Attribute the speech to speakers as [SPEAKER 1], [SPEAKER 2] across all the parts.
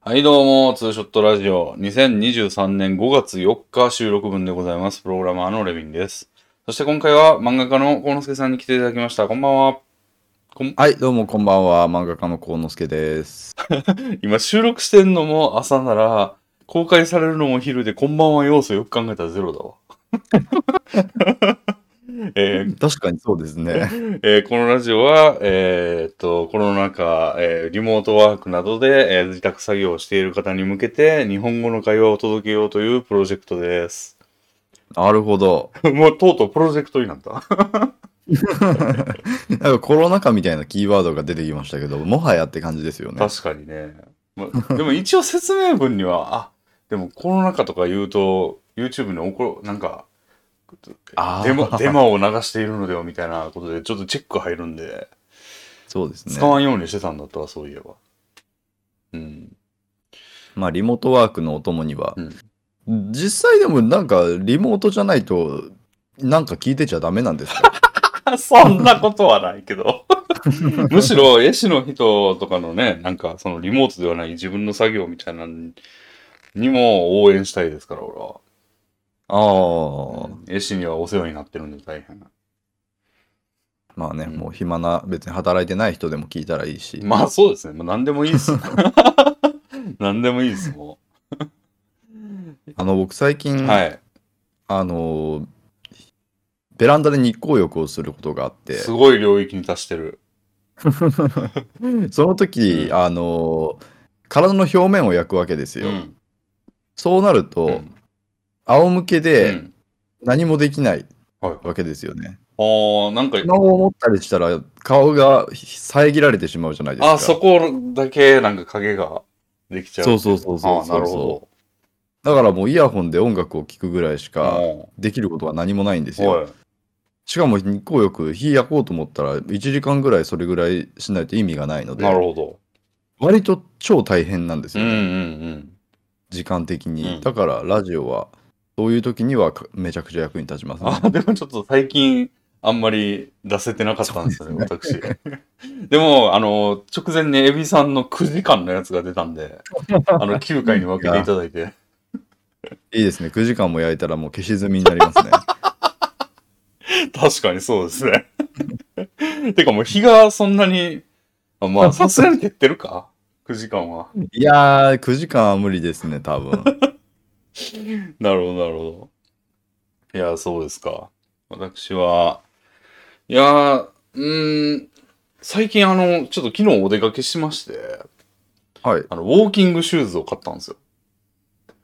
[SPEAKER 1] はい、どうも、ツーショットラジオ。2023年5月4日収録分でございます。プログラマーのレビンです。そして今回は漫画家の幸之助さんに来ていただきました。こんばんは。
[SPEAKER 2] はい、どうもこんばんは。漫画家の幸之助です。
[SPEAKER 1] 今収録してんのも朝なら、公開されるのも昼で、こんばんは要素よく考えたらゼロだわ。 えー
[SPEAKER 2] 確かにそうですね。
[SPEAKER 1] えーこのラジオは、えーっと、コロナ禍、えーリモートワークなどで、えー自宅作業をしている方に向けて、日本語の会話を届けようというプロジェクトです。
[SPEAKER 2] なるほど。
[SPEAKER 1] もうとうとうプロジェクトになった。
[SPEAKER 2] なんかコロナ禍みたいなキーワードが出てきましたけど、もはやって感じですよね。
[SPEAKER 1] 確かにね。までも一応説明文には、あ、でもコロナ禍とか言うと、YouTube に怒る、なんか、
[SPEAKER 2] あー
[SPEAKER 1] デマ、デマを流しているのではみたいなことで、ちょっとチェック入るんで、
[SPEAKER 2] そうですね
[SPEAKER 1] 使。わんようにしてたんだったわ、そういえば。うん。
[SPEAKER 2] まあ、リモートワークのお供には、
[SPEAKER 1] うん
[SPEAKER 2] 実際でもなんか、リモートじゃないと、なんか聞いてちゃダメなん ですか
[SPEAKER 1] そんなことはないけど。 むしろ、絵師の人とかのね、なんか、そのリモートではない自分の作業みたいなのにも応援したいですから、俺は。
[SPEAKER 2] ああ、
[SPEAKER 1] 絵師にはお世話になってるんで大変。
[SPEAKER 2] まあね、
[SPEAKER 1] うん
[SPEAKER 2] もう暇な、別に働いてない人でも聞いたらいいし。
[SPEAKER 1] まあそうですね。もう何でもいい です。何でもいいです、も
[SPEAKER 2] あの、僕最
[SPEAKER 1] う。
[SPEAKER 2] 近、
[SPEAKER 1] はい。
[SPEAKER 2] あのー、ベランダで日光浴をすることがあって、
[SPEAKER 1] すごい領域に達してる。
[SPEAKER 2] その時、
[SPEAKER 1] うん
[SPEAKER 2] あのー体の表面を焼くわけです
[SPEAKER 1] う
[SPEAKER 2] よ。
[SPEAKER 1] ん。
[SPEAKER 2] そうなると、
[SPEAKER 1] うん
[SPEAKER 2] 仰向け
[SPEAKER 1] う
[SPEAKER 2] で
[SPEAKER 1] ん
[SPEAKER 2] 何もできない
[SPEAKER 1] はい。
[SPEAKER 2] わけですよね。
[SPEAKER 1] あーなんか、
[SPEAKER 2] 顔を持ったりしたら顔が遮られてしまうじゃないですか。
[SPEAKER 1] あ、そこだけなんか影ができちゃう。
[SPEAKER 2] そうそうそうそう
[SPEAKER 1] あーなるほ
[SPEAKER 2] だからもうイヤホンで音楽を聴くぐらいし
[SPEAKER 1] ど。
[SPEAKER 2] かできることは何もないんです
[SPEAKER 1] うんは
[SPEAKER 2] よ。
[SPEAKER 1] い。
[SPEAKER 2] しかも日光浴、火焼こうと思ったら1時間ぐらいそれぐらいしないと意味がないので
[SPEAKER 1] な、るほど。
[SPEAKER 2] 割と超大変なんです
[SPEAKER 1] うん
[SPEAKER 2] よ
[SPEAKER 1] うん
[SPEAKER 2] ね。
[SPEAKER 1] うん。
[SPEAKER 2] 時間的に、
[SPEAKER 1] うん
[SPEAKER 2] だからラジオはそういう時にはかめちゃくちゃ役に立ちます
[SPEAKER 1] あ
[SPEAKER 2] ね
[SPEAKER 1] ーでもちょっと最近、あんまり出せてなかったんですよね、私。でも、あの、直前にエビさんの9時間のやつが出たん で、あの、9回に分けていただいて。
[SPEAKER 2] いいですね9時間も焼いたらもう消し済みになり ますね
[SPEAKER 1] 確かにそうですね。 てかもう日がそんなに、あまあさすがに減ってるか ?9 時間は。
[SPEAKER 2] いやー9時間は無理ですね多分
[SPEAKER 1] なるほど、なるほど。いや、そうですか。私は、いやー、うーん、最近あの、ちょっと昨日お出かけしまして、
[SPEAKER 2] はい
[SPEAKER 1] あの、ウォーキングシューズを買ったんですよ。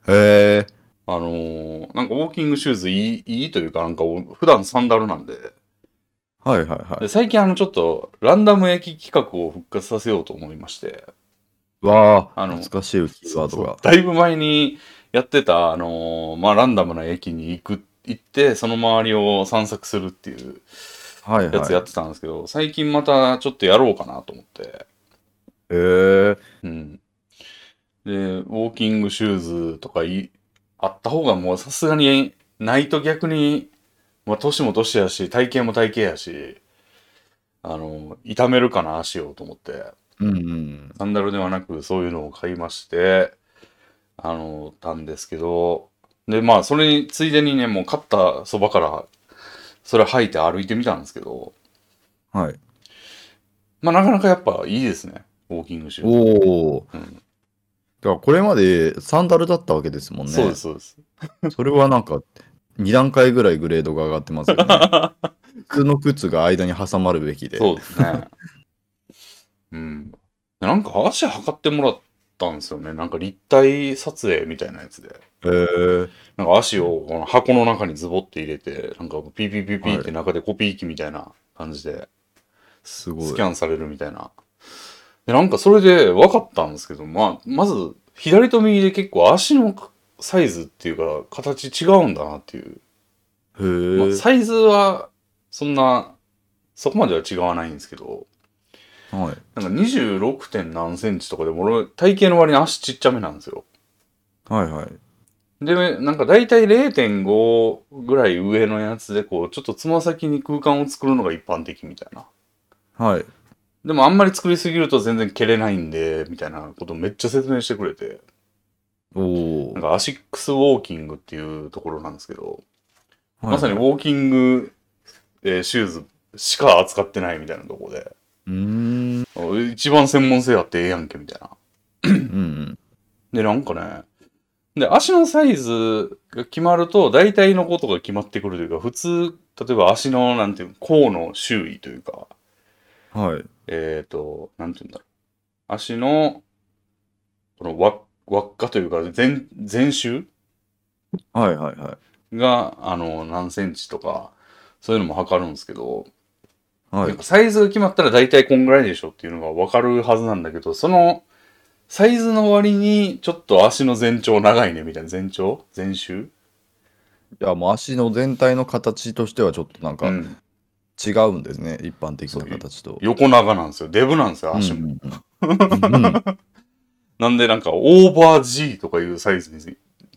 [SPEAKER 2] へえ
[SPEAKER 1] あのーなんかウォーキングシューズいい、いいというか、なんかお普段サンダルなんで、
[SPEAKER 2] はいはいは
[SPEAKER 1] で最近あの、ちょっとランダム駅企画を復活させようと思いまして、
[SPEAKER 2] いわ
[SPEAKER 1] あ
[SPEAKER 2] あ
[SPEAKER 1] の
[SPEAKER 2] 懐かしいキーワードが
[SPEAKER 1] だいぶ前にやってた、あのーまあ、ランダムな駅に行く、行って、その周りを散策するっていう
[SPEAKER 2] はい
[SPEAKER 1] や
[SPEAKER 2] はい
[SPEAKER 1] つやってたんですけど、最近またちょっとやろうかなと思って。
[SPEAKER 2] へえ
[SPEAKER 1] うん。で、ウォーキングシューズとかい、あった方がもうさすがにないと逆に、まあ、年も年やし、体型も体型やし、あの、痛めるかな、足をと思って。
[SPEAKER 2] うんうん
[SPEAKER 1] サンダルではなく、そういうのを買いまして、あの、たんですけど、で、まあ、それに、ついでにね、もう買ったそばから、それ履いて歩いてみたんですけど、
[SPEAKER 2] はい
[SPEAKER 1] まあ、なかなかやっぱいいですね、ウォーキングシューズ。
[SPEAKER 2] おお、
[SPEAKER 1] うん
[SPEAKER 2] だからこれまでサンダルだったわけですもんね
[SPEAKER 1] そうです、そうです。
[SPEAKER 2] それはなんか2段階ぐらいグレードが上がってますよ ね普通の靴が間に挟まるべきで
[SPEAKER 1] そうですね。 うん。でなんか足測ってもらったんですよね。なんか立体撮影みたいなやつで。
[SPEAKER 2] へえ
[SPEAKER 1] なんか足をこの箱の中にズボって入れて、なんかピーピーピーピーって中でコピー機みたいな感じで。
[SPEAKER 2] すごい
[SPEAKER 1] スキャンされるみたいな。で、なんかそれで分かったんですけど、まあ、まず、左と右で結構足のサイズっていうか、形違うんだなっていう。
[SPEAKER 2] へえ、
[SPEAKER 1] まあ、サイズは、そんな、そこまでは違わないんですけど、
[SPEAKER 2] はい。
[SPEAKER 1] なんか 26. 点何センチとかでも、俺、体型の割に足ちっちゃめなんですよ。
[SPEAKER 2] はいはい。
[SPEAKER 1] で、なんか大体0.5ぐらい上のやつで、こう、ちょっとつま先に空間を作るのが一般的みたいな。
[SPEAKER 2] はい。
[SPEAKER 1] でもあんまり作りすぎると全然蹴れないんで、みたいなことめっちゃ説明してくれて。
[SPEAKER 2] おお
[SPEAKER 1] なん。かアシックスウォーキングっていうところなんですけど、まさにウ
[SPEAKER 2] う
[SPEAKER 1] ォーキング、えーシューズしか扱ってないみたいなとこで、
[SPEAKER 2] ーん。
[SPEAKER 1] 一番専門性あってええやんけみたいな。
[SPEAKER 2] うん。
[SPEAKER 1] で、なんかね、で、足のサイズが決まると、大体のことが決まってくるというか、普通、例えば足の、なんていうの、甲の周囲というか、
[SPEAKER 2] はい。
[SPEAKER 1] えっ、ー、と、なんていうんだろう。足の、この輪輪っかというか、全、全周
[SPEAKER 2] はいはいは
[SPEAKER 1] が、あの、何センチとか、そういうのも測るんですけど、
[SPEAKER 2] い。は
[SPEAKER 1] なん
[SPEAKER 2] い。
[SPEAKER 1] かサイズが決まったら大体こんぐらいでしょっていうのがわかるはずなんだけど、その、サイズの割に、ちょっと足の全長長いね、みたいな。全長全周
[SPEAKER 2] いや、もう足の全体の形としてはちょっとなんか
[SPEAKER 1] うん
[SPEAKER 2] 違うんですね。一般的
[SPEAKER 1] そう
[SPEAKER 2] な形と。
[SPEAKER 1] 横長なんですよ。デブなんですよ、足も。
[SPEAKER 2] うんうんうん
[SPEAKER 1] なんで、なんか、オーバー G とかいうサイズに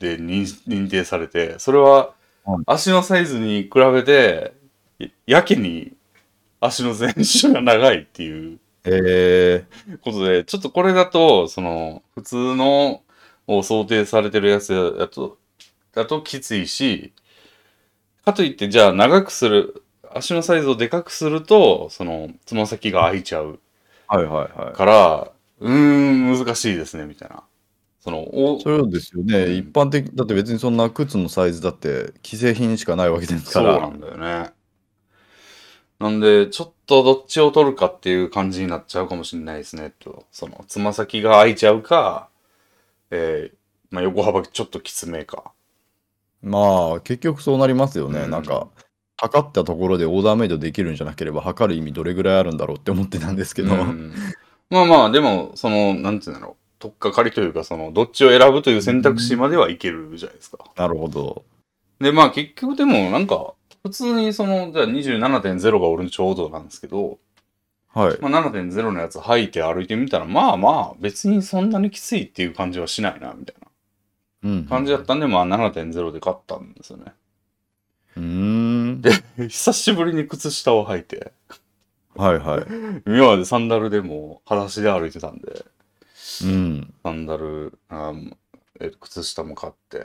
[SPEAKER 1] で認認定されて、それは
[SPEAKER 2] はい、
[SPEAKER 1] 足のサイズに比べて、ややけに足の全周が長いっていう
[SPEAKER 2] え
[SPEAKER 1] ことで、ちょっとこれだと、その、普通のを想定されてるやつだと、だときついし、かといって、じゃあ長くする、足のサイズをでかくすると、その、つま先が開いちゃう
[SPEAKER 2] ー、はいはいはい。
[SPEAKER 1] から、うーん、難しいですね、みたいな。その、お
[SPEAKER 2] それですよね、
[SPEAKER 1] うん
[SPEAKER 2] 一般的だって別にそんな靴のサイズだって既製品しかないわけです
[SPEAKER 1] そ
[SPEAKER 2] か
[SPEAKER 1] う
[SPEAKER 2] ら
[SPEAKER 1] なんだよね。なんで、ちょっとどっちを取るかっていう感じになっちゃうかもしれないですね、と。その、つま先が空いちゃうか、えーまあ、横幅ちょっときつめか。
[SPEAKER 2] まあ結局そうなりますよね、
[SPEAKER 1] うん
[SPEAKER 2] なんか測ったところでオーダーメイドできるんじゃなければ測る意味どれぐらいあるんだろうって思ってたんですけど、
[SPEAKER 1] うん まあまあ、でも、その、なんていうんだろう。取っかかりというか、その、どっちを選ぶという選択肢まではいけるじゃないですか。
[SPEAKER 2] なるほど
[SPEAKER 1] で、まあ結局でも、なんか、普通にその、じゃあ27.0が俺のちょうどなんですけど、
[SPEAKER 2] はい
[SPEAKER 1] まあ、7.0のやつ履いて歩いてみたら、まあまあ、別にそんなにきついっていう感じはしないな、みたい
[SPEAKER 2] うん
[SPEAKER 1] な感じだったんで、まあ7.0で買ったんですよね。
[SPEAKER 2] うーん
[SPEAKER 1] 久しぶりに靴下を履いて、
[SPEAKER 2] はいはい
[SPEAKER 1] 今までサンダルでも裸足で歩いてたんで、
[SPEAKER 2] うん
[SPEAKER 1] サンダル、あーえ靴下も買って。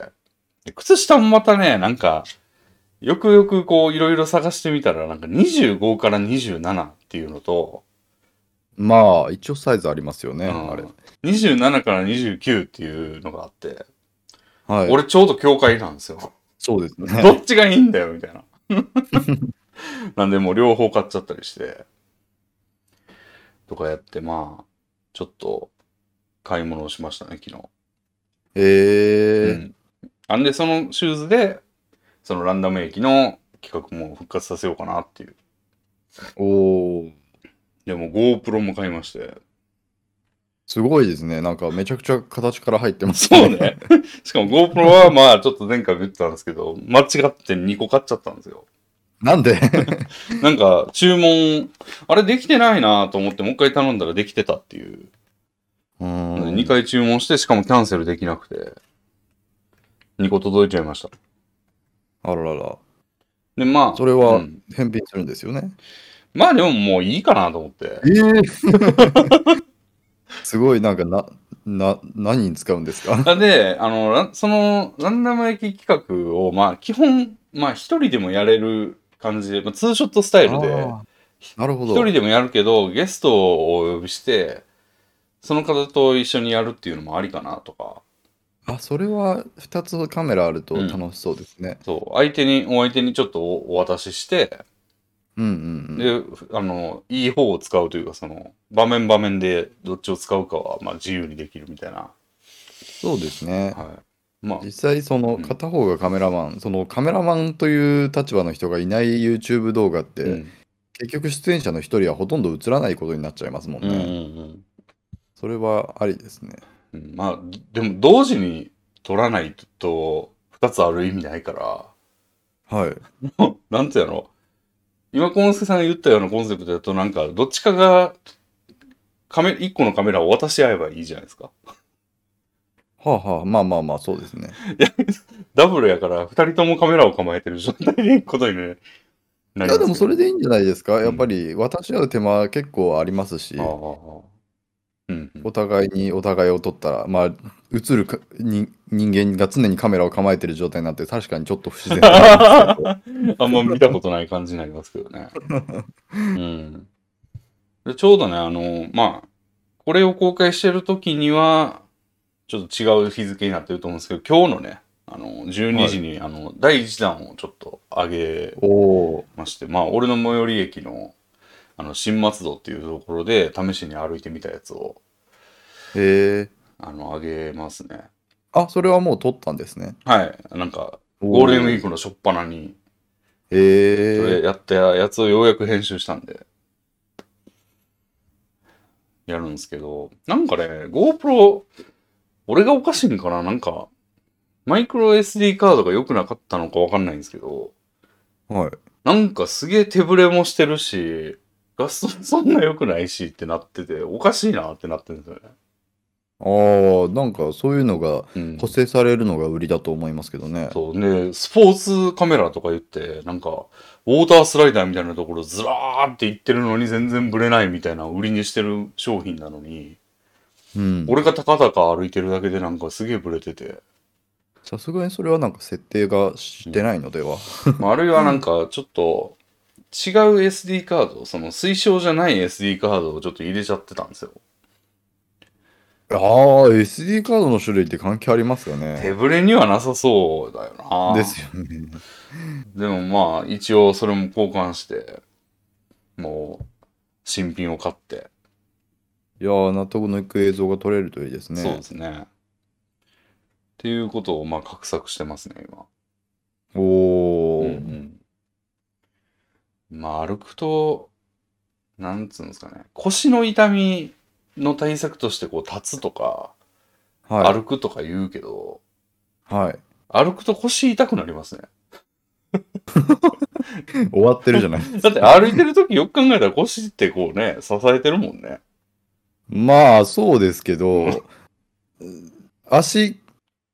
[SPEAKER 1] で靴下もまたね、なんか、よくよくこう、いろいろ探してみたら、なんか25から27っていうのと、
[SPEAKER 2] まあ一応サイズありますよね、
[SPEAKER 1] うん
[SPEAKER 2] あれ
[SPEAKER 1] 27から29っていうのがあって、
[SPEAKER 2] はい
[SPEAKER 1] 俺ちょうど境界なんですよ。
[SPEAKER 2] そうです
[SPEAKER 1] ど
[SPEAKER 2] ね
[SPEAKER 1] っちがいいんだよ、みたいな。なんで、もう両方買っちゃったりして、とかやって、まあ、ちょっと、買い物をしましたね、昨日。
[SPEAKER 2] え
[SPEAKER 1] う
[SPEAKER 2] ー
[SPEAKER 1] ん。あんで、そのシューズで、そのランダム駅の企画も復活させようかなっていう。
[SPEAKER 2] おー
[SPEAKER 1] でも GoPro も買いまして。
[SPEAKER 2] すごいですねなんかめちゃくちゃ形から入ってます
[SPEAKER 1] そうね。 しかも GoPro はまあちょっと前回も言ってたんですけど、間違って2個買っちゃったんですよ。
[SPEAKER 2] なんで
[SPEAKER 1] なんか注文、あれできてないなと思ってもう一回頼んだらできてたって いう。
[SPEAKER 2] うーん
[SPEAKER 1] 2回注文して、しかもキャンセルできなくて、2個届いちゃいました。
[SPEAKER 2] あららら
[SPEAKER 1] で、まあ、
[SPEAKER 2] それは
[SPEAKER 1] うん
[SPEAKER 2] 返品するんですよね。
[SPEAKER 1] まあでももういいかなと思って。
[SPEAKER 2] ええ すごい、なんかな、な、何に使うんですか
[SPEAKER 1] で、あの、ランその、ランダム駅企画を、まあ、基本、まあ、一人でもやれる感じで、まあ、ツーショットスタイルで、
[SPEAKER 2] あーなるほ
[SPEAKER 1] 一
[SPEAKER 2] ど。
[SPEAKER 1] 人でもやるけど、ゲストをお呼びして、その方と一緒にやるっていうのもありかなとか、
[SPEAKER 2] あ、それは2つカメラあると楽しそうですね。
[SPEAKER 1] そう、相手に、お相手にちょっとおお渡しして、
[SPEAKER 2] うん、うん、うん。
[SPEAKER 1] で、あの、いい方を使うというか、その、場面場面でどっちを使うかは、まあ、自由にできるみたいな。
[SPEAKER 2] そうですね。
[SPEAKER 1] はい。まあ、
[SPEAKER 2] 実際、その
[SPEAKER 1] うん
[SPEAKER 2] 片方がカメラマン、そのカメラマンという立場の人がいない YouTube 動画って、
[SPEAKER 1] うん
[SPEAKER 2] 結局出演者の1人はほとんど映らないことになっちゃいますもん
[SPEAKER 1] う
[SPEAKER 2] ね。
[SPEAKER 1] んうん
[SPEAKER 2] それはありですね。
[SPEAKER 1] うんうん。まあ、でも、同時に取らないと、二つある意味ないから、
[SPEAKER 2] はい。
[SPEAKER 1] なんていうの今、コンスケさんが言ったようなコンセプトだと、なんか、どっちかが、カメ、一個のカメラを渡し合えばいいじゃないですか。
[SPEAKER 2] はあはあ、まあまあまあ、そうですね。
[SPEAKER 1] ダブルやから、二人ともカメラを構えてる状態で行くことにねないります
[SPEAKER 2] や、でもそ
[SPEAKER 1] れ
[SPEAKER 2] れでいいんじゃないですか。
[SPEAKER 1] ん
[SPEAKER 2] やっぱり私は手間結構ありますし
[SPEAKER 1] あ、あ。うんうん。
[SPEAKER 2] お互いにお互いを取ったら、まあ、映るかに人間が常にカメラを構えてる状態になって、確かにちょっと不自然なんですけ ど。
[SPEAKER 1] あんま見たことない感じになりますけどね。うん。でちょうどね、あの、まあ、これを公開してる時には、ちょっと違う日付になってると思うんですけど、今日のね、あの、12時に、あの、第1弾をちょっと上げ
[SPEAKER 2] おー
[SPEAKER 1] まして、まあ、俺の最寄り駅の、あの、新松戸っていうところで、試しに歩いてみたやつを、
[SPEAKER 2] へえ。
[SPEAKER 1] あの、上げますね。
[SPEAKER 2] あ、それはもう撮ったんですね。
[SPEAKER 1] はい。なんか、ゴールデンウィークの初っ端に、
[SPEAKER 2] ク。へ
[SPEAKER 1] それ
[SPEAKER 2] え。
[SPEAKER 1] やったやつをようやく編集したんで、やるんですけど、なんかね、GoPro、俺がおかしいんかななんか、マイクロ SD カードが良くなかったのかわかんないんですけど、
[SPEAKER 2] はい。
[SPEAKER 1] なんかすげえ手ぶれもしてるし、画質もそんな良くないしってなってて、おかしいなってなってるんですよね。
[SPEAKER 2] ああ、なんかそういうのが
[SPEAKER 1] うん
[SPEAKER 2] 補正されるのが売りだと思いますけどね。
[SPEAKER 1] そうね、スポーツカメラとか言って、なんか、ウォータースライダーみたいなところずらーって行ってるのに全然ブレないみたいな売りにしてる商品なのに、
[SPEAKER 2] うん。
[SPEAKER 1] 俺が高々歩いてるだけでなんかすげえブレてて、
[SPEAKER 2] さすがにそれはなんか設定がしてないのでは。
[SPEAKER 1] まあ、あるいはなんかちょっと違う SD カード、その推奨じゃない SD カードをちょっと入れちゃってたんですよ。
[SPEAKER 2] ああ、SD カードの種類って関係ありますよ
[SPEAKER 1] 手
[SPEAKER 2] ね。
[SPEAKER 1] ブレにはなさそうだよな。
[SPEAKER 2] ですよね。
[SPEAKER 1] でもまあ、一応それも交換して、もう、新品を買って、
[SPEAKER 2] いやー、納得のいく映像が撮れるといいですね。
[SPEAKER 1] そうですね。っていうことを、まあ、画策してますね、今。
[SPEAKER 2] おお、
[SPEAKER 1] うんうんまあ、歩くと、なんつうんですかね、腰の痛みの対策として、こう、立つとか、
[SPEAKER 2] はい。
[SPEAKER 1] 歩くとか言うけど、
[SPEAKER 2] はい。
[SPEAKER 1] 歩くと腰痛くなりますね。
[SPEAKER 2] 終わってるじゃない。
[SPEAKER 1] だって歩いてるときよく考えたら腰ってこうね、支えてるもんね。
[SPEAKER 2] まあ、そうですけど、
[SPEAKER 1] う
[SPEAKER 2] うん足、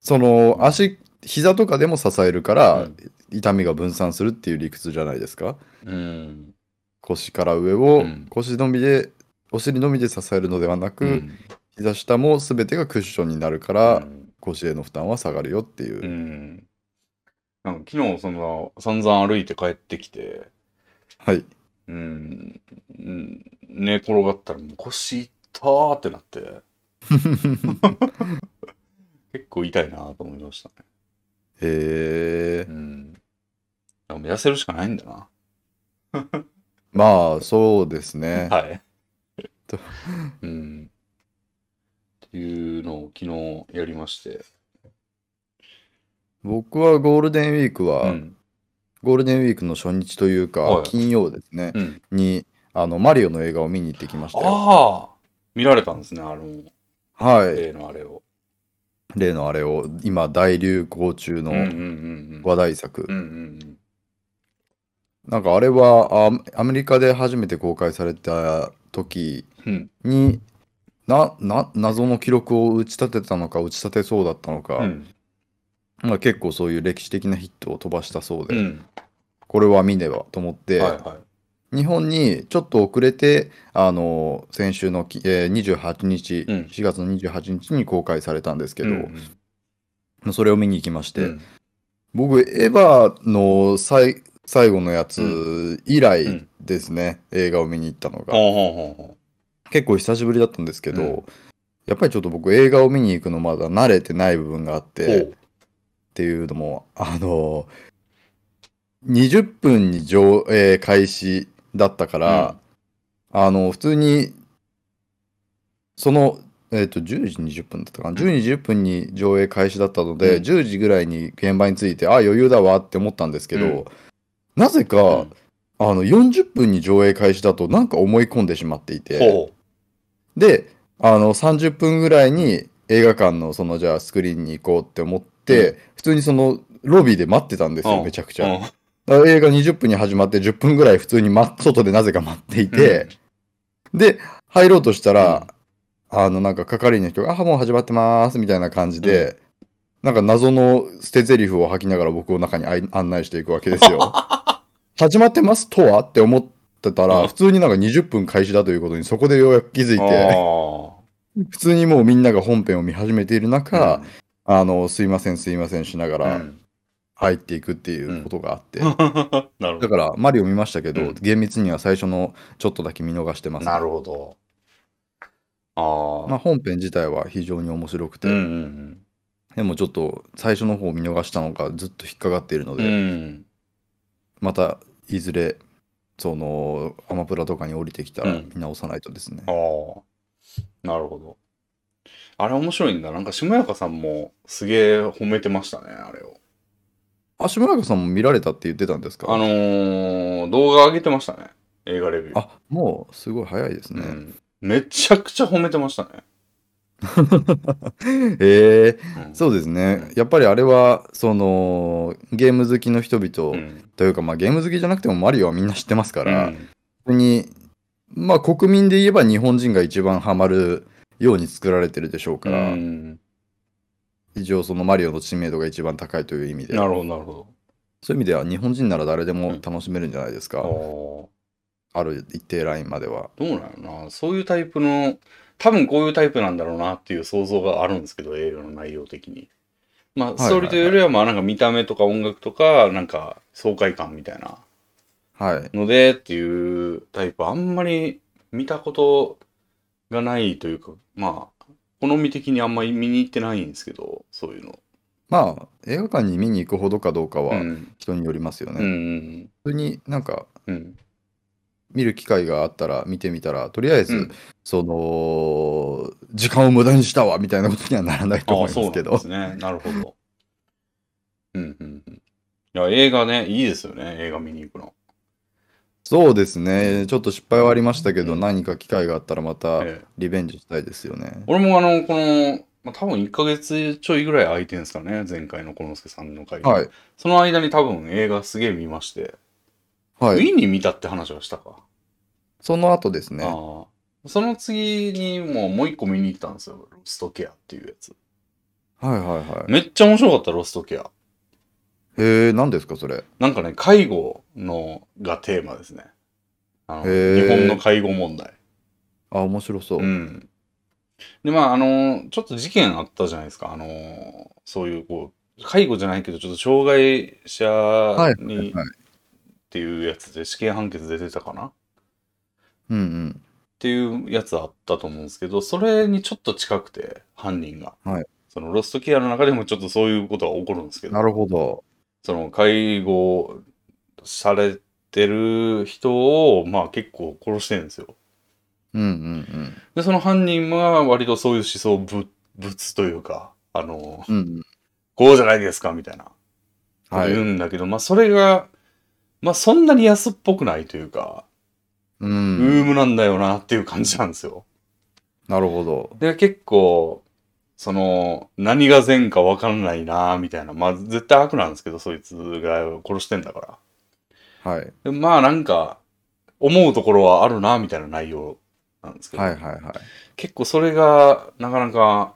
[SPEAKER 2] その、足、膝とかでも支えるから、
[SPEAKER 1] うん
[SPEAKER 2] 痛みが分散するっていう理屈じゃないですか。
[SPEAKER 1] うん。
[SPEAKER 2] 腰から上
[SPEAKER 1] う
[SPEAKER 2] を、
[SPEAKER 1] ん
[SPEAKER 2] 腰のみで、お尻のみで支えるのではなく、
[SPEAKER 1] うん
[SPEAKER 2] 膝下も全てがクッションになるから、腰への負担は下がるよっていう。
[SPEAKER 1] うん。なんか昨日、その、散々歩いて帰ってきて、
[SPEAKER 2] はい。
[SPEAKER 1] うん、うん寝転がったらもう腰痛ーってな って、結構痛いなと思いましたね。
[SPEAKER 2] へえ
[SPEAKER 1] う。ん。でも痩せるしかないんだな。
[SPEAKER 2] まあ、そうですね。
[SPEAKER 1] はい
[SPEAKER 2] と。
[SPEAKER 1] うん。っていうのを昨日やりまして。
[SPEAKER 2] 僕はゴールデンウィークは、
[SPEAKER 1] うん。
[SPEAKER 2] ゴールデンウィークの初日というか、
[SPEAKER 1] はい
[SPEAKER 2] 金曜ですね、
[SPEAKER 1] うん、
[SPEAKER 2] に、あの、マリオの映画を見に行ってきましたよ。
[SPEAKER 1] ああ見られたんですね、あの、
[SPEAKER 2] はい。
[SPEAKER 1] 例のあれを。
[SPEAKER 2] 例のあれを、今、大流行中
[SPEAKER 1] う
[SPEAKER 2] の
[SPEAKER 1] んうんうんうん。
[SPEAKER 2] 話題作。
[SPEAKER 1] うんうん
[SPEAKER 2] なんか、あれはあ、アメリカで初めて公開された時
[SPEAKER 1] うん。うん
[SPEAKER 2] に、な、な、謎の記録を打ち立てたのか、打ち立てそうだったのか、
[SPEAKER 1] うん
[SPEAKER 2] まあ、結構そういう歴史的なヒットを飛ばしたそう
[SPEAKER 1] う
[SPEAKER 2] で、
[SPEAKER 1] ん。
[SPEAKER 2] これは見ねばと思って、
[SPEAKER 1] はいは
[SPEAKER 2] 日本にちょっと遅れて、あの先週のき、えー28日、
[SPEAKER 1] うん
[SPEAKER 2] 4月の28日に公開されたんですけ
[SPEAKER 1] い。
[SPEAKER 2] ど、
[SPEAKER 1] うん
[SPEAKER 2] それを見に行きまし
[SPEAKER 1] う
[SPEAKER 2] て、
[SPEAKER 1] ん
[SPEAKER 2] 僕、エヴァの最最後のやつ以
[SPEAKER 1] う
[SPEAKER 2] 来
[SPEAKER 1] ん
[SPEAKER 2] ですね、映画を見に行ったのが、
[SPEAKER 1] ほうほうほうほ
[SPEAKER 2] 結構久しぶりだったんですけど、
[SPEAKER 1] うん
[SPEAKER 2] やっぱりちょっと僕、映画を見に行くのまだ慣れてない部分があっ
[SPEAKER 1] う
[SPEAKER 2] て、っていうのも、あの20分に上映開始だったから、あの、普通に、その、えっ、と、10時20分だったかな、10時20分に上映開始だったので、
[SPEAKER 1] うん
[SPEAKER 2] 10時ぐらいに現場に着いて、あ、余裕だわって思ったんですけど、
[SPEAKER 1] うん
[SPEAKER 2] なぜか、
[SPEAKER 1] ほう。
[SPEAKER 2] あの、40分に上映開始だと、なんか思い込んでしまっていて、
[SPEAKER 1] ほう。
[SPEAKER 2] で、あの、30分ぐらいに映画館の、その、じゃあスクリーンに行こうって思って、
[SPEAKER 1] う
[SPEAKER 2] 普通にその、ロビーで待ってたんです
[SPEAKER 1] う
[SPEAKER 2] よ、
[SPEAKER 1] ん
[SPEAKER 2] めちゃくちゃ。だから映画20分に始まって、10分ぐらい普通に待っ外でなぜか待っていて、で、入ろうとしたら、あの、なんか係員の人が、あ、もう始まってます、みたいな感じで、 なんか謎の捨て台詞を吐きながら僕を中にあい案内していくわけですよ。始まってますとはって思ってた
[SPEAKER 1] うん
[SPEAKER 2] ら、普通になんか20分開始だということに、そこでようやく気づい
[SPEAKER 1] あ
[SPEAKER 2] て、
[SPEAKER 1] ー
[SPEAKER 2] 普通にもうみんなが本編を見始めている中、あの、すいません、すいませんしなが
[SPEAKER 1] うん
[SPEAKER 2] ら入っていくっていうことがあって、
[SPEAKER 1] なるほ
[SPEAKER 2] だ
[SPEAKER 1] ど。
[SPEAKER 2] から、マリオ見ましたけど、
[SPEAKER 1] うん
[SPEAKER 2] 厳密には最初のちょっとだけ見逃してます。
[SPEAKER 1] なるほど。ああ。
[SPEAKER 2] まあ、本編自体は非常に面白くて、
[SPEAKER 1] うんうん
[SPEAKER 2] でもちょっと最初の方見逃したのがずっと引っかかっているの
[SPEAKER 1] うん。う
[SPEAKER 2] で、
[SPEAKER 1] ん。
[SPEAKER 2] またいずれそのアマプラとかに降りてきたら
[SPEAKER 1] うん
[SPEAKER 2] 見直さないとですね、
[SPEAKER 1] ああ。なるほど。あれ面白いんだ。なんか、しもやかさんもすげえ褒めてましたね、あれを。
[SPEAKER 2] あ島中さんも見られたって言ってたんですか
[SPEAKER 1] あのー、動画上げてましたね。映画レビュー。
[SPEAKER 2] あもうすごい早いです
[SPEAKER 1] う
[SPEAKER 2] ね、
[SPEAKER 1] ん。めちゃくちゃ褒めてましたね。
[SPEAKER 2] ええ
[SPEAKER 1] うん
[SPEAKER 2] そうですねやっぱりあれはそのゲーム好きの人々、
[SPEAKER 1] うん
[SPEAKER 2] というかまあゲーム好きじゃなくてもマリオはみんな知ってますか
[SPEAKER 1] う
[SPEAKER 2] ら、
[SPEAKER 1] ん
[SPEAKER 2] 本当にまあ国民で言えば日本人が一番ハマるように作られてるでしょう
[SPEAKER 1] う
[SPEAKER 2] から、
[SPEAKER 1] ん。
[SPEAKER 2] 一応そのマリオの知名度が一番高いという意味で
[SPEAKER 1] なるほど、なるほ
[SPEAKER 2] そういう意味では日本人なら誰でも楽しめるんじゃないですか、
[SPEAKER 1] ど。
[SPEAKER 2] ある一定ラインまでは。
[SPEAKER 1] ああ。どうなのな。そういうタイプの、多分こういうタイプなんだろうなっていう想像があるんですけど、映画の内容的に。まあ、
[SPEAKER 2] いはい
[SPEAKER 1] ストーリーというよりは、まあ、なんか見た目とか音楽とか、なんか爽快感みたいな
[SPEAKER 2] はい。
[SPEAKER 1] のでっていうタイプ、あんまり見たことがないというか、まあ、好み的にあんまり見に行ってないんですけど、そういうの。
[SPEAKER 2] まあ映画館に見に行くほどかどうか
[SPEAKER 1] う
[SPEAKER 2] は
[SPEAKER 1] ん。
[SPEAKER 2] 人によりますよね。
[SPEAKER 1] うんうん
[SPEAKER 2] 普通になんか
[SPEAKER 1] うん。うん。
[SPEAKER 2] 見る機会があったら見てみたらとりあえず、
[SPEAKER 1] うん
[SPEAKER 2] その時間を無駄にしたわみたいなことにはならないと
[SPEAKER 1] あ
[SPEAKER 2] 思
[SPEAKER 1] あ、
[SPEAKER 2] い
[SPEAKER 1] そ
[SPEAKER 2] ま
[SPEAKER 1] うな
[SPEAKER 2] す
[SPEAKER 1] ん
[SPEAKER 2] け
[SPEAKER 1] で
[SPEAKER 2] ど
[SPEAKER 1] す。ね。なるほど。うんうんうん。いや、映画ね、いいですよね。映画見に行くの。
[SPEAKER 2] そうですね。ちょっと失敗はありましたけど、
[SPEAKER 1] うん
[SPEAKER 2] 何か機会があったらまた
[SPEAKER 1] ええ
[SPEAKER 2] リベンジしたいですよね。
[SPEAKER 1] 俺もあの、この、まあ、多分1ヶ月ちょいぐらい空いてるんですかね。前回のこのすけさんの回。
[SPEAKER 2] はい。
[SPEAKER 1] その間に多分映画すげえ見まして。
[SPEAKER 2] は
[SPEAKER 1] ウ
[SPEAKER 2] い。
[SPEAKER 1] ィーンに見たって話はしたか。
[SPEAKER 2] その後です
[SPEAKER 1] あ
[SPEAKER 2] ね。
[SPEAKER 1] あその次にもうもう一個見に行ったんですよ。ロストケアっていうやつ。
[SPEAKER 2] はいはいはい。
[SPEAKER 1] めっちゃ面白かった、ロストケア。
[SPEAKER 2] へえ、何ですかそれ。
[SPEAKER 1] なんかね、介護のがテーマですね。あの
[SPEAKER 2] へー
[SPEAKER 1] 日本の介護問題。
[SPEAKER 2] あ、面白そう。
[SPEAKER 1] うん。で、まあ、あの、ちょっと事件あったじゃないですか。あの、そういう、こう、介護じゃないけど、ちょっと障害
[SPEAKER 2] はい
[SPEAKER 1] 者
[SPEAKER 2] は
[SPEAKER 1] に
[SPEAKER 2] いはい。
[SPEAKER 1] っていうやつで死刑判決で出てたかなっ
[SPEAKER 2] うんうん。
[SPEAKER 1] ていうやつあったと思うんですけど、それにちょっと近くて、犯人が。
[SPEAKER 2] はい
[SPEAKER 1] そのロストケアの中でもちょっとそういうことが起こるんですけど
[SPEAKER 2] な、るほど。
[SPEAKER 1] その介護されてる人を、まあ結構殺してるんですよ。
[SPEAKER 2] うんうんうん。
[SPEAKER 1] で、その犯人は割とそういう思想をぶ、ぶつというか、あの、
[SPEAKER 2] うんうん、
[SPEAKER 1] こうじゃないですかみたいなこと
[SPEAKER 2] はい。
[SPEAKER 1] 言
[SPEAKER 2] う
[SPEAKER 1] うんだけど、まあそれが、まあそんなに安っぽくないというか、ウー
[SPEAKER 2] ん。
[SPEAKER 1] ムなんだよなっていう感じなんですよ。
[SPEAKER 2] なるほど。
[SPEAKER 1] で、結構、その、何が善か分かんないなみたいな、まあ絶対悪なんですけど、そいつが殺してんだから。
[SPEAKER 2] はい。
[SPEAKER 1] でまあなんか、思うところはあるなみたいな内容なんですけど、
[SPEAKER 2] はいはいはい。
[SPEAKER 1] 結構それがなかなか、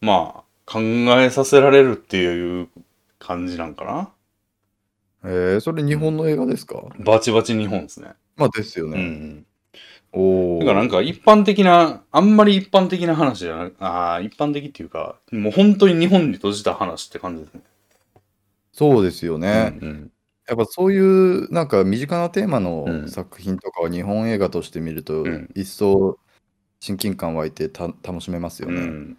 [SPEAKER 1] まあ考えさせられるっていう感じなんかな。
[SPEAKER 2] えー、それ日本の映画ですか、
[SPEAKER 1] バチバチ日本ですね。
[SPEAKER 2] まあですよ
[SPEAKER 1] う
[SPEAKER 2] ね。
[SPEAKER 1] ん。
[SPEAKER 2] おお。
[SPEAKER 1] だからなんか一般的な、あんまり一般的な話じゃなく、ああ、一般的っていうか、もう本当に日本に閉じた話って感じですね。
[SPEAKER 2] そうですよね。
[SPEAKER 1] うん
[SPEAKER 2] やっぱそういうなんか身近なテーマ
[SPEAKER 1] うん
[SPEAKER 2] の作品とかを日本映画として見ると、
[SPEAKER 1] うん
[SPEAKER 2] 一層親近感湧いてた楽しめますよ
[SPEAKER 1] うん。う
[SPEAKER 2] ね。
[SPEAKER 1] ん。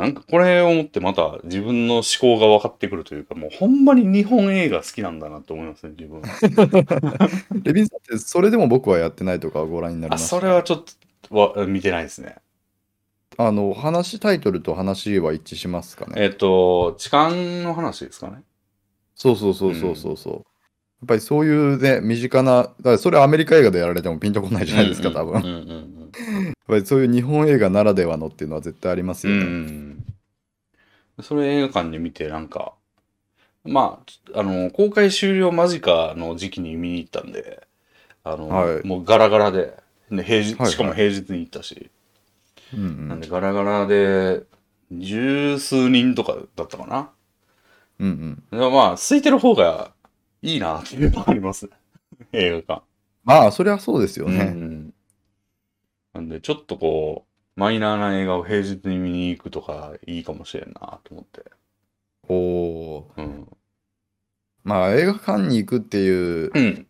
[SPEAKER 1] なんかこれをもってまた自分の思考が分かってくるというか、もうほんまに日本映画好きなんだなって思いますね、自分。
[SPEAKER 2] レビンさんってそれでも僕はやってないとかはご覧になり
[SPEAKER 1] あ、
[SPEAKER 2] ます
[SPEAKER 1] それはちょっとは見てないですね。
[SPEAKER 2] あの話タイトルと話は一致しますかね。
[SPEAKER 1] えっ、と、痴漢の話ですかね。
[SPEAKER 2] そうそうそうそうそうそう。やっぱりそういうね身近なだからそれアメリカ映画でやられてもピンとこないじゃないですか、多分。
[SPEAKER 1] うんうんうん
[SPEAKER 2] やっぱりそういう日本映画ならではのっていうのは絶対あります
[SPEAKER 1] うん
[SPEAKER 2] よ
[SPEAKER 1] う
[SPEAKER 2] ね。
[SPEAKER 1] ん。それ映画館で見て、なんか、まあ、あの、公開終了間近の時期に見に行ったんで、あの、
[SPEAKER 2] はい
[SPEAKER 1] もうガラガラで、で平日、
[SPEAKER 2] はいはい
[SPEAKER 1] しかも平日に行ったし、
[SPEAKER 2] うんうん
[SPEAKER 1] なんでガラガラで、十数人とかだったかな。
[SPEAKER 2] うんう
[SPEAKER 1] で
[SPEAKER 2] ん
[SPEAKER 1] まあ、空いてる方がいいなっていうのはありますね。 映画
[SPEAKER 2] まあ、そりゃそうですよ
[SPEAKER 1] 館。う
[SPEAKER 2] ね。
[SPEAKER 1] ん。なんで、ちょっとこう、マイナーな映画を平日に見に行くとかいいかもしれんなと思って。
[SPEAKER 2] おお
[SPEAKER 1] うん。
[SPEAKER 2] まあ、映画館に行くっていう
[SPEAKER 1] うん。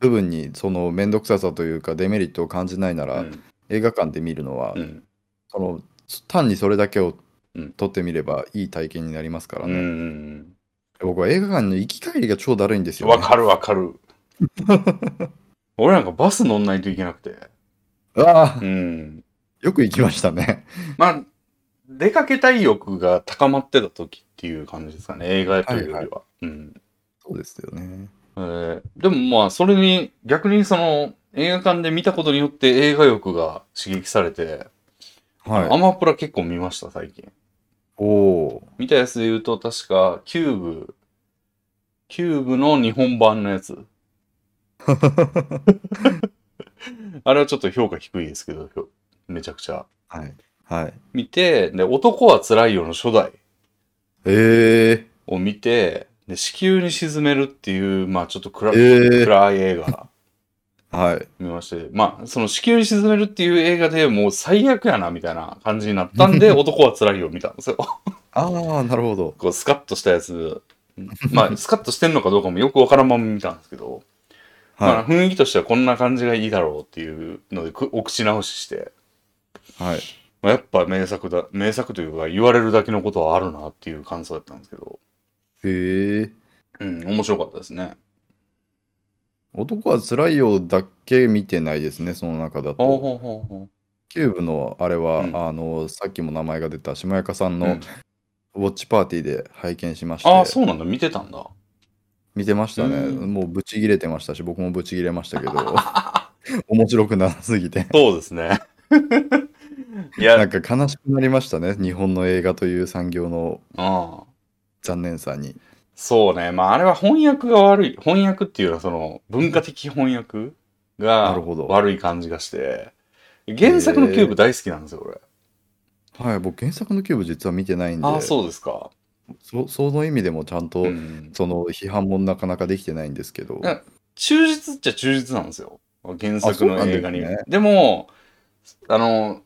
[SPEAKER 2] 部分に、その、面倒くささというか、デメリットを感じないなら、映画館で見るのは、
[SPEAKER 1] うん。
[SPEAKER 2] その、単にそれだけを
[SPEAKER 1] うん
[SPEAKER 2] 撮ってみればいい体験になりますから
[SPEAKER 1] う
[SPEAKER 2] ね。
[SPEAKER 1] ん。
[SPEAKER 2] 僕は映画館の行き帰りが超だるいんですよ、ね。
[SPEAKER 1] わかるわか る。俺なんかバス乗んないといけなくて。
[SPEAKER 2] うわあ
[SPEAKER 1] うん。
[SPEAKER 2] よく行きましたね。
[SPEAKER 1] まあ、出かけたい欲が高まってた時っていう感じですかね、映画というよりは。
[SPEAKER 2] はい
[SPEAKER 1] うん
[SPEAKER 2] そうですよね。
[SPEAKER 1] えーでもまあ、それに、逆にその、映画館で見たことによって映画欲が刺激されて、ア
[SPEAKER 2] はい。
[SPEAKER 1] マプラ結構見ました、最近。
[SPEAKER 2] おお
[SPEAKER 1] 見たやつで言うと、確か、キューブ、キューブの日本版のやつ。
[SPEAKER 2] ー。
[SPEAKER 1] あれはちょっと評価低いですけど、ひょめちゃくちゃ。
[SPEAKER 2] はい。はい。
[SPEAKER 1] 見て、で、男は辛いよの初代
[SPEAKER 2] え
[SPEAKER 1] を見て、で、子宮に沈めるっていう、まあちょっと暗,、
[SPEAKER 2] えー
[SPEAKER 1] 暗い映画
[SPEAKER 2] ー。はい。
[SPEAKER 1] 見まして、まあその子宮に沈めるっていう映画でもう最悪やなみたいな感じになったん で、男は辛いよを見たんですよ。
[SPEAKER 2] ああ、なるほど。
[SPEAKER 1] こうスカッとしたやつ、まあスカッとしてんのかどうかもよくわからんまま見たんですけど、まあ
[SPEAKER 2] は
[SPEAKER 1] 雰囲気としてはこんな感じがいいだろうっていうので、くお口直しして、
[SPEAKER 2] い。はい。
[SPEAKER 1] まあ、やっぱ名作だ、名作というか言われるだけのことはあるなっていう感想だったんですけど、
[SPEAKER 2] へえ。
[SPEAKER 1] うん、面白かったですね。
[SPEAKER 2] 男は辛いよだけ見てないですね、その中
[SPEAKER 1] ほ
[SPEAKER 2] だ
[SPEAKER 1] う
[SPEAKER 2] と。
[SPEAKER 1] ほうほうほう。
[SPEAKER 2] キューブのあれは、
[SPEAKER 1] うん
[SPEAKER 2] あの、さっきも名前が出た、しもやかさん
[SPEAKER 1] う
[SPEAKER 2] の
[SPEAKER 1] ん
[SPEAKER 2] ウォッチパーティーで拝見しまして、
[SPEAKER 1] ああ、そうなんだ。見てたんだ。
[SPEAKER 2] 見てましたね。
[SPEAKER 1] うん
[SPEAKER 2] もうブチ切れてましたし、僕もブチ切れまし たけど、面白くなさすぎて。
[SPEAKER 1] そうです ね。い
[SPEAKER 2] な
[SPEAKER 1] や、
[SPEAKER 2] んか悲しくなりましたね、日本の映画という産業の
[SPEAKER 1] うん。
[SPEAKER 2] 残念さに。
[SPEAKER 1] そうね。まあ、あれは翻訳が悪い。翻訳っていうのは、その、文化的翻訳
[SPEAKER 2] な
[SPEAKER 1] が
[SPEAKER 2] るほど
[SPEAKER 1] 悪い感じがして。原作のキューブ大好きなんですよ、俺。
[SPEAKER 2] はい、僕、原作のキューブ実は見てないんで、
[SPEAKER 1] ああ、そうですか。
[SPEAKER 2] そその意味でもちゃんと、
[SPEAKER 1] うん
[SPEAKER 2] その批判もなかなかできてないんですけど、
[SPEAKER 1] え忠実っちゃ忠実なんですよ。原作
[SPEAKER 2] あそう
[SPEAKER 1] の
[SPEAKER 2] なんです
[SPEAKER 1] 映画に。で
[SPEAKER 2] ね
[SPEAKER 1] も、あの、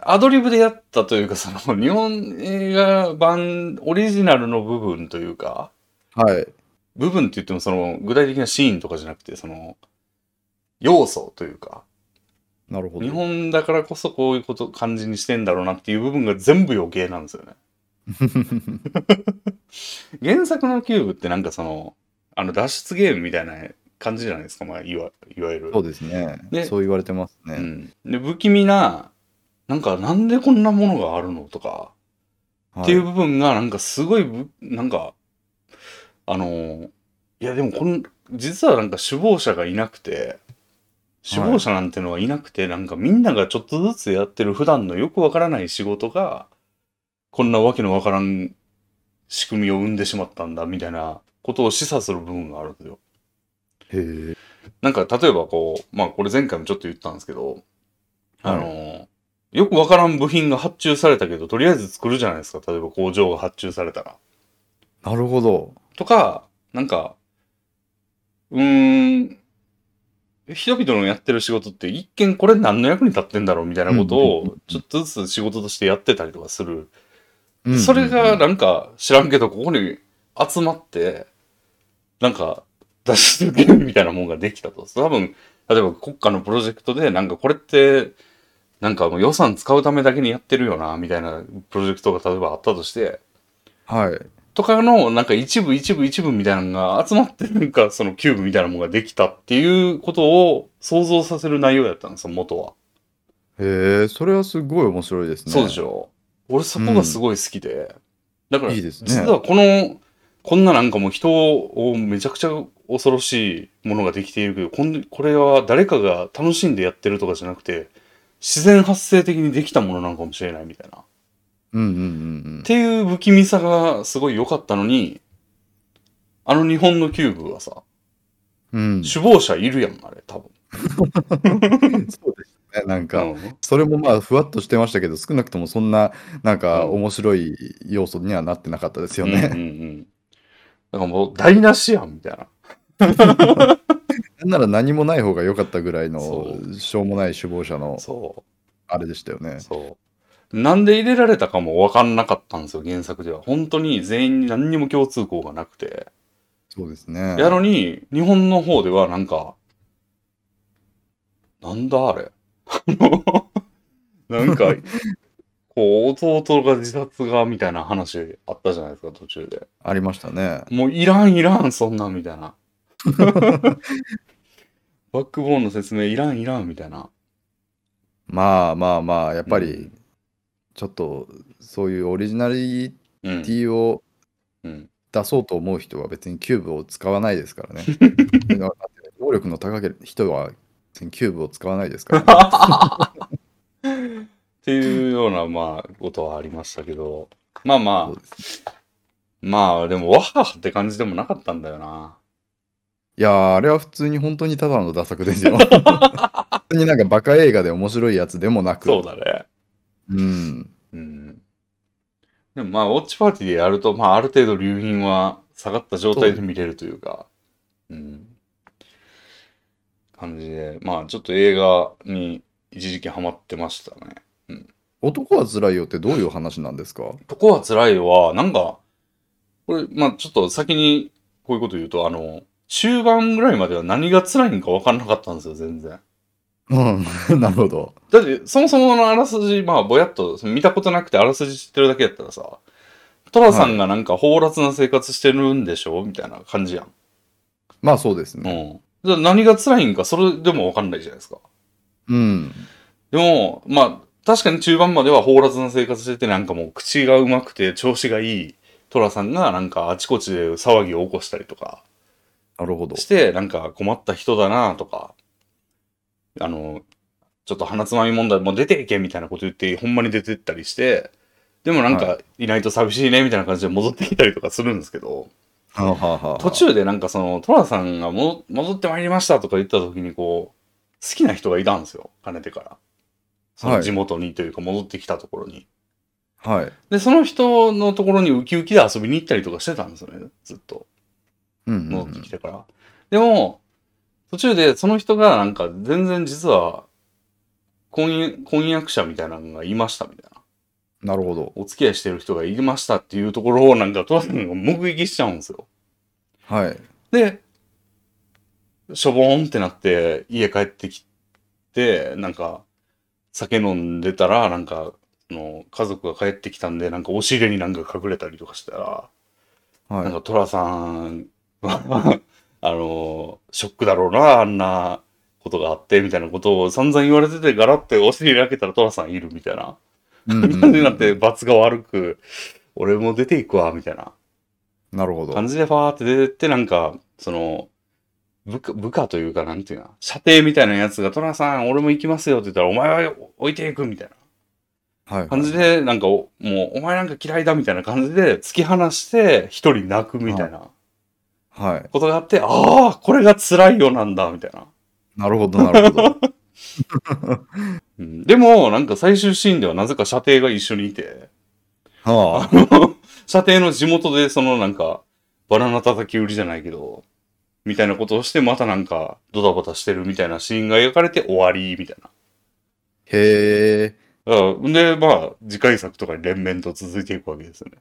[SPEAKER 1] アドリブでやったというか、その、 日本映画版オリジナルの部分というか、
[SPEAKER 2] はい、
[SPEAKER 1] 部分って言ってもその具体的なシーンとかじゃなくてその要素というか
[SPEAKER 2] なるほ
[SPEAKER 1] 日
[SPEAKER 2] ど。
[SPEAKER 1] 本だからこそこういうこと感じにしてんだろうなっていう部分が全部余計なんですよ ね原作のキューブってなんかそのあの脱出ゲームみたいな感じじゃないですか、まあ、いわいわゆる
[SPEAKER 2] そうですね
[SPEAKER 1] で
[SPEAKER 2] そう言われてます
[SPEAKER 1] う
[SPEAKER 2] ね。
[SPEAKER 1] ん、で不気味ななんかなんでこんなものがあるのとか
[SPEAKER 2] は
[SPEAKER 1] っ
[SPEAKER 2] い、
[SPEAKER 1] ていう部分がなんかすごいぶなんかあのーいやでもこの実はなんか首謀者がいなくて首謀者なんてのがいなくて、なんかみんながちょっとずつやってる普段のよくわからない仕事がこんなわけのわからん仕組みを生んでしまったんだみたいなことを示唆する部分があるんですよ。
[SPEAKER 2] へー
[SPEAKER 1] なんか例えばこうまあこれ前回もちょっと言ったんですけど、あのーよくわからん部品が発注されたけどとりあえず作るじゃないですか例えば工場が発注されたら。
[SPEAKER 2] なるほど。
[SPEAKER 1] とか、なんか、うーん、人々のやってる仕事って一見これ何の役に立ってんだろうみたいなこと
[SPEAKER 2] うんうんうんう
[SPEAKER 1] を
[SPEAKER 2] ん
[SPEAKER 1] ちょっとずつ仕事としてやってたりとかする。
[SPEAKER 2] うん
[SPEAKER 1] それ
[SPEAKER 2] うんう
[SPEAKER 1] が
[SPEAKER 2] ん
[SPEAKER 1] なんか知らんけどここに集まって、なんか出し抜けるみたいなもんができたと。多分、例えば国家のプロジェクトでなんかこれって、なんかもう予算使うためだけにやってるよな、みたいなプロジェクトが例えばあったとして、
[SPEAKER 2] はい。
[SPEAKER 1] とかの、なんか一部一部一部みたいなのが集まって、なんかそのキューブみたいなものができたっていうことを想像させる内容やったんですよ、元は。
[SPEAKER 2] へえ、それはすごい面白いですね。
[SPEAKER 1] そうでしょ俺そこがすごい好きで。だから、
[SPEAKER 2] いいですね
[SPEAKER 1] 実はこの、こんななんかもう人をめちゃくちゃ恐ろしいものができているけど、こんこれは誰かが楽しんでやってるとかじゃなくて、自然発生的にできたものなのかもしれないみたいな。
[SPEAKER 2] うんうんうんうん
[SPEAKER 1] っ。ていう不気味さがすごい良かったのに、あの日本のキューブはさ、
[SPEAKER 2] うん、そ
[SPEAKER 1] 首謀者いるやん、あれ、多分。
[SPEAKER 2] うですね。なんか、それもまあふわっとしてましたけど少なくともそんななんか
[SPEAKER 1] うん
[SPEAKER 2] 面白い要素にはなってなかったですよ
[SPEAKER 1] うんうんう
[SPEAKER 2] ね。
[SPEAKER 1] ん。だからもう、台無しやん、みたいな。
[SPEAKER 2] なんなら何もない方が良かったぐらい
[SPEAKER 1] そ
[SPEAKER 2] のしょうもない首謀者の
[SPEAKER 1] そ
[SPEAKER 2] あれでしたよね
[SPEAKER 1] う。そうなんで入れられたかも分かんなかったんですよ原作では本当に全員に何にも共通項がなくて
[SPEAKER 2] そうですね。
[SPEAKER 1] やのに、日本の方ではなんか、なんだ あれ。なんか、こう、弟が自殺がみたいな話あったじゃないですか、途中で。
[SPEAKER 2] ありましたね。
[SPEAKER 1] もういらんいらん、そんなんみたい な。バックボーンの説明いらんいらんみたいな。
[SPEAKER 2] まあまあまあ、やっぱ
[SPEAKER 1] う
[SPEAKER 2] り
[SPEAKER 1] ん
[SPEAKER 2] ちょっとそういうオリジナリ
[SPEAKER 1] う
[SPEAKER 2] テ
[SPEAKER 1] ん。
[SPEAKER 2] ィを
[SPEAKER 1] うん、
[SPEAKER 2] 出そうと思う人は別にキューブを使わないです からね。だから能力の高い人は別にキューブを使わないで すから、ね。
[SPEAKER 1] っていうような、まあ、ことはありましたけど。まあま
[SPEAKER 2] そう
[SPEAKER 1] あ、まあ、でも、わははって感じでもなかったんだよな。
[SPEAKER 2] いやー、あれは普通に本当にただのダ作ですよ。普通になんかバカ映画で面白いやつでもなく。
[SPEAKER 1] そうだね。
[SPEAKER 2] うん。
[SPEAKER 1] うんでもまあ、ウォッチパーティーでやると、まあ、ある程度流品は下がった状態で見れるというか、うん。感じで、まあ、ちょっと映画に一時期ハマってましたね。
[SPEAKER 2] 男は辛いよってどういう話なんですか
[SPEAKER 1] 男は辛いは、なんか、これ、まあ、ちょっと先にこういうこと言うと、あの、中盤ぐらいまでは何が辛いのか分かんなかったんですよ、全然。
[SPEAKER 2] うん、 なるほど。
[SPEAKER 1] だって、そもそものあらすじ、まあ、ぼやっと、その見たことなくてあらすじ知ってるだけやったらさ、トラさんがなんか、放辣な生活してるんでしょみたいな感じやん。
[SPEAKER 2] まあそうです
[SPEAKER 1] う
[SPEAKER 2] ね。
[SPEAKER 1] ん。じゃあ何が辛いんか、それでもわかんないじゃないですか。
[SPEAKER 2] うん。
[SPEAKER 1] でも、まあ、確かに中盤までは放辣な生活してて、なんかもう、口がうまくて、調子がいいトラさんが、なんか、あちこちで騒ぎを起こしたりとか、
[SPEAKER 2] なるほど。
[SPEAKER 1] して、なんか困った人だなとか、あの、ちょっと鼻つまみ問題もう出ていけみたいなこと言って、ほんまに出てったりして、でもなんか、いないと寂しいねみたいな感じで戻ってきたりとかするんですけど、
[SPEAKER 2] はあはあはあ
[SPEAKER 1] 途。中でなんかその、トラさんがも戻ってまいりましたとか言った時にこう、好きな人がいたんですよ、かねてから。その地元にというか戻ってきたところに。
[SPEAKER 2] はい。
[SPEAKER 1] で、その人のところにウキウキで遊びに行ったりとかしてたんですよね、ずっと。
[SPEAKER 2] うんうんう
[SPEAKER 1] 戻って
[SPEAKER 2] ん
[SPEAKER 1] き。てから。でも、途中でその人がなんか全然実は婚約婚約者みたいなのがいましたみたいな。
[SPEAKER 2] なるほど。
[SPEAKER 1] お付き合いしてる人がいましたっていうところをなんかトラさんが目撃しちゃうんですよ。
[SPEAKER 2] はい。
[SPEAKER 1] で、しょぼーんってなって家帰ってきて、なんか酒飲んでたらなんかその家族が帰ってきたんでなんか押し入れになんか隠れたりとかしたら、
[SPEAKER 2] は
[SPEAKER 1] なん
[SPEAKER 2] い。
[SPEAKER 1] か寅さんは、 あの、ショックだろうな、あんなことがあって、みたいなことを散々言われてて、ガラッてお尻開けたら寅さんいるみたいな
[SPEAKER 2] うんうんうん
[SPEAKER 1] 感じになって、罰が悪く、俺も出ていくわ、みたいな
[SPEAKER 2] なるほど。
[SPEAKER 1] 感じでファーって出てって、なんか、その、部下部下というか、なんていうかな、射程みたいなやつが、寅さん、俺も行きますよって言ったら、お前は置いていくみたいな
[SPEAKER 2] はい。
[SPEAKER 1] 感じで、なんかお、もう、お前なんか嫌いだみたいな感じで、突き放して、一人泣くみたいな。
[SPEAKER 2] はい。
[SPEAKER 1] ことがあって、ああ、これが辛いよなんだ、みたいな。
[SPEAKER 2] なるほど、なるほど。
[SPEAKER 1] うん、でも、なんか最終シーンではなぜか射程が一緒にいて、
[SPEAKER 2] は
[SPEAKER 1] 射程の地元でそのなんか、バナナ叩き売りじゃないけど、みたいなことをして、またなんか、ドタバタしてるみたいなシーンが描かれて終わり、みたいな。
[SPEAKER 2] あ。へえ。
[SPEAKER 1] だからで、まあ、次回作とかに連綿と続いていくわけですよね。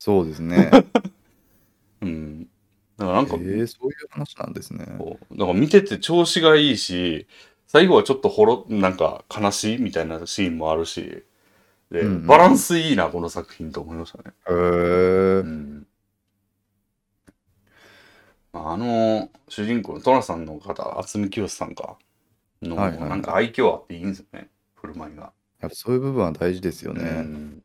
[SPEAKER 2] そうですね。
[SPEAKER 1] うん。だ からなんか、
[SPEAKER 2] へえ、そういう話なんですね。
[SPEAKER 1] こうなんか見てて調子がいいし、最後はちょっとほろ、なんか悲しいみたいなシーンもあるし、で、
[SPEAKER 2] うんうん
[SPEAKER 1] バランスいいな、この作品と思いましたね。
[SPEAKER 2] へえ
[SPEAKER 1] う。ん。まああの、主人公のトラさんの方、渥美清さんか、の、
[SPEAKER 2] はいはいはい
[SPEAKER 1] なんか愛嬌あっていいんですよね、振る舞いが。
[SPEAKER 2] やっぱそういう部分は大事ですよ
[SPEAKER 1] う
[SPEAKER 2] ね。
[SPEAKER 1] ん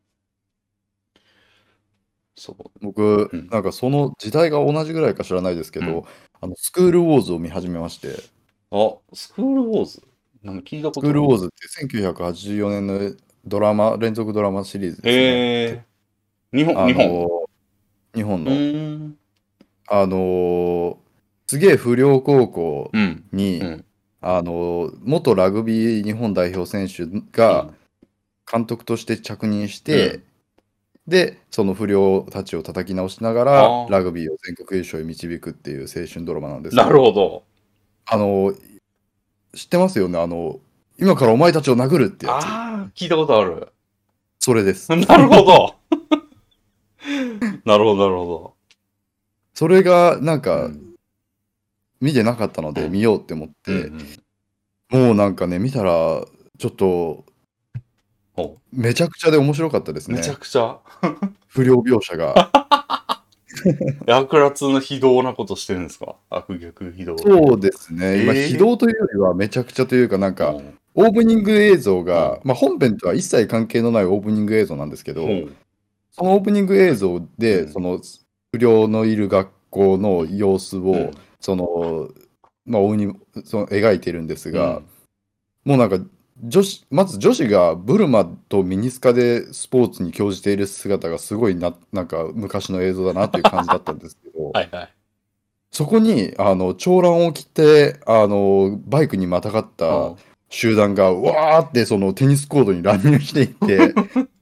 [SPEAKER 1] そう。
[SPEAKER 2] 僕
[SPEAKER 1] うん、
[SPEAKER 2] なんかその時代が同じぐらいか知らないですけ
[SPEAKER 1] うん
[SPEAKER 2] ど、あのスクールウォーズを見始めまして、ス
[SPEAKER 1] あ、スクールウォーズなんか聞いたこと
[SPEAKER 2] クールウ
[SPEAKER 1] ー
[SPEAKER 2] ォーズって1984年のドラマ、連続ドラマシリーズですね。
[SPEAKER 1] えー。日
[SPEAKER 2] あ
[SPEAKER 1] 本、
[SPEAKER 2] の
[SPEAKER 1] 日本。
[SPEAKER 2] 日本
[SPEAKER 1] う
[SPEAKER 2] の。
[SPEAKER 1] ーん。
[SPEAKER 2] あのーすげえ不良高校
[SPEAKER 1] うん。
[SPEAKER 2] に、
[SPEAKER 1] うん
[SPEAKER 2] あのー元ラグビー日本代表選手が監督として着任して、
[SPEAKER 1] う
[SPEAKER 2] でその不良たちを叩き直しなが
[SPEAKER 1] あ
[SPEAKER 2] ら
[SPEAKER 1] ー
[SPEAKER 2] ラグビーを全国優勝に導くっていう青春ドラマなんです
[SPEAKER 1] なるほど。
[SPEAKER 2] あの、知ってますよねあの、今からお前たちを殴るってやつ。
[SPEAKER 1] ああ、聞いたことある。
[SPEAKER 2] それです。
[SPEAKER 1] なるほ ど。なるほど、なるほ
[SPEAKER 2] それが、なん
[SPEAKER 1] ど。
[SPEAKER 2] か
[SPEAKER 1] う、ん
[SPEAKER 2] 見てなかったので、
[SPEAKER 1] うん
[SPEAKER 2] 見ようって思って、
[SPEAKER 1] うんうん
[SPEAKER 2] もうなんかね、見たら、ちょっと
[SPEAKER 1] ほ、
[SPEAKER 2] めちゃくちゃで面白かったですね
[SPEAKER 1] めち。ゃくちゃ、
[SPEAKER 2] 不良描写 が。
[SPEAKER 1] 悪辣の非道なことしてるんですか悪逆非道。
[SPEAKER 2] そうですね。今、
[SPEAKER 1] えー
[SPEAKER 2] 非道というよりは、めちゃくちゃというか、なんか
[SPEAKER 1] う、ん
[SPEAKER 2] オープニング映像が
[SPEAKER 1] う、
[SPEAKER 2] まあ、本編とは一切関係のないオープニング映像なんですけど、
[SPEAKER 1] うん
[SPEAKER 2] そのオープニング映像で、
[SPEAKER 1] うん
[SPEAKER 2] その不良のいる学校の様子を、
[SPEAKER 1] うん
[SPEAKER 2] その、まあ、追うにその描いてるんですが、もうなんか女子まず女子がブルマとミニスカでスポーツに興じている姿がすごいななんか昔の映像だなっていう感じだったんですけど、
[SPEAKER 1] はいはい。
[SPEAKER 2] そこにあの長蘭を着てあのバイクにまたがった
[SPEAKER 1] うん
[SPEAKER 2] 集団がわーってそのテニスコートに乱入していって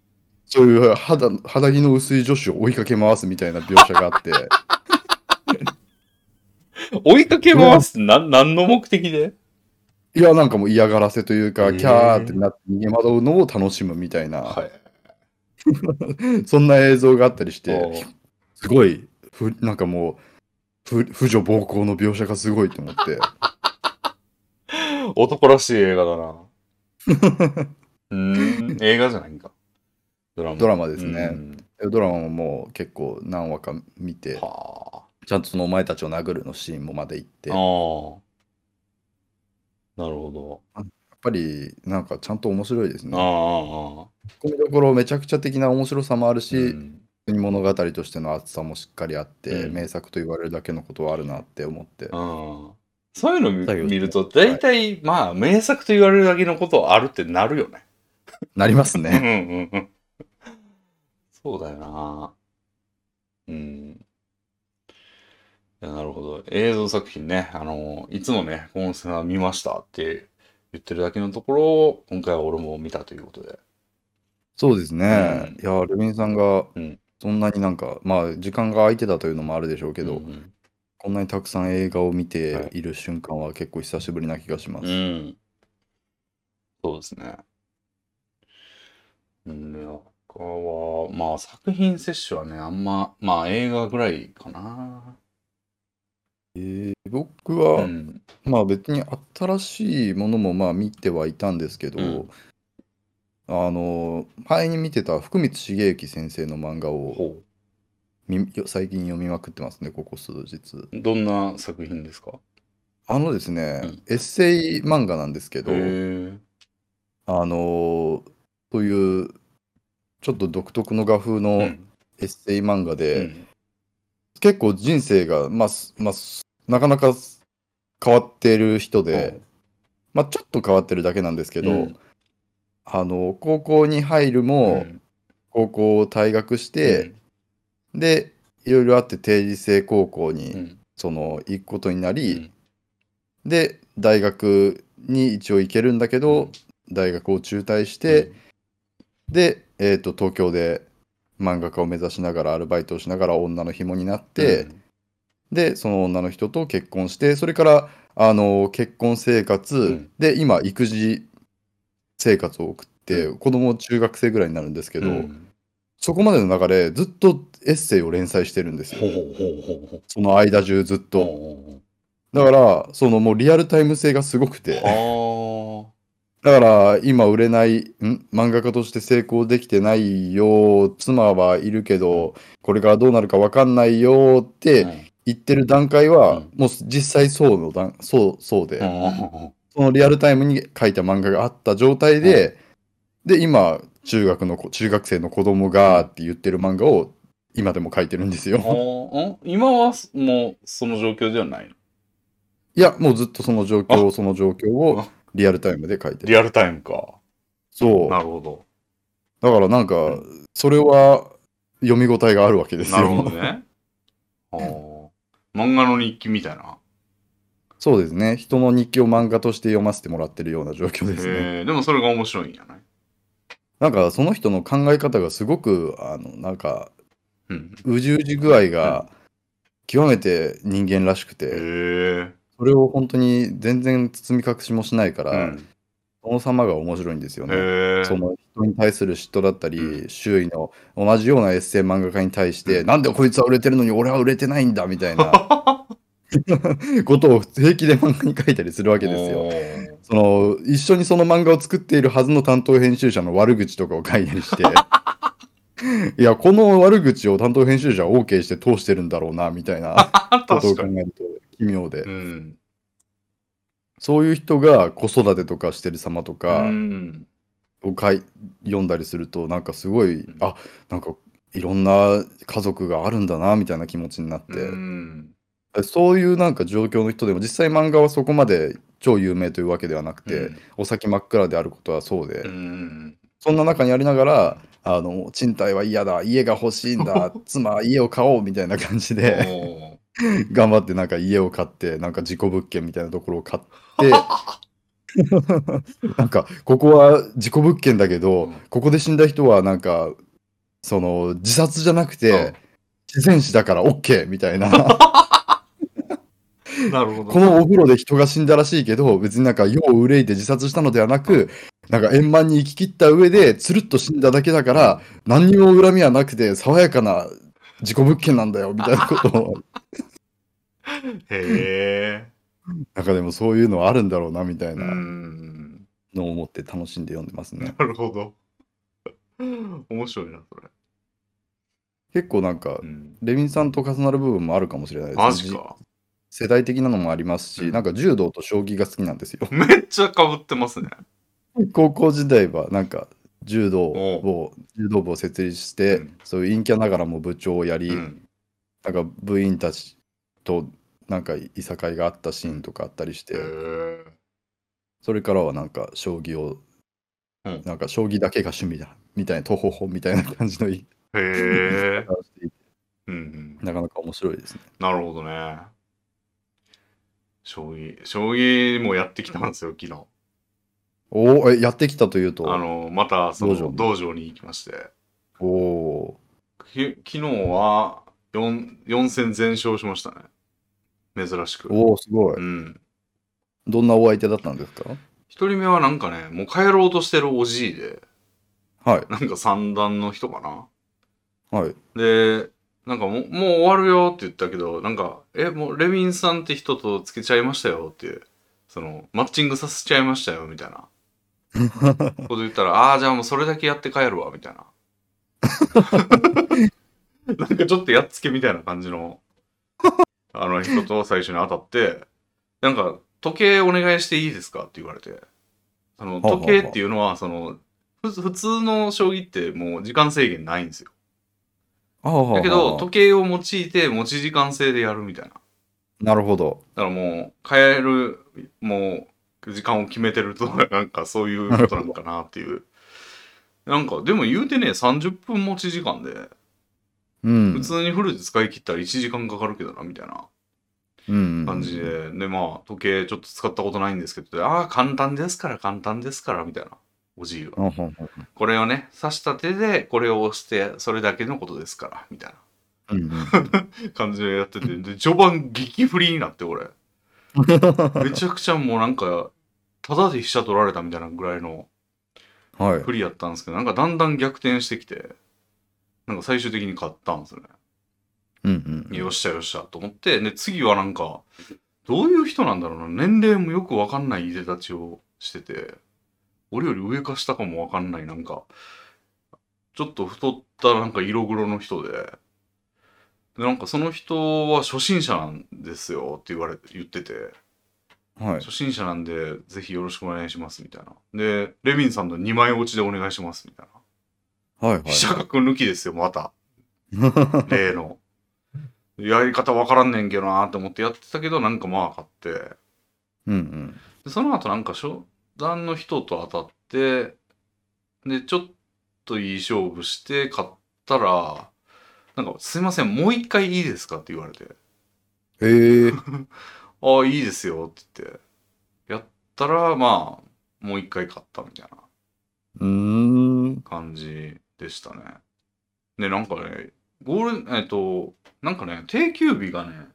[SPEAKER 2] そういう肌肌着の薄い女子を追いかけ回すみたいな描写があって
[SPEAKER 1] 追いかけ回すってなん何の目的で
[SPEAKER 2] いやなんかもう嫌がらせという
[SPEAKER 1] へ
[SPEAKER 2] か
[SPEAKER 1] ー
[SPEAKER 2] キャーってなって逃げ惑うのを楽しむみたいな、
[SPEAKER 1] はい。
[SPEAKER 2] そんな映像があったりして。
[SPEAKER 1] おう
[SPEAKER 2] すごい、ふなんかもう、ふ婦女暴行の描写がすごいと 思って、
[SPEAKER 1] 男らしい映画だな。 うーん、映画じゃないんか。ドラマ。
[SPEAKER 2] ド
[SPEAKER 1] ラ
[SPEAKER 2] ラマですね。ドラマももう結構何話か見て、
[SPEAKER 1] は
[SPEAKER 2] ちゃんとそのお前たちを殴るのシーンもまで行って、
[SPEAKER 1] あ。ああ
[SPEAKER 2] や
[SPEAKER 1] なる
[SPEAKER 2] っ。
[SPEAKER 1] ほ
[SPEAKER 2] ぱりなんかちゃんと面白いです
[SPEAKER 1] ど。
[SPEAKER 2] ね。
[SPEAKER 1] ああ。
[SPEAKER 2] ツッコミどころめちゃくちゃ的な面白さもあるし、
[SPEAKER 1] うん
[SPEAKER 2] 普通に物語としての厚さもしっかりあって、
[SPEAKER 1] うん
[SPEAKER 2] 名作と言われるだけのことはあるなって思って。
[SPEAKER 1] うんそういうの見
[SPEAKER 2] 作業して
[SPEAKER 1] 見ると、大体、まあ、名作と言われるだけのことはあるってなるよね。
[SPEAKER 2] なります
[SPEAKER 1] うん
[SPEAKER 2] ね。
[SPEAKER 1] うんうん。そうだよな。うん。いやなるほど。映像作品ね、あの、いつもね、コンセナ見ましたって言ってるだけのところを、今回は俺も見たということで。
[SPEAKER 2] そうですね。
[SPEAKER 1] うん
[SPEAKER 2] いやー、レビンさんが
[SPEAKER 1] うん
[SPEAKER 2] そんなになんか、まあ時間が空いてたというのもあるでしょうけど、
[SPEAKER 1] うんうん
[SPEAKER 2] こんなにたくさん映画を見
[SPEAKER 1] はい
[SPEAKER 2] ている瞬間は結構久しぶりな気がします。
[SPEAKER 1] うん。そうですね。うん、なんかは、まあ作品摂取はね、あんま、まあ映画ぐらいかな。
[SPEAKER 2] 僕は、
[SPEAKER 1] うん。
[SPEAKER 2] まあ別に新しいものもまあ見てはいたんですけど、
[SPEAKER 1] うん
[SPEAKER 2] あの前に見てた福光茂之先生の漫画を
[SPEAKER 1] ほ
[SPEAKER 2] み最近読みまくってますねここ数日。
[SPEAKER 1] う。どんな作品ですか
[SPEAKER 2] あのですね、
[SPEAKER 1] うん
[SPEAKER 2] エッセイ漫画なんですけ
[SPEAKER 1] へ
[SPEAKER 2] ど、
[SPEAKER 1] え。
[SPEAKER 2] あのそういうちょっと独特の画風の
[SPEAKER 1] う
[SPEAKER 2] エ
[SPEAKER 1] ん
[SPEAKER 2] ッセイ漫画で、
[SPEAKER 1] うん
[SPEAKER 2] 結構人生が、まあ、すまあ、すなかなかす変わってる人で、まあ、ちょっと変わってるだけなんですけど、
[SPEAKER 1] うん
[SPEAKER 2] あの高校に入るも、
[SPEAKER 1] うん
[SPEAKER 2] 高校を退学して、でいろいろあって定時制高校に、
[SPEAKER 1] うん
[SPEAKER 2] その行くことにな
[SPEAKER 1] う
[SPEAKER 2] り、
[SPEAKER 1] ん
[SPEAKER 2] で大学に一応行けるんだけど、大学を中退して、で、えー、と東京で漫画家を目指しながらアルバイトをしながら女の紐になって。でその女の人と結婚してそれからあの結婚生活、
[SPEAKER 1] うん
[SPEAKER 2] で今育児生活を送って、
[SPEAKER 1] う
[SPEAKER 2] 子供中学生ぐらいになるんですけ
[SPEAKER 1] け
[SPEAKER 2] ど、そこまでの流れずっとエッセイを連載してるんです
[SPEAKER 1] ほう
[SPEAKER 2] よ
[SPEAKER 1] ほうほうほうほう。
[SPEAKER 2] その間中ずっと、
[SPEAKER 1] と。
[SPEAKER 2] だからそのもうリアルタイム性がすごく
[SPEAKER 1] ああ
[SPEAKER 2] て
[SPEAKER 1] ー。
[SPEAKER 2] だから今売れないん漫画家として成功できてないよ妻はいるけどこれからどうなるか分かんないよって、
[SPEAKER 1] うん
[SPEAKER 2] 言ってる段階
[SPEAKER 1] う
[SPEAKER 2] は、
[SPEAKER 1] ん
[SPEAKER 2] もう実際そうの段そうそうで、
[SPEAKER 1] うん
[SPEAKER 2] そのリアルタイムに書いた漫画があった状態で、で今中学の子中学生の子供がって言ってる漫画を今でも書いてるんです
[SPEAKER 1] あ
[SPEAKER 2] よ。
[SPEAKER 1] ーん今はもうその状況ではないの
[SPEAKER 2] いやもうずっとその状況その状況を
[SPEAKER 1] あ
[SPEAKER 2] リアルタイムで書いてる。
[SPEAKER 1] リアルタイムか。
[SPEAKER 2] そう
[SPEAKER 1] なるほど。
[SPEAKER 2] だからなんか、それは読み応えがあるわけですよ。
[SPEAKER 1] なるほどね。ああ。漫画の日記みたいな。
[SPEAKER 2] そうですね人の日記を漫画として読ませてもらってるような状況ですね。
[SPEAKER 1] えー、でもそれが面白いんやない
[SPEAKER 2] なんかその人の考え方がすごくあのなんか
[SPEAKER 1] うん。
[SPEAKER 2] うじうじ具合が極めて人間らしく
[SPEAKER 1] へえ
[SPEAKER 2] て、それを本当に全然包み隠しもしないか
[SPEAKER 1] う
[SPEAKER 2] ら、
[SPEAKER 1] ん。
[SPEAKER 2] その様が面白いんですよね。
[SPEAKER 1] へえ。
[SPEAKER 2] その人に対する嫉妬だったり、
[SPEAKER 1] う
[SPEAKER 2] 周囲の同じようなエッセイ漫画家に対して、
[SPEAKER 1] うん
[SPEAKER 2] なんでこいつは売れてるのに俺は売れてないんだみたいなことを平気で漫画に書いたりするわけですよ。
[SPEAKER 1] よ。
[SPEAKER 2] その一緒にその漫画を作っているはずの担当編集者の悪口とかを書いたり していやこの悪口を担当編集者は OK して通してるんだろうなみたいなこと
[SPEAKER 1] 確
[SPEAKER 2] を考
[SPEAKER 1] か
[SPEAKER 2] え
[SPEAKER 1] に。
[SPEAKER 2] ると奇妙で、
[SPEAKER 1] うん。
[SPEAKER 2] そういう人が子育てとかしてる様とか、
[SPEAKER 1] うん
[SPEAKER 2] をかい読んだりするとなんかすごい、
[SPEAKER 1] ん
[SPEAKER 2] あなんかいろんな家族があるんだなみたいな気持ちになって、
[SPEAKER 1] うん。
[SPEAKER 2] そういうなんか状況の人でも実際漫画はそこまで超有名というわけではなくて、お先真っ暗であることはそうで、
[SPEAKER 1] うん。
[SPEAKER 2] そんな中にありながらあの賃貸は嫌だ家が欲しい んだ妻は家を買おうみたいな感じで
[SPEAKER 1] おー
[SPEAKER 2] 頑張ってなんか家を買ってなんか事故物件みたいなところを買って なんかここは事故物件だけど、
[SPEAKER 1] うん
[SPEAKER 2] ここで死んだ人はなんかその自殺じゃなく
[SPEAKER 1] うん
[SPEAKER 2] て自然死だから OK みたいな
[SPEAKER 1] なるほど。
[SPEAKER 2] このお風呂で人が死んだらしいけど別になんか世を憂いて自殺したのではなくなんか円満に生き切った上でつるっと死んだだけだから何にも恨みはなくて爽やかな事故物件なんだよみたいなことを
[SPEAKER 1] へえ。
[SPEAKER 2] なんかでもそういうのはあるんだろうなみたいうな。
[SPEAKER 1] ん。
[SPEAKER 2] のを思って楽しんで読んでますね。
[SPEAKER 1] なるほど。面白いな、それ。
[SPEAKER 2] 結構なんか、
[SPEAKER 1] うん、
[SPEAKER 2] レビンさんと重なる部分もあるかもしれないですね
[SPEAKER 1] マジか。
[SPEAKER 2] 世代的なのもありますし、
[SPEAKER 1] うん
[SPEAKER 2] なんか柔道と将棋が好きなんですよ。
[SPEAKER 1] めっちゃかぶってますね。
[SPEAKER 2] 高校時代はなんか柔道を柔道部を設立して、
[SPEAKER 1] うん
[SPEAKER 2] そういう陰キャながらも部長をやり、
[SPEAKER 1] うん。
[SPEAKER 2] なんか部員たちとなんかいさかいがあったシーンとかあったりして、
[SPEAKER 1] へえ
[SPEAKER 2] それからはなんか将棋を、
[SPEAKER 1] うん
[SPEAKER 2] なんか将棋だけが趣味だみたいなとほほみたいな感じの言い
[SPEAKER 1] へえ
[SPEAKER 2] 方。をしていて
[SPEAKER 1] うんうん。
[SPEAKER 2] なかなか面白いですね。
[SPEAKER 1] なるほどね。将棋、将棋もやってきたんですよ、昨日。
[SPEAKER 2] おーえやってきたというと
[SPEAKER 1] あの、また、そ
[SPEAKER 2] 道場
[SPEAKER 1] の、
[SPEAKER 2] に
[SPEAKER 1] 道場に行きまして。
[SPEAKER 2] おお
[SPEAKER 1] き昨日は4、四戦全勝しましたね。珍しく。
[SPEAKER 2] ーおーすごい
[SPEAKER 1] うん。
[SPEAKER 2] どんなお相手だったんですか
[SPEAKER 1] 一人目はなんかね、もう帰ろうとしてるおじいで、
[SPEAKER 2] はい
[SPEAKER 1] なんか三段の人かな。
[SPEAKER 2] はい
[SPEAKER 1] で、なんかもうもう終わるよって言ったけど、なんか、え、もうレビンさんって人とつけちゃいましたよっていう、その、マッチングさせちゃいましたよみたいなこと言ったら、ああー、じゃあもうそれだけやって帰るわみたいな。なんかちょっとやっつけみたいな感じの、あの人と最初に当たって、なんか、時計お願いしていいですかって言われて、その、
[SPEAKER 2] はあはあ
[SPEAKER 1] 時計っていうのは、その、ふ普通の将棋ってもう時間制限ないんですよ。
[SPEAKER 2] ああ
[SPEAKER 1] だけど、時計を用いて持ち時間制でやるみたいな。だ
[SPEAKER 2] なるほど
[SPEAKER 1] からもう、変える、もう、時間を決めてると、 なんかそういうことなんかなっていう。なんか、でも言うてね、30分持ち時間で、
[SPEAKER 2] うん
[SPEAKER 1] 普通にフルで使い切ったら1時間かかるけどな、みたいな感じで。で、まあ、時計ちょっと使ったことないんですけど、ああ、簡単ですから、簡単ですから、みたいな。おじいは。
[SPEAKER 2] うんうんうん
[SPEAKER 1] これをね、刺した手で、これを押して、それだけのことですから、みたいな。
[SPEAKER 2] うんうん
[SPEAKER 1] 感じでやってて、で、序盤激不利になって、俺。めちゃくちゃもうなんか、ただで飛車取られたみたいなぐらいの
[SPEAKER 2] はい
[SPEAKER 1] 不利やったんですけど、なんかだんだん逆転してきて、なんか最終的に勝ったんですよね。
[SPEAKER 2] うんうん
[SPEAKER 1] よっしゃよっしゃと思って、で、次はなんか、どういう人なんだろうな、年齢もよくわかんないいでたちをしてて、俺より上か下かもわかんない、なんか、ちょっと太ったなんか色黒の人で、で、なんかその人は初心者なんですよって言われて、言ってて、
[SPEAKER 2] はい
[SPEAKER 1] 初心者なんで、ぜひよろしくお願いします、みたいな。で、レビンさんの2枚落ちでお願いします、みたいな。
[SPEAKER 2] はいはい
[SPEAKER 1] 飛車角抜きですよ、ま た。例の。やり方わからんねんけどなーって思ってやってたけど、なんかまあ買って。
[SPEAKER 2] うんうん
[SPEAKER 1] で、その後なんか商談の人と当たって、で、ちょっといい勝負して買ったら、なんかすいません、もう一回いいですかって言われて、
[SPEAKER 2] へえ
[SPEAKER 1] ああ、いいですよって言って、やったら、まあ、もう一回買ったみたいな
[SPEAKER 2] うーん
[SPEAKER 1] 感じでしたね。で、なんかね、ゴール、えっと、なんかね、定休日がね、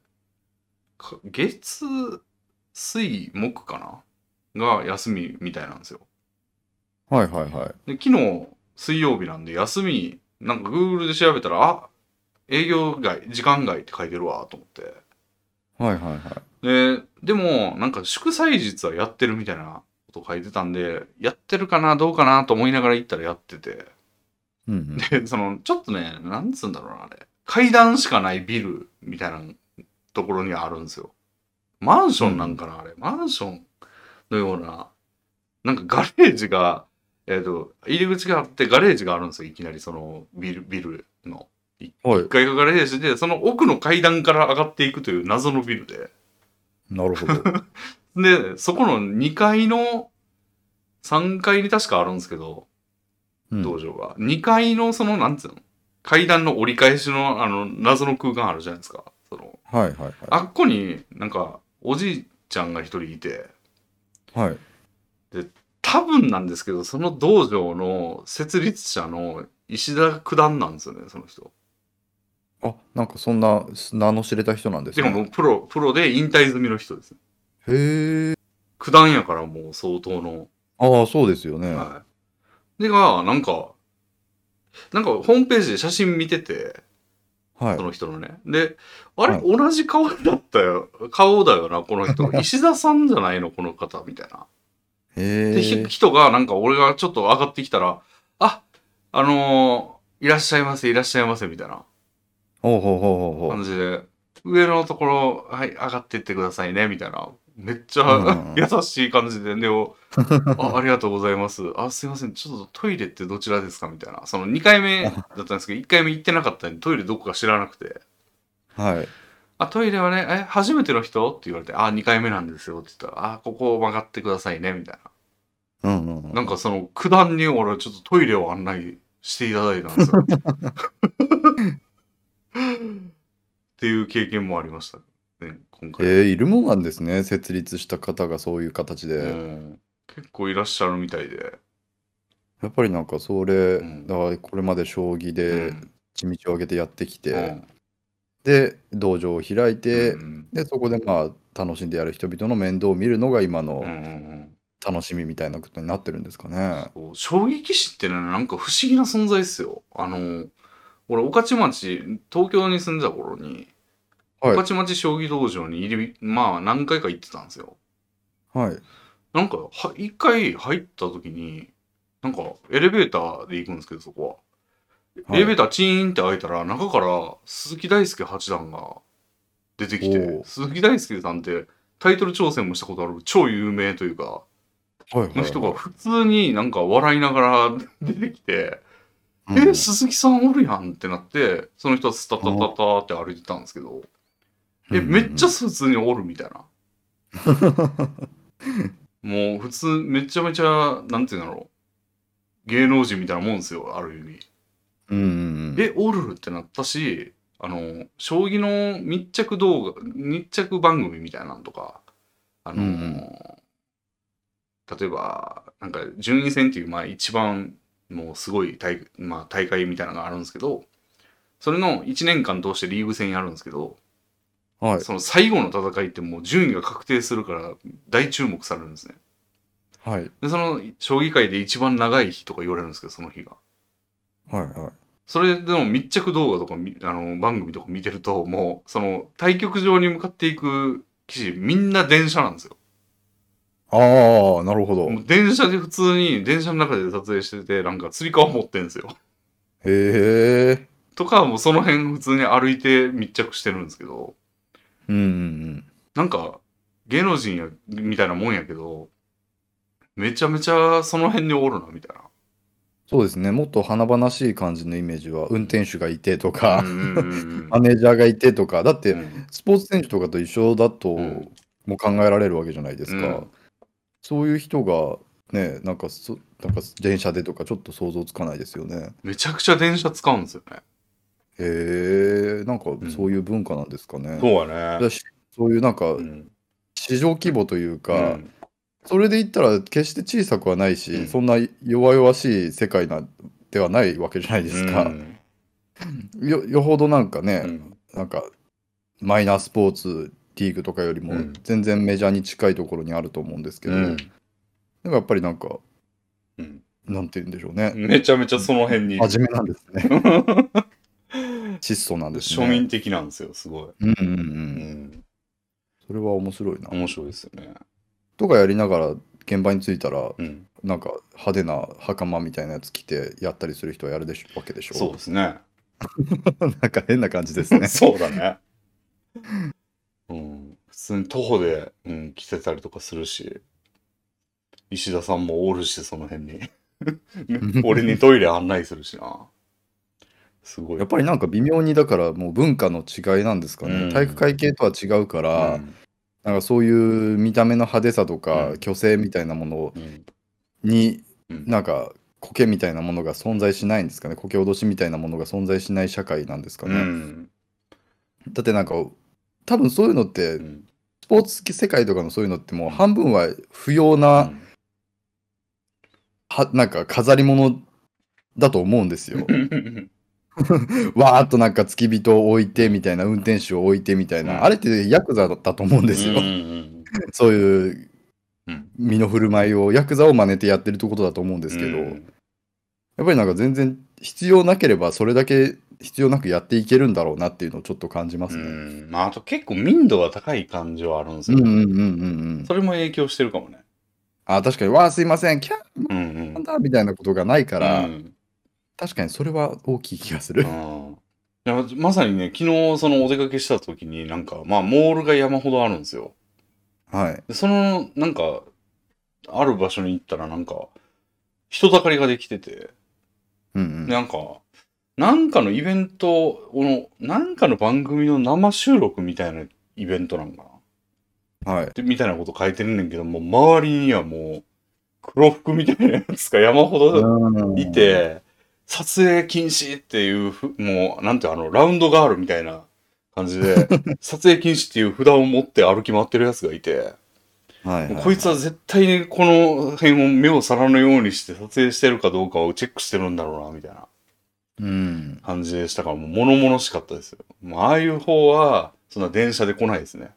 [SPEAKER 1] か月水、木かなが休みみたいなんですよ。
[SPEAKER 2] はいはいはい。
[SPEAKER 1] で、昨日、水曜日なんで、休み、なんか Google で調べたら、あ営業外、時間外って書いてるわ、と思って。
[SPEAKER 2] はいはいは
[SPEAKER 1] で、でも、なんか祝祭日はやってるみたいなこと書いてたんで、やってるかな、どうかなと思いながら行ったらやってて。
[SPEAKER 2] い。うん
[SPEAKER 1] で、その、ちょっとね、なんつうんだろうな、あれ。階段しかないビルみたいなところにあるんですよ。マンションなんかな、あれ。マンションのような、なんかガレージが、えっ、と、入り口があってガレージがあるんですよ。いきなりそのビル、ビルの。
[SPEAKER 2] うん。はい
[SPEAKER 1] 1。階がガレージで、その奥の階段から上がっていくという謎のビルで。
[SPEAKER 2] なるほど。
[SPEAKER 1] で、そこの2階の、3階に確かあるんですけど、
[SPEAKER 2] うん
[SPEAKER 1] 道場が。2階のその、なんつうの階段の折り返しの、あの、謎の空間あるじゃないですか。その、
[SPEAKER 2] はいはい
[SPEAKER 1] あっこになんか、おじいちゃんが一人いて、
[SPEAKER 2] はい。はい。
[SPEAKER 1] 多分なんですけど、その道場の設立者の石田九段なんですよね、その人。
[SPEAKER 2] あ、なんかそんな名の知れた人なんです
[SPEAKER 1] てかもうプロ、プロで引退済みの人です。
[SPEAKER 2] へえ。
[SPEAKER 1] 九段やからもう相当の。
[SPEAKER 2] ああ、そうですよね。は
[SPEAKER 1] はい。でが、なんか、なんかホームページで写真見てて、その人のね。で、あれ、
[SPEAKER 2] はい
[SPEAKER 1] 同じ顔だったよ。顔だよな、この 人。石田さんじゃないの、この方、みたいな。
[SPEAKER 2] い。
[SPEAKER 1] で、
[SPEAKER 2] へ
[SPEAKER 1] ひ
[SPEAKER 2] え。
[SPEAKER 1] 人が、なんか俺がちょっと上がってきたら、あ、あのーいらっしゃいませ、いらっしゃいませ、みたいな
[SPEAKER 2] ほうほうほうほうほう。
[SPEAKER 1] 感じで、上のところ、はい、上がってってくださいね、みたいな。めっち
[SPEAKER 2] うんうんう
[SPEAKER 1] ゃ
[SPEAKER 2] ん
[SPEAKER 1] 優しい感じで、でも、あ ありがとうございます。あ、すいません、ちょっとトイレってどちらですかみたいな。その2回目だったんですけど、1回目行ってなかったんで、トイレどこか知らなくて。
[SPEAKER 2] はい。
[SPEAKER 1] あ、トイレはね、え、初めての人って言われて、あ、2回目なんですよって言ったら、あ、ここを曲がってくださいね、みたい
[SPEAKER 2] うんうんうん。
[SPEAKER 1] な。なんかその、九段に俺はちょっとトイレを案内していただいたんですよ。っていう経験もありましたね、今回。
[SPEAKER 2] えー、いるもんなんですね。設立した方がそういう形で。
[SPEAKER 1] うん結構いらっしゃるみたいで。
[SPEAKER 2] やっぱりなんかそれ、
[SPEAKER 1] ん
[SPEAKER 2] だからこれまで将棋
[SPEAKER 1] う
[SPEAKER 2] で
[SPEAKER 1] ん
[SPEAKER 2] 地道を上げてやってきて、
[SPEAKER 1] うん
[SPEAKER 2] で、道場を開いて、
[SPEAKER 1] うん
[SPEAKER 2] で、そこでまあ楽しんでやる人々の面倒を見るのが今
[SPEAKER 1] うんう
[SPEAKER 2] の
[SPEAKER 1] んうん
[SPEAKER 2] 楽しみみたいなことになってるんですかね。
[SPEAKER 1] そう衝撃士ってねなんか不思議な存在っすよあの俺御徒町東京に住んでた頃に
[SPEAKER 2] はい
[SPEAKER 1] 御徒町将棋道場に入りまあ何回か行ってたんですよ
[SPEAKER 2] はい。
[SPEAKER 1] なんかは一回入った時になんかエレベーターで行くんですけどそこは、
[SPEAKER 2] はい
[SPEAKER 1] エレベーターチーンって開いたら中から鈴木大輔八段が出てき
[SPEAKER 2] お
[SPEAKER 1] て
[SPEAKER 2] う
[SPEAKER 1] 鈴木大輔さんってタイトル挑戦もしたことある超有名というか
[SPEAKER 2] はいはい、はい。
[SPEAKER 1] の人が普通になんか笑いながら出てきて、
[SPEAKER 2] う
[SPEAKER 1] え
[SPEAKER 2] ん、
[SPEAKER 1] 鈴木さんおるやんってなって、その人はスタタタタって歩いてたんですけど、え、
[SPEAKER 2] うん
[SPEAKER 1] めっちゃ普通におるみた いな。もう普通、めちゃめちゃ、なんていうんだろう。芸能人みたいなもんですよ、ある意味。
[SPEAKER 2] うんうんうん。
[SPEAKER 1] え、おるってなったし、あの、将棋の密着動画、密着番組みたいなのとか、あの、
[SPEAKER 2] うんう
[SPEAKER 1] 例えば、なんか、順位戦っていう、まあ、一番、もうすごい大,、まあ、大会みたいなのがあるんですけど、それの1年間通してリーグ戦やるんですけど、
[SPEAKER 2] はい
[SPEAKER 1] その最後の戦いってもう順位が確定するから大注目されるんですね。
[SPEAKER 2] はい
[SPEAKER 1] で、その将棋界で一番長い日とか言われるんですけど、その日が。
[SPEAKER 2] はいはい。
[SPEAKER 1] それでも密着動画とかみあの番組とか見てるともうその対局場に向かっていく棋士みんな電車なんですよ。
[SPEAKER 2] ああ、なるほど。
[SPEAKER 1] もう電車で普通に電車の中で撮影しててなんか釣り革持ってんですよ。
[SPEAKER 2] へえ。
[SPEAKER 1] とかもうその辺普通に歩いて密着してるんですけど
[SPEAKER 2] うんうん
[SPEAKER 1] なんか芸能人やみたいなもんやけどめちゃめちゃその辺におるなみたいな。
[SPEAKER 2] そうですね。もっと華々しい感じのイメージは、運転手がいてとか、
[SPEAKER 1] うんうんうん
[SPEAKER 2] マネージャーがいてとか、だっ
[SPEAKER 1] う
[SPEAKER 2] て、
[SPEAKER 1] ん
[SPEAKER 2] スポーツ選手とかと一緒だと、
[SPEAKER 1] うん
[SPEAKER 2] もう考えられるわけじゃないですか。
[SPEAKER 1] うん
[SPEAKER 2] そういう人が、ね、なんかそ、なんか電車でとか、ちょっと想像つかないですよね。
[SPEAKER 1] めちゃくちゃ電車使うんですよね。
[SPEAKER 2] へえ、なんか
[SPEAKER 1] ん
[SPEAKER 2] そういう文化なんですかね。
[SPEAKER 1] そうや。
[SPEAKER 2] だしそういうなんか、
[SPEAKER 1] うん
[SPEAKER 2] 市場規模というか、
[SPEAKER 1] うん
[SPEAKER 2] それで言ったら決して小さくはないし、
[SPEAKER 1] うん
[SPEAKER 2] そんな弱々しい世界なではないわけじゃないです
[SPEAKER 1] う
[SPEAKER 2] か。
[SPEAKER 1] ん
[SPEAKER 2] よよほどなんかね、
[SPEAKER 1] うん
[SPEAKER 2] なんかマイナースポーツリーグとかよりも
[SPEAKER 1] うん
[SPEAKER 2] 全然メジャーに近いところにあると思うんですけ
[SPEAKER 1] う
[SPEAKER 2] ど、なん
[SPEAKER 1] ん
[SPEAKER 2] か。やっぱりなんか、
[SPEAKER 1] うん
[SPEAKER 2] なんて言うんでしょうね、
[SPEAKER 1] めちゃめちゃその辺に。
[SPEAKER 2] 真面目なんですね 質素なんですね
[SPEAKER 1] 庶民的なんですよ、すごい。
[SPEAKER 2] うんうんう
[SPEAKER 1] うんん。
[SPEAKER 2] それは面白いな、
[SPEAKER 1] 面白いですよね。
[SPEAKER 2] とかやりながら現場に着いたら
[SPEAKER 1] うん。
[SPEAKER 2] なんか派手な袴みたいなやつ着てやったりする人はやるでしょわけでしょ
[SPEAKER 1] そうですね。
[SPEAKER 2] う なんか変な感じですね
[SPEAKER 1] そうだね。 うん。普通に徒歩で、うん、来てたりとかするし、石田さんもおるし、その辺 に。俺にトイレ案内するしな。すごい。
[SPEAKER 2] やっぱりなんか微妙にだからもう文化の違いなんですかね、
[SPEAKER 1] うん
[SPEAKER 2] 体育会系とは違うから、
[SPEAKER 1] うん
[SPEAKER 2] なんかそういう見た目の派手さとか、
[SPEAKER 1] うん
[SPEAKER 2] 虚勢みたいなもの
[SPEAKER 1] うん
[SPEAKER 2] に
[SPEAKER 1] うん
[SPEAKER 2] なんか苔みたいなものが存在しないんですかね苔脅しみたいなものが存在しない社会なんですか
[SPEAKER 1] う
[SPEAKER 2] ね、
[SPEAKER 1] ん
[SPEAKER 2] だってなんか多分そういうのって
[SPEAKER 1] うん
[SPEAKER 2] スポーツ世界とかのそういうのってもう半分は不要な、はなんか飾り物だと思うんですよ
[SPEAKER 1] う。ん
[SPEAKER 2] わーっとなんか付き人を置いてみたいな運転手を置いてみたいな、
[SPEAKER 1] うん
[SPEAKER 2] あれってヤクザだったと思うんですよ、
[SPEAKER 1] うんうん
[SPEAKER 2] そういう
[SPEAKER 1] うん
[SPEAKER 2] 身の振る舞いをヤクザを真似てやってるってことだと思うんですけど、
[SPEAKER 1] うん
[SPEAKER 2] やっぱりなんか全然必要なければそれだけ必要なくやっていけるんだろうなっていうのをちょっと感じます
[SPEAKER 1] う
[SPEAKER 2] ね。
[SPEAKER 1] んまあ、あと結構民度が高い感じはあるんです
[SPEAKER 2] う
[SPEAKER 1] よ、
[SPEAKER 2] んうんうんうんうん。
[SPEAKER 1] それも影響してるかもね。
[SPEAKER 2] あ確かに「わあすいませんキャ
[SPEAKER 1] うんう
[SPEAKER 2] ン
[SPEAKER 1] ん。
[SPEAKER 2] だ」みたいなことがないから、
[SPEAKER 1] うん
[SPEAKER 2] 確かにそれは大きい気がする。
[SPEAKER 1] いやまさにね、昨日そのお出かけした時に、なんか、まあ、モールが山ほどあるんですよ。
[SPEAKER 2] はい。
[SPEAKER 1] でその、なんか、ある場所に行ったら、なんか、人だかりができてて、
[SPEAKER 2] うん
[SPEAKER 1] でなんか、なんかのイベントの、なんかの番組の生収録みたいなイベントなんかな。
[SPEAKER 2] うん、はい。
[SPEAKER 1] でみたいなこと書いてるんだけど、もう周りにはもう、黒服みたいなやつが山ほどいて、撮影禁止っていうふ、もう、なんていうのあの、ラウンドガールみたいな感じ で、撮影禁止っていう札を持って歩き回ってるやつがいて、
[SPEAKER 2] はいはい
[SPEAKER 1] もうこいつは絶対にこの辺を目を皿のようにして撮影してるかどうかをチェックしてるんだろうな、みたいな
[SPEAKER 2] うん、
[SPEAKER 1] 感じでしたから、もう物々しかったですよ。もうああいう方は、そんな電車で来ないですね。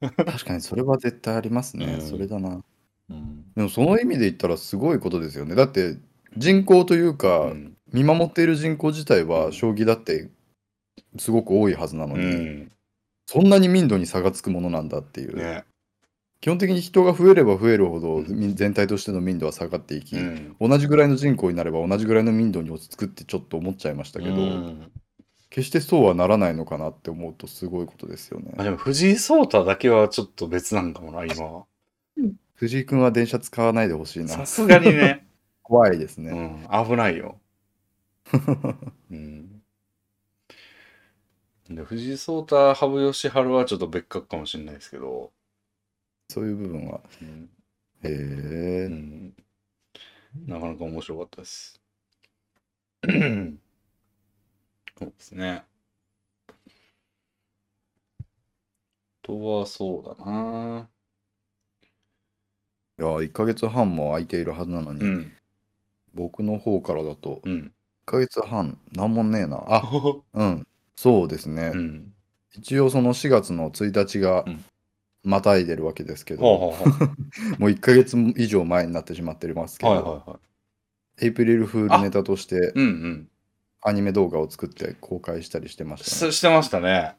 [SPEAKER 2] 確かにそれは絶対ありますね、
[SPEAKER 1] うん
[SPEAKER 2] それだな
[SPEAKER 1] うん。
[SPEAKER 2] でもその意味で言ったらすごいことですよねだって人口というか、
[SPEAKER 1] うん。
[SPEAKER 2] 見守っている人口自体は将棋だってすごく多いはずなの
[SPEAKER 1] う
[SPEAKER 2] に、
[SPEAKER 1] ん、
[SPEAKER 2] そんなに民度に差がつくものなんだっていう、
[SPEAKER 1] ね。
[SPEAKER 2] 基本的に人が増えれば増えるほど、
[SPEAKER 1] うん
[SPEAKER 2] み全体としての民度は下がっていき、
[SPEAKER 1] うん。
[SPEAKER 2] 同じぐらいの人口になれば同じぐらいの民度に落ち着くってちょっと思っちゃいましたけど、
[SPEAKER 1] うん
[SPEAKER 2] 決してそうはならないのかなって思うとすごいことですよね
[SPEAKER 1] まあ、でも藤井聡太だけはちょっと別なんかもな、今は。
[SPEAKER 2] 藤井君は電車使わないでほしいな
[SPEAKER 1] さすがにね、
[SPEAKER 2] 怖いですね、
[SPEAKER 1] うん、危ないよ。 うん、で藤井聡太、羽生善治はちょっと別格かもしれないですけど、
[SPEAKER 2] そういう部分は。
[SPEAKER 1] うん
[SPEAKER 2] へ
[SPEAKER 1] う
[SPEAKER 2] え。
[SPEAKER 1] ん、なかなか面白かったです。 そうですね。あとはそうだな。
[SPEAKER 2] いや、1ヶ月半も空いているはずなのに、
[SPEAKER 1] うん。
[SPEAKER 2] 僕の方からだと、
[SPEAKER 1] うん。
[SPEAKER 2] 1ヶ月半、なんもねえな。あ、
[SPEAKER 1] う
[SPEAKER 2] うん。そうですね。
[SPEAKER 1] ん。
[SPEAKER 2] 一応、その4月の1日が
[SPEAKER 1] うん、
[SPEAKER 2] またいでるわけですけど、
[SPEAKER 1] ほうほうほ
[SPEAKER 2] もう1ヶ月以上前になってしまってますけ
[SPEAKER 1] う。
[SPEAKER 2] ど、
[SPEAKER 1] はいはいはい。
[SPEAKER 2] エイプリルフールネタとして、
[SPEAKER 1] うんうん。
[SPEAKER 2] アニメ動画を作って公開したりしてました、ね。
[SPEAKER 1] ししてましたね。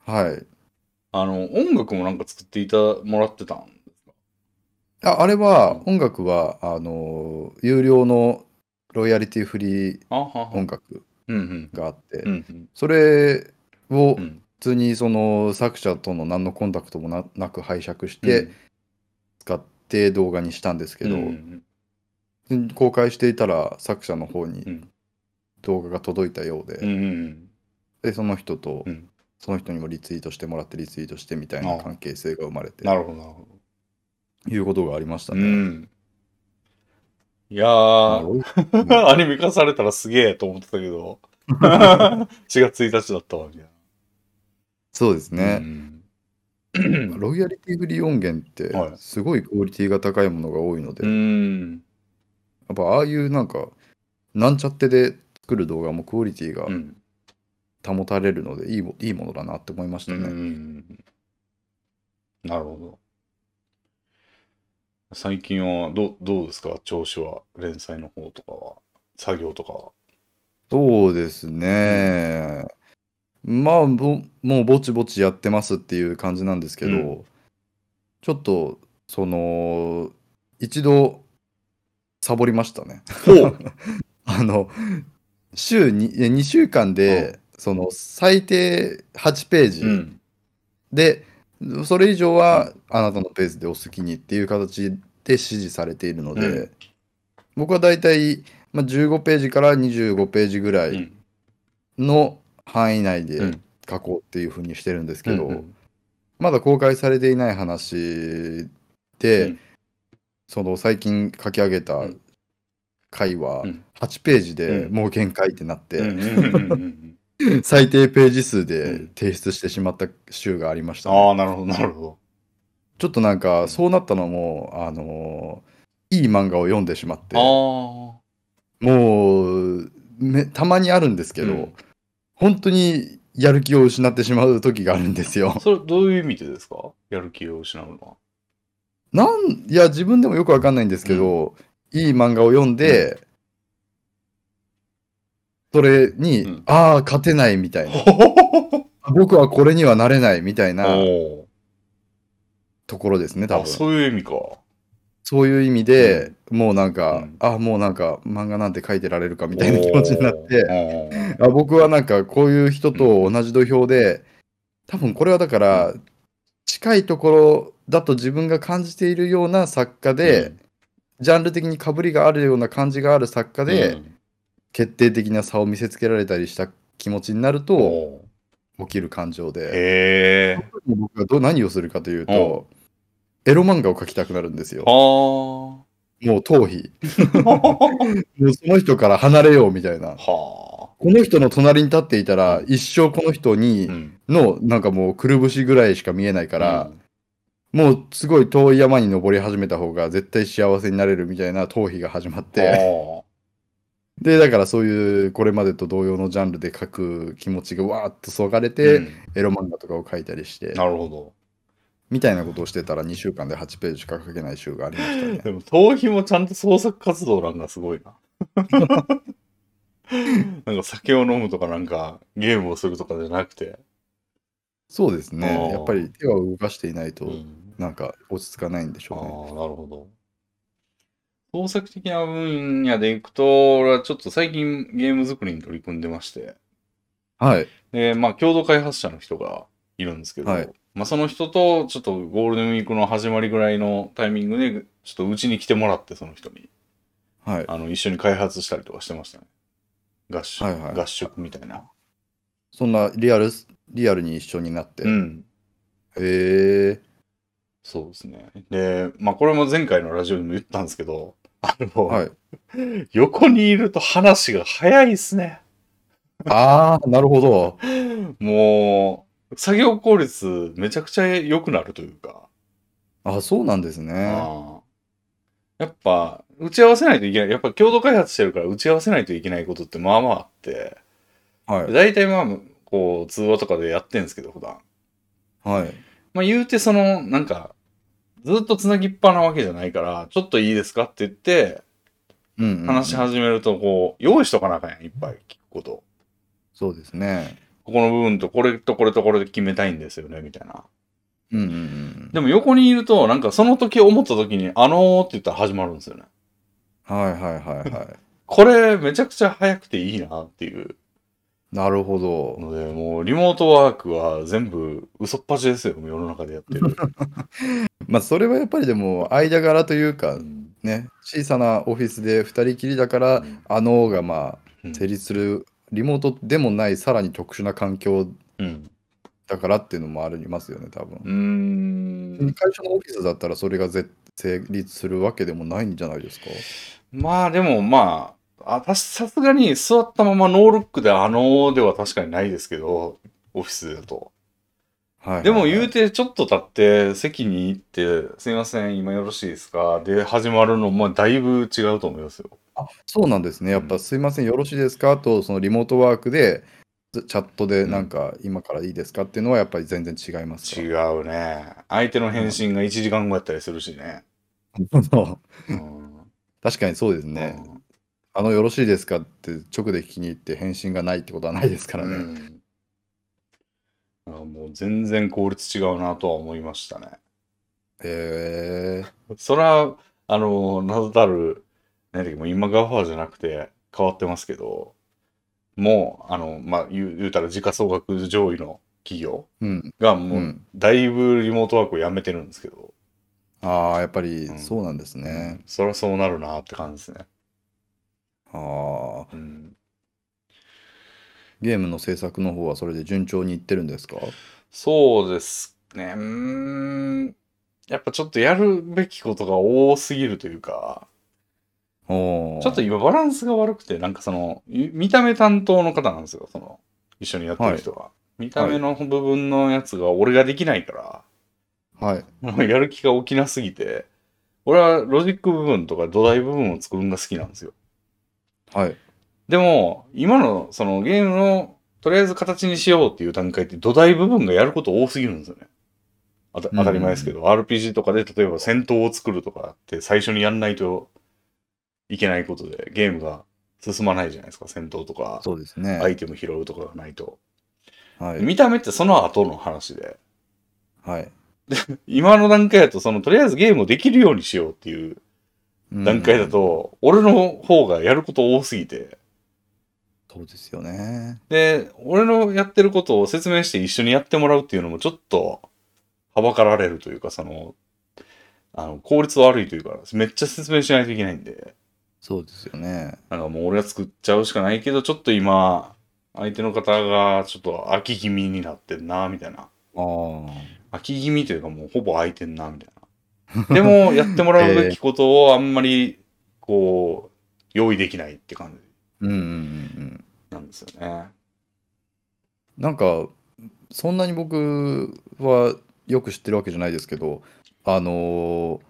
[SPEAKER 2] はい。
[SPEAKER 1] あの、音楽もなんか作っていた、もらってたん。
[SPEAKER 2] ああれ
[SPEAKER 1] う
[SPEAKER 2] は、
[SPEAKER 1] ん
[SPEAKER 2] 音楽は、あのー有料のロイヤリティフリー
[SPEAKER 1] あはは。
[SPEAKER 2] 音楽
[SPEAKER 1] うんうん。
[SPEAKER 2] があって、
[SPEAKER 1] うんうん。
[SPEAKER 2] それを、
[SPEAKER 1] うん。
[SPEAKER 2] 普通にその作者との何のコンタクトもななく拝借して使って動画にしたんですけ
[SPEAKER 1] うん、
[SPEAKER 2] ど、
[SPEAKER 1] うん
[SPEAKER 2] 公開していたら作者の方に
[SPEAKER 1] うん
[SPEAKER 2] 動画が届いたようで,、
[SPEAKER 1] うんうん
[SPEAKER 2] でその人と、
[SPEAKER 1] うん
[SPEAKER 2] その人にもリツイートしてもらってリツイートしてみたい
[SPEAKER 1] あ
[SPEAKER 2] な
[SPEAKER 1] あ
[SPEAKER 2] 関係性が生まれて
[SPEAKER 1] なるほど、なるほ
[SPEAKER 2] いうことがありました
[SPEAKER 1] ど。う
[SPEAKER 2] ね。
[SPEAKER 1] ん。いや
[SPEAKER 2] まあ
[SPEAKER 1] ー、
[SPEAKER 2] ロイ
[SPEAKER 1] アニメ化されたらすげえと思ってたけ ど、4月1日だったわけや。
[SPEAKER 2] そうです
[SPEAKER 1] う
[SPEAKER 2] ね、
[SPEAKER 1] ん。
[SPEAKER 2] ロイヤリティフリー音源って
[SPEAKER 1] はい
[SPEAKER 2] すごいクオリティが高いものが多いので、
[SPEAKER 1] う
[SPEAKER 2] や
[SPEAKER 1] ん。
[SPEAKER 2] っぱああいうなんかなんちゃってで作る動画もクオリティが
[SPEAKER 1] うん。
[SPEAKER 2] 保たれるのでいいもいいものだなって思いまし
[SPEAKER 1] う
[SPEAKER 2] たね。
[SPEAKER 1] ん。なるほど。最近はどどうですか調子は連載の方とかは作業とかは。
[SPEAKER 2] そうですね。まあ、ぼもうぼちぼちやってますっていう感じなんですけど、
[SPEAKER 1] うん
[SPEAKER 2] ちょっと、その、一度、サボりましたね。 あの、週に、え2週間で、その、最低8ページ
[SPEAKER 1] うん。
[SPEAKER 2] で、それ以上はあなたのペースでお好きにっていう形で指示されているので、
[SPEAKER 1] う
[SPEAKER 2] 僕はだいたい、まあ、15ページから25ページぐら
[SPEAKER 1] う
[SPEAKER 2] い
[SPEAKER 1] ん。
[SPEAKER 2] の範囲内
[SPEAKER 1] う
[SPEAKER 2] で
[SPEAKER 1] ん
[SPEAKER 2] 書こうっていうふうにしてるんですけど、
[SPEAKER 1] うん
[SPEAKER 2] まだ公開されていない話で、
[SPEAKER 1] うん
[SPEAKER 2] その最近書き上げた
[SPEAKER 1] うん
[SPEAKER 2] 回は
[SPEAKER 1] うん
[SPEAKER 2] 8ページで
[SPEAKER 1] うん
[SPEAKER 2] もう限界ってなって、
[SPEAKER 1] うんうんうんうんうん。
[SPEAKER 2] 最低ページ数
[SPEAKER 1] う
[SPEAKER 2] で
[SPEAKER 1] ん
[SPEAKER 2] 提出してしまった週がありましたね、
[SPEAKER 1] ああ、なるほど、なるほど。
[SPEAKER 2] ちょっとなんかそうなったのもあのーいい漫画を読んでしまって
[SPEAKER 1] あ
[SPEAKER 2] もうめたまにあるんですけど、
[SPEAKER 1] うん
[SPEAKER 2] 本当にやる気を失ってしまう時があるんですよ
[SPEAKER 1] あ。。それ、どういう意味でですかやる気を失うのは。
[SPEAKER 2] なんいや自分でもよくわかんないんですけど、いい漫画を読んで、それに、
[SPEAKER 1] うん
[SPEAKER 2] ああ勝てないみたいな僕はこれにはなれないみたいな
[SPEAKER 1] お
[SPEAKER 2] ところですね
[SPEAKER 1] ー
[SPEAKER 2] 多
[SPEAKER 1] あ、
[SPEAKER 2] 分そう
[SPEAKER 1] そういう意味か。
[SPEAKER 2] いう意味で、もうなんか、
[SPEAKER 1] うん
[SPEAKER 2] ああもうなんか漫画なんて書いてられるかみたいな気持ちになって。
[SPEAKER 1] おー。
[SPEAKER 2] あ僕はなんかこういう人と同じ土俵で多分これはだから近いところだと自分が感じているような作家で、
[SPEAKER 1] うん
[SPEAKER 2] ジャンル的にかぶりがあるような感じがある作家で、
[SPEAKER 1] うん、
[SPEAKER 2] 決定的な差を見せつけられたりした気持ちになると
[SPEAKER 1] おー
[SPEAKER 2] 起きる感情で
[SPEAKER 1] へえ。
[SPEAKER 2] 僕がどう何をするかというとエロ漫画を描きたくなるんですよ
[SPEAKER 1] あ。あ。
[SPEAKER 2] もう逃 避。
[SPEAKER 1] は
[SPEAKER 2] もうその人から離れようみたいな。
[SPEAKER 1] あ。
[SPEAKER 2] この人の隣に立っていたら一生この人に、
[SPEAKER 1] うん。
[SPEAKER 2] のなんかもうくるぶしぐらいしか見えないから、もうすごい遠い山に登り始めた方が絶対幸せになれるみたいな逃避が始まっ
[SPEAKER 1] うん、
[SPEAKER 2] て、
[SPEAKER 1] あ
[SPEAKER 2] でだからそういうこれまでと同様のジャンルで書く気持ちがわーっとそがれ
[SPEAKER 1] ー
[SPEAKER 2] て、
[SPEAKER 1] うん
[SPEAKER 2] エロ漫画とかを書いたりして
[SPEAKER 1] なるほど。
[SPEAKER 2] みたいなことをしてたら2週間で8ページしか書けない週がありました ね
[SPEAKER 1] でも、逃避もちゃんと創作活動なんかすごい な。なんか酒を飲むとかなんかゲームをするとかじゃなくて、
[SPEAKER 2] そうです
[SPEAKER 1] あ
[SPEAKER 2] ね
[SPEAKER 1] ー
[SPEAKER 2] やっぱり手は動かしていないと、
[SPEAKER 1] うん
[SPEAKER 2] なんか落ち着かないんでし
[SPEAKER 1] ああな
[SPEAKER 2] ょ
[SPEAKER 1] るほど創作的な分野でいくと俺はちょっと最近ゲーム作りに取り組んでまして
[SPEAKER 2] うねはい
[SPEAKER 1] でまあ共同開発者の人がいるんですけど、
[SPEAKER 2] はい
[SPEAKER 1] まあ、その人とちょっとゴールデンウィークの始まりぐらいのタイミングでちょっとうちに来てもらってその人に
[SPEAKER 2] はい
[SPEAKER 1] あの一緒に開発したりとかしてましたね合宿,、
[SPEAKER 2] はいはい
[SPEAKER 1] 合宿みたいな
[SPEAKER 2] そんなリアルリアルに一緒になって、
[SPEAKER 1] うん
[SPEAKER 2] へえ
[SPEAKER 1] そうですねでまあこれも前回のラジオにも言ったんですけどあの、
[SPEAKER 2] はい
[SPEAKER 1] 横にいると話が早いっすね
[SPEAKER 2] ああなるほど
[SPEAKER 1] もう、作業効率めちゃくちゃ良くなるというか、
[SPEAKER 2] あ、そうなんですね。
[SPEAKER 1] あーやっぱ、打ち合わせないといけない。やっぱ共同開発してるから打ち合わせないといけないことってまあまああって、
[SPEAKER 2] はい。
[SPEAKER 1] 大体まあ、こう、通話とかでやってんですけど、普段。
[SPEAKER 2] はい。
[SPEAKER 1] まあ言うて、その、なんか、ずっとつなぎっぱなわけじゃないから、ちょっといいですかって言って、
[SPEAKER 2] うんうんうん
[SPEAKER 1] 話し始めると、こう、用意しとかなあかんやん、いっぱい聞くこと。
[SPEAKER 2] そうですね。
[SPEAKER 1] ここの部分とこれとこれとこれで決めたいんですよね、みたいな。
[SPEAKER 2] うんうんうん。
[SPEAKER 1] でも横にいると、なんかその時思った時に、あのーって言ったら始まるんですよね。
[SPEAKER 2] はいはいはいはい。
[SPEAKER 1] これめちゃくちゃ早くていいなっていう
[SPEAKER 2] なるほど。
[SPEAKER 1] ので、もうリモートワークは全部嘘っぱちですよ、世の中でやってる。
[SPEAKER 2] まあ、それはやっぱりでも、間柄という
[SPEAKER 1] う
[SPEAKER 2] か、
[SPEAKER 1] ん
[SPEAKER 2] ね、小さなオフィスで2人きりだから、あのーがま
[SPEAKER 1] うん
[SPEAKER 2] あ、成立する、リモートでもない、さらに特殊な環境
[SPEAKER 1] うん。
[SPEAKER 2] だからっていうのもありますよね、多分。
[SPEAKER 1] うーん。
[SPEAKER 2] 会社のオフィスだったら、それがぜ成立するわけでもないんじゃないですか。
[SPEAKER 1] まあでもまあ、あたしさすがに座ったままノールックであのーでは確かにないですけど、オフィスだと。
[SPEAKER 2] はいはいはい。
[SPEAKER 1] でも言うてちょっと経って席に行って、すいません、今よろしいですかで始まるのもだいぶ違うと思いますよ。
[SPEAKER 2] あそうなんですね。やっぱ、すいません、よろしいですかと、そのリモートワークで、チャットでなんか今からいいですかっていうのはやっぱり全然違いますか
[SPEAKER 1] 違うね。相手の返信が1時間後やったりするしね。
[SPEAKER 2] そう
[SPEAKER 1] うん
[SPEAKER 2] 確かにそうですね。
[SPEAKER 1] うん
[SPEAKER 2] あの、よろしいですかって直で聞きに行って返信がないってことはないですから
[SPEAKER 1] う
[SPEAKER 2] ね。
[SPEAKER 1] ん。だからもう全然効率違うなとは思いましたね。
[SPEAKER 2] へえ
[SPEAKER 1] それは、あの、謎たる、何だっけ、もう今ガファーじゃなくて変わってますけど、もう、あの、まあ、言う言うたら時価総額上位の企業
[SPEAKER 2] うん。
[SPEAKER 1] がも
[SPEAKER 2] う
[SPEAKER 1] う、
[SPEAKER 2] ん
[SPEAKER 1] だいぶリモートワークをやめてるんですけど、
[SPEAKER 2] ああ、やっぱり
[SPEAKER 1] うん
[SPEAKER 2] そうなんですね。
[SPEAKER 1] そりゃそうなるなって感じですね。
[SPEAKER 2] ああ。
[SPEAKER 1] うん。
[SPEAKER 2] ゲームの制作の方はそれで順調にいってるんですか
[SPEAKER 1] そうですね。うーん。やっぱちょっとやるべきことが多すぎるというか、
[SPEAKER 2] おー
[SPEAKER 1] ちょっと今バランスが悪くて、なんかその、い見た目担当の方なんですよ、その、一緒にやってる人が。見た目の部分のやつが俺ができないから、
[SPEAKER 2] はい。
[SPEAKER 1] もう やる気が起きなすぎて、俺はロジック部分とか土台部分を作るのが好きなんですよ。
[SPEAKER 2] はい。
[SPEAKER 1] でも、今のそのゲームの、とりあえず形にしようっていう段階って土台部分がやること多すぎるんですよね。あた当たり前ですけど、RPG とかで例えば戦闘を作るとかって最初にやんないといけないことで、ゲームが進まないじゃないですか、戦闘とか、
[SPEAKER 2] そうですね。
[SPEAKER 1] アイテム拾うとかがないと。
[SPEAKER 2] はい。
[SPEAKER 1] 見た目ってその後の話で、
[SPEAKER 2] はい。
[SPEAKER 1] 今の段階だとそのとりあえずゲームをできるようにしようっていう段階だ
[SPEAKER 2] うん。
[SPEAKER 1] と、俺の方がやること多すぎて、
[SPEAKER 2] そうですよね。
[SPEAKER 1] で、俺のやってることを説明して一緒にやってもらうっていうのもちょっと、はばかられるというか、その、あの、効率悪いというか、めっちゃ説明しないといけないんで、
[SPEAKER 2] そうですよね。
[SPEAKER 1] なんかもう俺が作っちゃうしかないけど、ちょっと今、相手の方がちょっと飽き気味になってんな、みたいな。
[SPEAKER 2] ああ。
[SPEAKER 1] 飽き気味というかもうほぼ空いてんな、みたいな。でも、やってもらうべきことをあんまり、こう、用意できないって感じ
[SPEAKER 2] うんうんうんうん。
[SPEAKER 1] なんですよね。
[SPEAKER 2] なんか、そんなに僕はよく知ってるわけじゃないですけど、あのー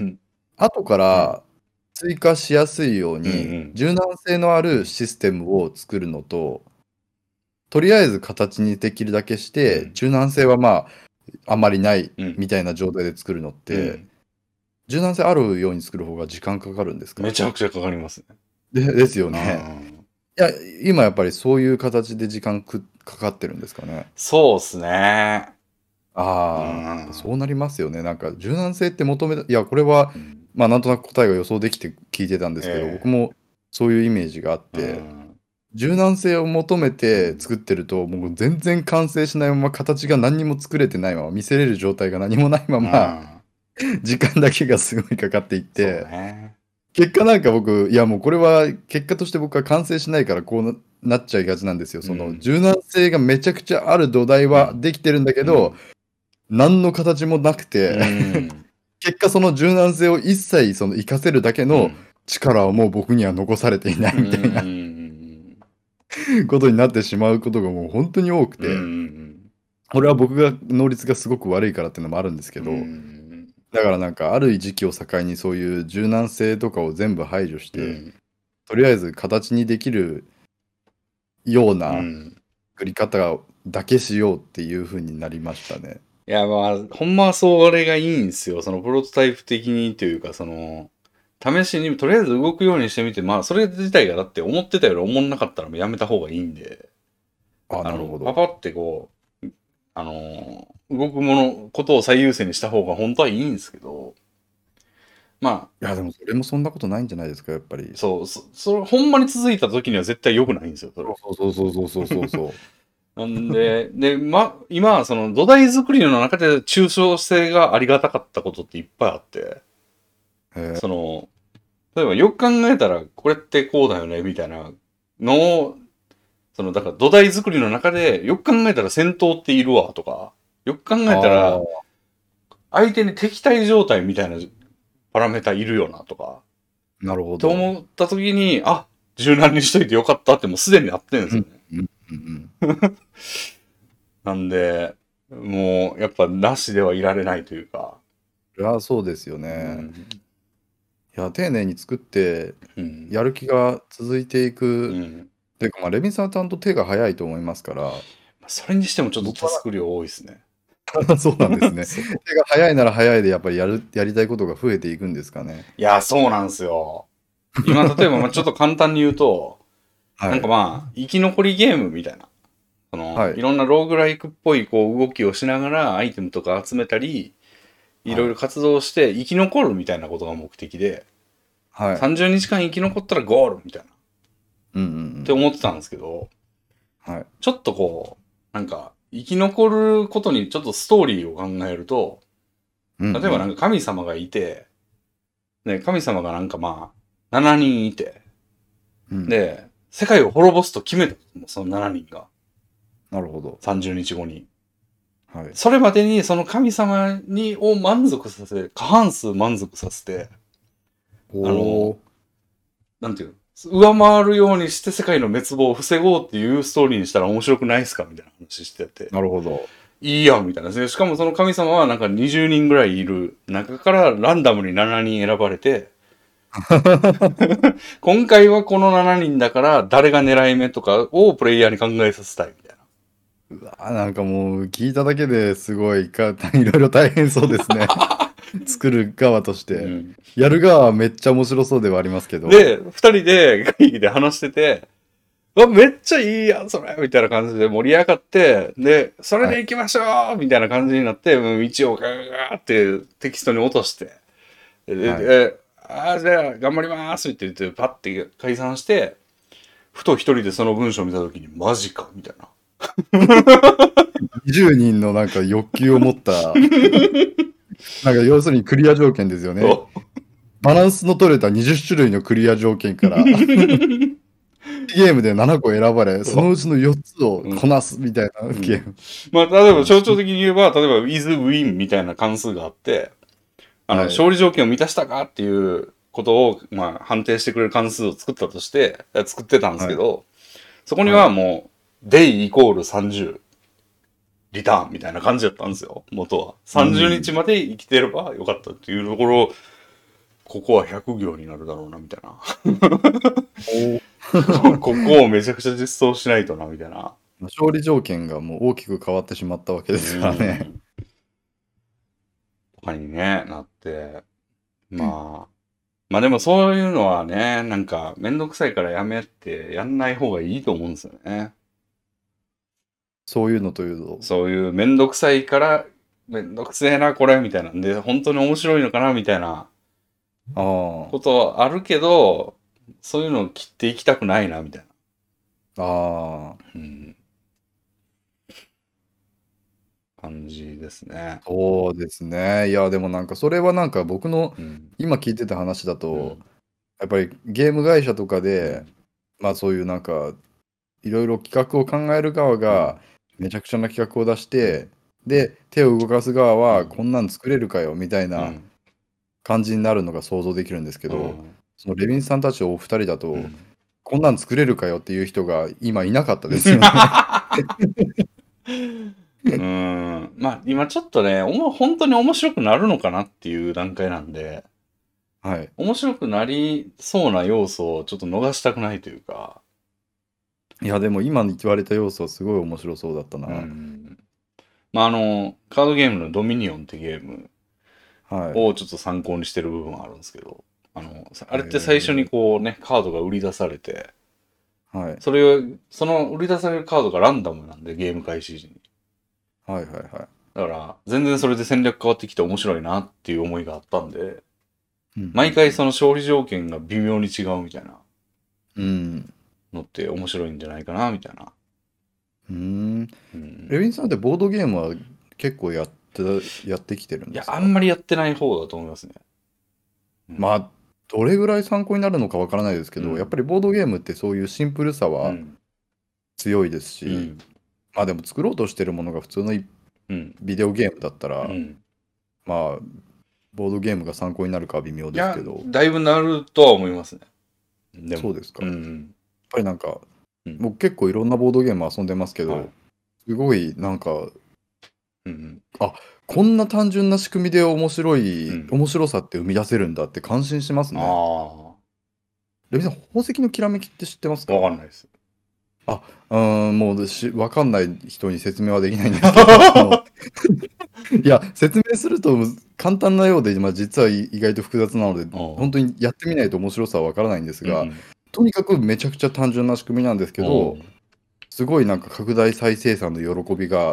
[SPEAKER 1] うん
[SPEAKER 2] 後から追加しやすいよう
[SPEAKER 1] うんう
[SPEAKER 2] に
[SPEAKER 1] ん
[SPEAKER 2] 柔軟性のあるシステムを作るのと、とりあえず形にできるだけして
[SPEAKER 1] うん、
[SPEAKER 2] 柔軟性はまあ、あまりない
[SPEAKER 1] うん
[SPEAKER 2] みたいな状態で作るのっ
[SPEAKER 1] う
[SPEAKER 2] て、
[SPEAKER 1] ん
[SPEAKER 2] 柔軟性あるように作る方が時間かかるんですか
[SPEAKER 1] めちゃくちゃかかりますね。
[SPEAKER 2] でですよね。
[SPEAKER 1] うん
[SPEAKER 2] いや、今やっぱりそういう形で時間くかかってるんですかね。
[SPEAKER 1] そうっすね。
[SPEAKER 2] ああ、
[SPEAKER 1] うん
[SPEAKER 2] そうなりますよね。なんか柔軟性って求めた、いや、これは、まあ、なんとなく答えが予想できて聞いてたんですけど、
[SPEAKER 1] ええ
[SPEAKER 2] 僕もそういうイメージがあって、
[SPEAKER 1] うん
[SPEAKER 2] 柔軟性を求めて作ってると、もう全然完成しないまま、形が何にも作れてないまま、見せれる状態が何もないまま、
[SPEAKER 1] うん
[SPEAKER 2] 時間だけがすごいかかっていっ
[SPEAKER 1] そう
[SPEAKER 2] て、
[SPEAKER 1] ね
[SPEAKER 2] 結果なんか僕、いや、もうこれは結果として僕は完成しないから、こうななっちゃいがちなんですよ。その、
[SPEAKER 1] うん
[SPEAKER 2] 柔軟性がめちゃくちゃある土台はできてるんだけど、何の形もなくて、
[SPEAKER 1] うん
[SPEAKER 2] 結果その柔軟性を一切その活かせるだけ
[SPEAKER 1] う
[SPEAKER 2] の
[SPEAKER 1] ん
[SPEAKER 2] 力はもう僕には残されていないみたいな
[SPEAKER 1] うんうん
[SPEAKER 2] ことになってしまうことがもう本当に多く
[SPEAKER 1] うんうんうん
[SPEAKER 2] て、これは僕が能率がすごく悪いからっていうのもあるんですけど、
[SPEAKER 1] うんうん
[SPEAKER 2] だからなんかある時期を境にそういう柔軟性とかを全部排除して、
[SPEAKER 1] うん
[SPEAKER 2] とりあえず形にできるよう
[SPEAKER 1] う
[SPEAKER 2] なん作り方だけしようっていう風になりましたね。
[SPEAKER 1] いやまあほんまはそれがいいんですよそのプロトタイプ的にというかその試しにとりあえず動くようにしてみてまあそれ自体がだって思ってたより思んなかったらもうやめた方がいいんで。
[SPEAKER 2] あ、
[SPEAKER 1] あ
[SPEAKER 2] な
[SPEAKER 1] の
[SPEAKER 2] るほ
[SPEAKER 1] パ
[SPEAKER 2] ど。
[SPEAKER 1] パってこう、あのー、動くもの、ことを最優先にした方が本当はいいんですけど、ま
[SPEAKER 2] いや、でもそれもそんなことないんじゃないですか、やっ ぱり
[SPEAKER 1] あ、。そう、そ、それ、ほんまに続いた時には絶対良くないんですよ、それ。
[SPEAKER 2] そうそうそうそうそうそう。
[SPEAKER 1] なんで、で、ま、今はその土台作りの中で抽象性がありがたかったことっていっぱいあって、
[SPEAKER 2] へえ
[SPEAKER 1] その、例えばよく考えたらこれってこうだよね、みたいなのを、その、だから土台作りの中で、よく考えたら戦闘っているわ、とか、よく考えたら
[SPEAKER 2] あー、
[SPEAKER 1] 相手に敵対状態みたいなパラメータいるよなとか、
[SPEAKER 2] なるほ
[SPEAKER 1] と
[SPEAKER 2] ど。
[SPEAKER 1] 思った時に、あ、柔軟にしといてよかったってもうすでになってるんですよね。
[SPEAKER 2] うん
[SPEAKER 1] なんで、もうやっぱなしではいられないというか。
[SPEAKER 2] うん、いやそうですよ
[SPEAKER 1] う
[SPEAKER 2] ね。
[SPEAKER 1] ん
[SPEAKER 2] いや丁寧に作って
[SPEAKER 1] うん
[SPEAKER 2] やる気が続いていうく
[SPEAKER 1] ん
[SPEAKER 2] ていうか、まあ、レビンさんはちゃんと手が早いと思います から、
[SPEAKER 1] まあそれにしてもちょっとタスク量多いですね。
[SPEAKER 2] そうなんですね。
[SPEAKER 1] そう
[SPEAKER 2] 手が早いなら早いで、やっぱりやるやりたいことが増えていくんですかね。
[SPEAKER 1] いや、そうなんですよ。今、例えば、まあちょっと簡単に言うと、
[SPEAKER 2] はい、
[SPEAKER 1] なんかまあ、生き残りゲームみたいな。その、
[SPEAKER 2] はい
[SPEAKER 1] い、ろんなローグライクっぽいこう動きをしながらアイテムとか集めたり、いろいろ活動して生き残るみたいなことが目的で、
[SPEAKER 2] はい。
[SPEAKER 1] 30日間生き残ったらゴールみたいな、
[SPEAKER 2] うんうんうん
[SPEAKER 1] って思ってたんですけど、
[SPEAKER 2] はい。
[SPEAKER 1] ちょっとこう、なんか、生き残ることにちょっとストーリーを考えると、
[SPEAKER 2] 例え
[SPEAKER 1] 例えばなんか神様がいて、ね、神様がなんかまあ、7人いて、
[SPEAKER 2] うん、
[SPEAKER 1] で、世界を滅ぼすと決めたのその7人が、
[SPEAKER 2] なるほど。
[SPEAKER 1] 30日後に。
[SPEAKER 2] はい。
[SPEAKER 1] それまでにその神様にを満足させ、過半数満足させて、
[SPEAKER 2] おー
[SPEAKER 1] なんていうの上回るようにして世界の滅亡を防ごうっていうストーリーにしたら面白くないっすかみたいな話してて。
[SPEAKER 2] なるほど。
[SPEAKER 1] いいやんみたいなですね。しかもその神様はなんか20人ぐらいいる中からランダムに7人選ばれて、 今回はこの7人だから誰が狙い目とかをプレイヤーに考えさせたいみたいな。
[SPEAKER 2] うわーなんかもう聞いただけですごいか いろいろ大変そうです ね。作る側として、
[SPEAKER 1] うん
[SPEAKER 2] やる側はめっちゃ面白そうではありますけど。
[SPEAKER 1] で、2人で会議で話してて、うわ、めっちゃいいやん、それみたいな感じで盛り上がって、で、それで行きましょう、みたいな感じになって、もう道をガーガーってテキストに落として、で、で
[SPEAKER 2] はい
[SPEAKER 1] であーじゃあ頑張りますって言って、パッて解散して、ふと一人でその文章を見たときに、マジかみたいな。
[SPEAKER 2] 20人のなんか欲求を持 った、なんか要するにクリア条件ですよね。
[SPEAKER 1] そ
[SPEAKER 2] バランスの取れた20種類のクリア条 件から、ゲームで7個選ばれ、そのうちの4つをこなすみたいなゲーム。
[SPEAKER 1] うまあ、例えば象徴的に言えば、例えば is win みたいな関数があって、あの、
[SPEAKER 2] はい
[SPEAKER 1] 勝利条件を満たしたかっていうことを、まあ、判定してくれる関数を作ったとして、え作ってたんですけど、そこにはもう、day イコール30、リターンみたいな感じだったんですよ、元は。30日まで生きてればよかったっていうところ、ここは100行になるだろうな、みたいな。 ここをめちゃくちゃ実装しないとな、みたいな。
[SPEAKER 2] 勝利条件がもう大きく変わってしまったわけですからね。
[SPEAKER 1] うん。とかにね、なって。まあ。まあでもそういうのはね、なんかめんどくさいからやめってやんない方がいいと思うんですよね。
[SPEAKER 2] そういうのというと。
[SPEAKER 1] そういうめんどくさいから、めんどくせえなこれみたいなんで、本当に面白いのかなみたいな
[SPEAKER 2] ああ
[SPEAKER 1] ことあるけど、そういうのを切っていきたくないなみたいな。。
[SPEAKER 2] ああ。
[SPEAKER 1] うん。感じですね。
[SPEAKER 2] そうですね。いや、でもなんかそれはなんか僕の
[SPEAKER 1] うん。
[SPEAKER 2] 今聞いてた話だと、やっぱりゲーム会社とかで、まあそういうなんか、いろいろ企画を考える側が、めちゃくちゃな企画を出して、で、手を動かす側
[SPEAKER 1] う
[SPEAKER 2] は、
[SPEAKER 1] ん
[SPEAKER 2] こんなん作れるかよみたい
[SPEAKER 1] うん、
[SPEAKER 2] な感じになるのが想像できるんですけ
[SPEAKER 1] け
[SPEAKER 2] ど、そのレビンさんたちお二人だと、
[SPEAKER 1] うん
[SPEAKER 2] こんなん作れるかよっていう人が今いなかったです よね。
[SPEAKER 1] うーんまあ今ちょっとね、おも本当に面白くなるのかなっていう段階なんで、
[SPEAKER 2] はい。
[SPEAKER 1] 面白くなりそうな要素をちょっと逃したくないというか、
[SPEAKER 2] いや、でも今言われた要素はすごい面白そうだったな。
[SPEAKER 1] うんまああの、カードゲームのドミニオンってゲーム
[SPEAKER 2] はい。
[SPEAKER 1] をちょっと参考にしてる部分はあるんですけど、あの、さあれって最初にこうね、カードが売り出されて、
[SPEAKER 2] はい。
[SPEAKER 1] それを、その売り出されるカードがランダムなんで、ゲーム開始時に。
[SPEAKER 2] はいはいは
[SPEAKER 1] だから、全然それで戦略変わってきて面白いなっていう思いがあったんで、
[SPEAKER 2] い。うん
[SPEAKER 1] 毎回その勝利条件が微妙に違うみたいな
[SPEAKER 2] うん。
[SPEAKER 1] のって面白いんじゃないかなみたいな。
[SPEAKER 2] うん。
[SPEAKER 1] うん
[SPEAKER 2] レビンさんってボードゲームは結構やって、やってきてるん
[SPEAKER 1] い
[SPEAKER 2] で
[SPEAKER 1] や
[SPEAKER 2] す、か
[SPEAKER 1] あんまりやってない方だと思いますね。
[SPEAKER 2] まあ、どれぐらい参考になるのかわからないですけど、
[SPEAKER 1] うん
[SPEAKER 2] やっぱりボードゲームってそういうシンプルさ
[SPEAKER 1] う
[SPEAKER 2] は
[SPEAKER 1] ん。
[SPEAKER 2] 強いですし、
[SPEAKER 1] うん。
[SPEAKER 2] まあでも作ろうとしてるものが普通のい
[SPEAKER 1] うん。
[SPEAKER 2] ビデオゲームだったら、
[SPEAKER 1] うん
[SPEAKER 2] まあ、ボードゲームが参考になるかは微妙
[SPEAKER 1] い
[SPEAKER 2] です
[SPEAKER 1] や
[SPEAKER 2] けど、、
[SPEAKER 1] だいぶなるとは思いますね。で
[SPEAKER 2] そう
[SPEAKER 1] も、
[SPEAKER 2] ですか。
[SPEAKER 1] う
[SPEAKER 2] やっ
[SPEAKER 1] ん。
[SPEAKER 2] ぱりなんか、
[SPEAKER 1] うん
[SPEAKER 2] 僕結構いろんなボードゲーム遊んでますけど、
[SPEAKER 1] はい
[SPEAKER 2] すごいなんか、
[SPEAKER 1] うん。
[SPEAKER 2] こんな単純な仕組みで面白い、
[SPEAKER 1] うん
[SPEAKER 2] 面白さって生み出せるんだって感心します
[SPEAKER 1] あ
[SPEAKER 2] ね。
[SPEAKER 1] あ、わ
[SPEAKER 2] レビンさん、宝石のきらめきって知ってますか
[SPEAKER 1] かんないです。
[SPEAKER 2] うーん、もうし、わかんない人に説明はできないんですけどもう、 いや、説明すると簡単なようで、まあ、実は意外と複雑なので、本当にやってみないと面白さはわからないんですが、
[SPEAKER 1] うん
[SPEAKER 2] とにかくめちゃくちゃ単純な仕組みなんですけど、すごいなんか拡大再生産の喜び
[SPEAKER 1] うん
[SPEAKER 2] が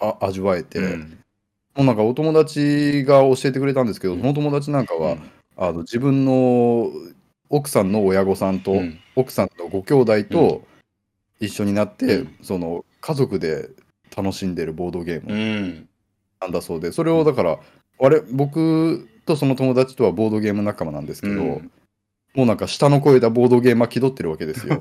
[SPEAKER 2] あ味わえて、
[SPEAKER 1] うん
[SPEAKER 2] もうなんかお友達が教えてくれたんですけど、
[SPEAKER 1] うん
[SPEAKER 2] その友達なんかは、あの自分の奥さんの親御さんと、
[SPEAKER 1] うん
[SPEAKER 2] 奥さんのご兄弟と一緒になって、
[SPEAKER 1] うん
[SPEAKER 2] その家族で楽しんでるボードゲー
[SPEAKER 1] う
[SPEAKER 2] ム
[SPEAKER 1] ん
[SPEAKER 2] なんだそうで、それをだからあれ僕とその友達とはボードゲーム仲間なんですけど、
[SPEAKER 1] うん
[SPEAKER 2] もうなんか下の声でボードゲーマー気取ってるわけで すよ。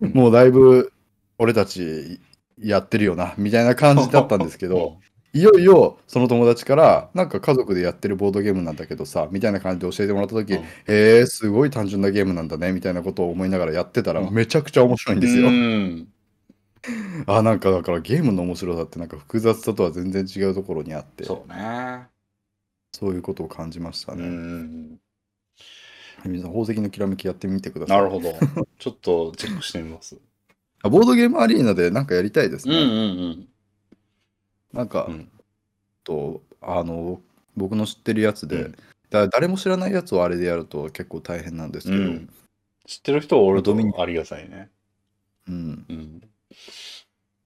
[SPEAKER 2] もうだいぶ俺たちやってるよなみたいな感じだったんですけどいよいよその友達からなんか家族でやってるボードゲームなんだけどさみたいな感じで教えてもらった時、
[SPEAKER 1] うん
[SPEAKER 2] へえすごい単純なゲームなんだねみたいなことを思いながらやってたら
[SPEAKER 1] うん
[SPEAKER 2] めちゃくちゃ面白いんですよ。
[SPEAKER 1] うん
[SPEAKER 2] あなんかだからゲームの面白さってなんか複雑さとは全然違うところにあってそう
[SPEAKER 1] そうね
[SPEAKER 2] いうことを感じました
[SPEAKER 1] う
[SPEAKER 2] ね。
[SPEAKER 1] ん
[SPEAKER 2] 皆さん宝石のきらめきやってみてください。
[SPEAKER 1] なるほどちょっとチェックしてみ ます
[SPEAKER 2] あボードゲームアリーナでなんかやりたいです
[SPEAKER 1] うん
[SPEAKER 2] ね。
[SPEAKER 1] うん
[SPEAKER 2] なんか、
[SPEAKER 1] うん
[SPEAKER 2] とあの僕の知ってるやつで、
[SPEAKER 1] うん
[SPEAKER 2] だ誰も知らないやつをあれでやると結構大変なんです
[SPEAKER 1] う
[SPEAKER 2] けど、
[SPEAKER 1] ん知ってる人は俺とありがたいね
[SPEAKER 2] うん
[SPEAKER 1] うん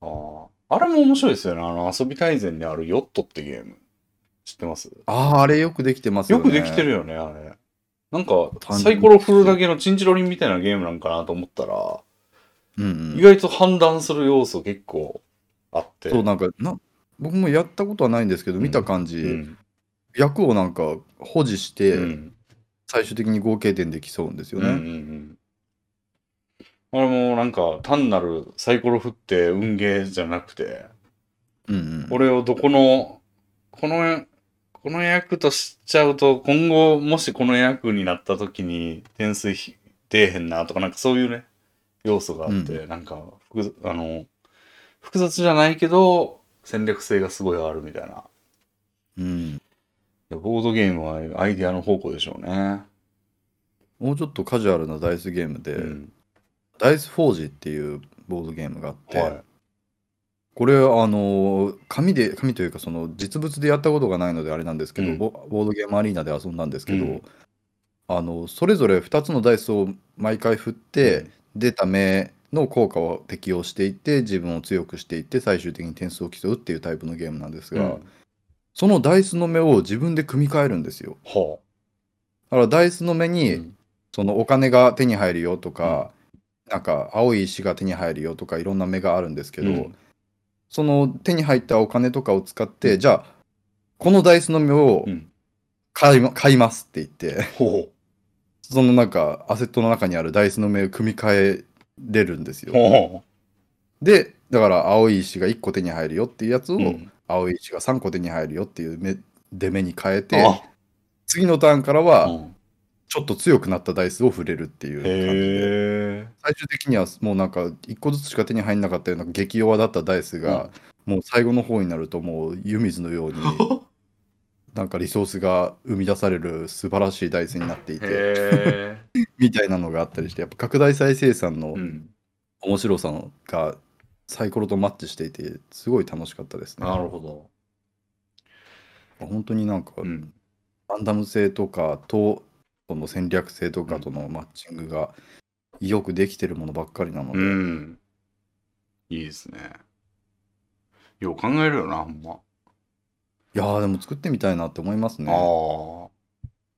[SPEAKER 1] あああれも面白いですよねあの遊び大全にあるヨットってゲーム知ってます
[SPEAKER 2] あああれよくできてますよ
[SPEAKER 1] よ
[SPEAKER 2] ね。
[SPEAKER 1] くできてるよね、あれ。なんか、
[SPEAKER 2] 単純
[SPEAKER 1] サイコロ振るだけのチンチロリンみたいなゲームなんかなと思ったら、
[SPEAKER 2] うんうん
[SPEAKER 1] 意外と判断する要素結構あって。
[SPEAKER 2] そうなんかな僕もやったことはないんですけど
[SPEAKER 1] ん
[SPEAKER 2] 見た感じ、
[SPEAKER 1] うん
[SPEAKER 2] 役をなんか保持し
[SPEAKER 1] う
[SPEAKER 2] て、
[SPEAKER 1] ん。
[SPEAKER 2] 最終的に合計点で競うんですよ
[SPEAKER 1] うんうんう
[SPEAKER 2] ね。
[SPEAKER 1] ん。あれもなんか、単なるサイコロ振って運ゲーじゃなくて、
[SPEAKER 2] うんうん
[SPEAKER 1] 俺をどこの、この、この役としちゃうと、今後、もしこの役になった時に点数ひ出えへんなとか、なんかそういうね、要素があって、なんか、複雑あの、複雑じゃないけど、戦略性がすごいあるみたいな。い
[SPEAKER 2] うん
[SPEAKER 1] やボードゲームはアイデアの方向でしょうね。
[SPEAKER 2] もうちょっとカジュアルなダイスゲームで、
[SPEAKER 1] うん。
[SPEAKER 2] ダイスフォージっていうボードゲームがあって、
[SPEAKER 1] は
[SPEAKER 2] これあの紙で紙というかその実物でやったことがないのであれなんですけど、
[SPEAKER 1] うん
[SPEAKER 2] ボボードゲームアリーナで遊んだんですけど、
[SPEAKER 1] うん
[SPEAKER 2] あのそれぞれ2つのダイスを毎回振っ
[SPEAKER 1] い。
[SPEAKER 2] て、出た目の効果を適用していって自分を強くしていって最終的に点数を競うっていうタイプのゲームなんです
[SPEAKER 1] うん、
[SPEAKER 2] が、
[SPEAKER 1] は
[SPEAKER 2] そのダイスの目を自分で組み替えるんですよだからダイスの目
[SPEAKER 1] あ
[SPEAKER 2] に、
[SPEAKER 1] うん
[SPEAKER 2] そのお金が手に入るよとか、なんか青い石が手に入るよとかいろんな目があるんですけど、
[SPEAKER 1] うん
[SPEAKER 2] その手に入ったお金とかを使って、じゃあこのダイスの目を
[SPEAKER 1] うん
[SPEAKER 2] 買い,、買いますって言って
[SPEAKER 1] ほ
[SPEAKER 2] そのなんかアセットの中にあるダイスの目を組み替えれるんです
[SPEAKER 1] う。
[SPEAKER 2] よ。
[SPEAKER 1] ほ
[SPEAKER 2] でだから青い石が1個手に入るよっていうやつを、
[SPEAKER 1] う。うん
[SPEAKER 2] 青い石が3個手に入るよっていう目出目に変えて
[SPEAKER 1] あ
[SPEAKER 2] 次のターンから
[SPEAKER 1] う
[SPEAKER 2] は
[SPEAKER 1] ん
[SPEAKER 2] ちょっと強くなったダイスを振れるっていう感じで
[SPEAKER 1] へえ。
[SPEAKER 2] 最終的にはもうなんか1個ずつしか手に入んなかったような激弱だったダイスが、もう最後の方になるともう湯水のよう になんかリソースが生み出される素晴らしいダイスになっていて
[SPEAKER 1] へえ。
[SPEAKER 2] みたいなのがあったりしてやっぱ拡大再生産の
[SPEAKER 1] うん
[SPEAKER 2] 面白さがサイコロとマッチしていてすごい楽しかったですね。
[SPEAKER 1] なるほど。
[SPEAKER 2] 本当になんか、
[SPEAKER 1] うん。
[SPEAKER 2] ランダム性とかとその戦略性とかとのマッチングがよくできてるものばっかりなので、
[SPEAKER 1] うん。いいですね。よう考えるよな、ほんま。
[SPEAKER 2] いやーでも作ってみたいなって思います
[SPEAKER 1] あ
[SPEAKER 2] ね
[SPEAKER 1] あ。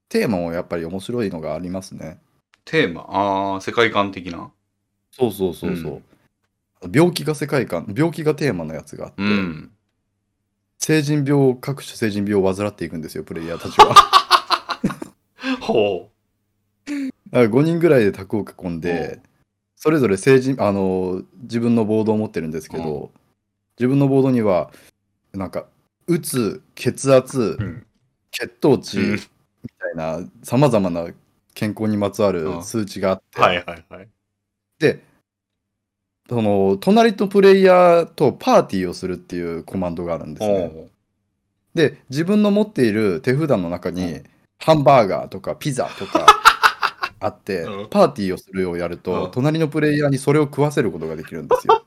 [SPEAKER 2] テーマもやっぱり面白いのがありますね
[SPEAKER 1] テーマ、ああ、世界観的な。
[SPEAKER 2] そうそうそうそう、病気が世界観病気がテーマのやつがあって、
[SPEAKER 1] うん。
[SPEAKER 2] 成人病各種成人病を患っていくんですよプレイヤーた ちはだか
[SPEAKER 1] ほ
[SPEAKER 2] ら5人ぐらいで卓を囲んで、それぞれ成人あのー自分のボードを持ってるんですけど、自分のボードにはなんかうつ血圧
[SPEAKER 1] う。うん。
[SPEAKER 2] 血糖値
[SPEAKER 1] うん
[SPEAKER 2] みたいなさまざまな健康にまつわ
[SPEAKER 1] うん
[SPEAKER 2] る数値があって、
[SPEAKER 1] はいはいはい。
[SPEAKER 2] でその隣とプレイヤーとパーティーをするっていうコマンドがあるんですね。
[SPEAKER 1] ほ
[SPEAKER 2] で自分の持っている手札の中に、
[SPEAKER 1] う
[SPEAKER 2] ハンバーガーとかピザとかあって、
[SPEAKER 1] うん
[SPEAKER 2] パーティーをするようやると、
[SPEAKER 1] うん
[SPEAKER 2] 隣のプレイヤーにそれを食わせることができるんで すよ。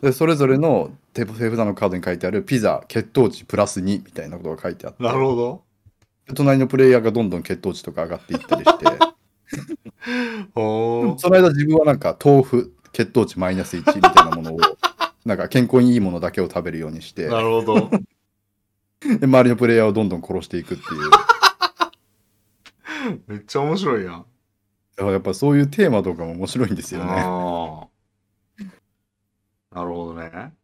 [SPEAKER 2] でそれぞれの手手札のカードに書いてあるピザ血糖値プラス2みたいなことが書いてあって
[SPEAKER 1] なるほど。
[SPEAKER 2] 隣のプレイヤーがどんどん血糖値とか上がっていったりして
[SPEAKER 1] おー
[SPEAKER 2] その間自分はなんか豆腐血糖値マイナス1みたいな ものをなんか健康にいいものだけを食べるようにして
[SPEAKER 1] なるほ ど。
[SPEAKER 2] で周りのプレイヤーをどんどん殺していくっていう。
[SPEAKER 1] めっちゃ面白いやん。
[SPEAKER 2] だからやっぱそういうテーマとかも面白いんですよね。
[SPEAKER 1] あーなるほどね。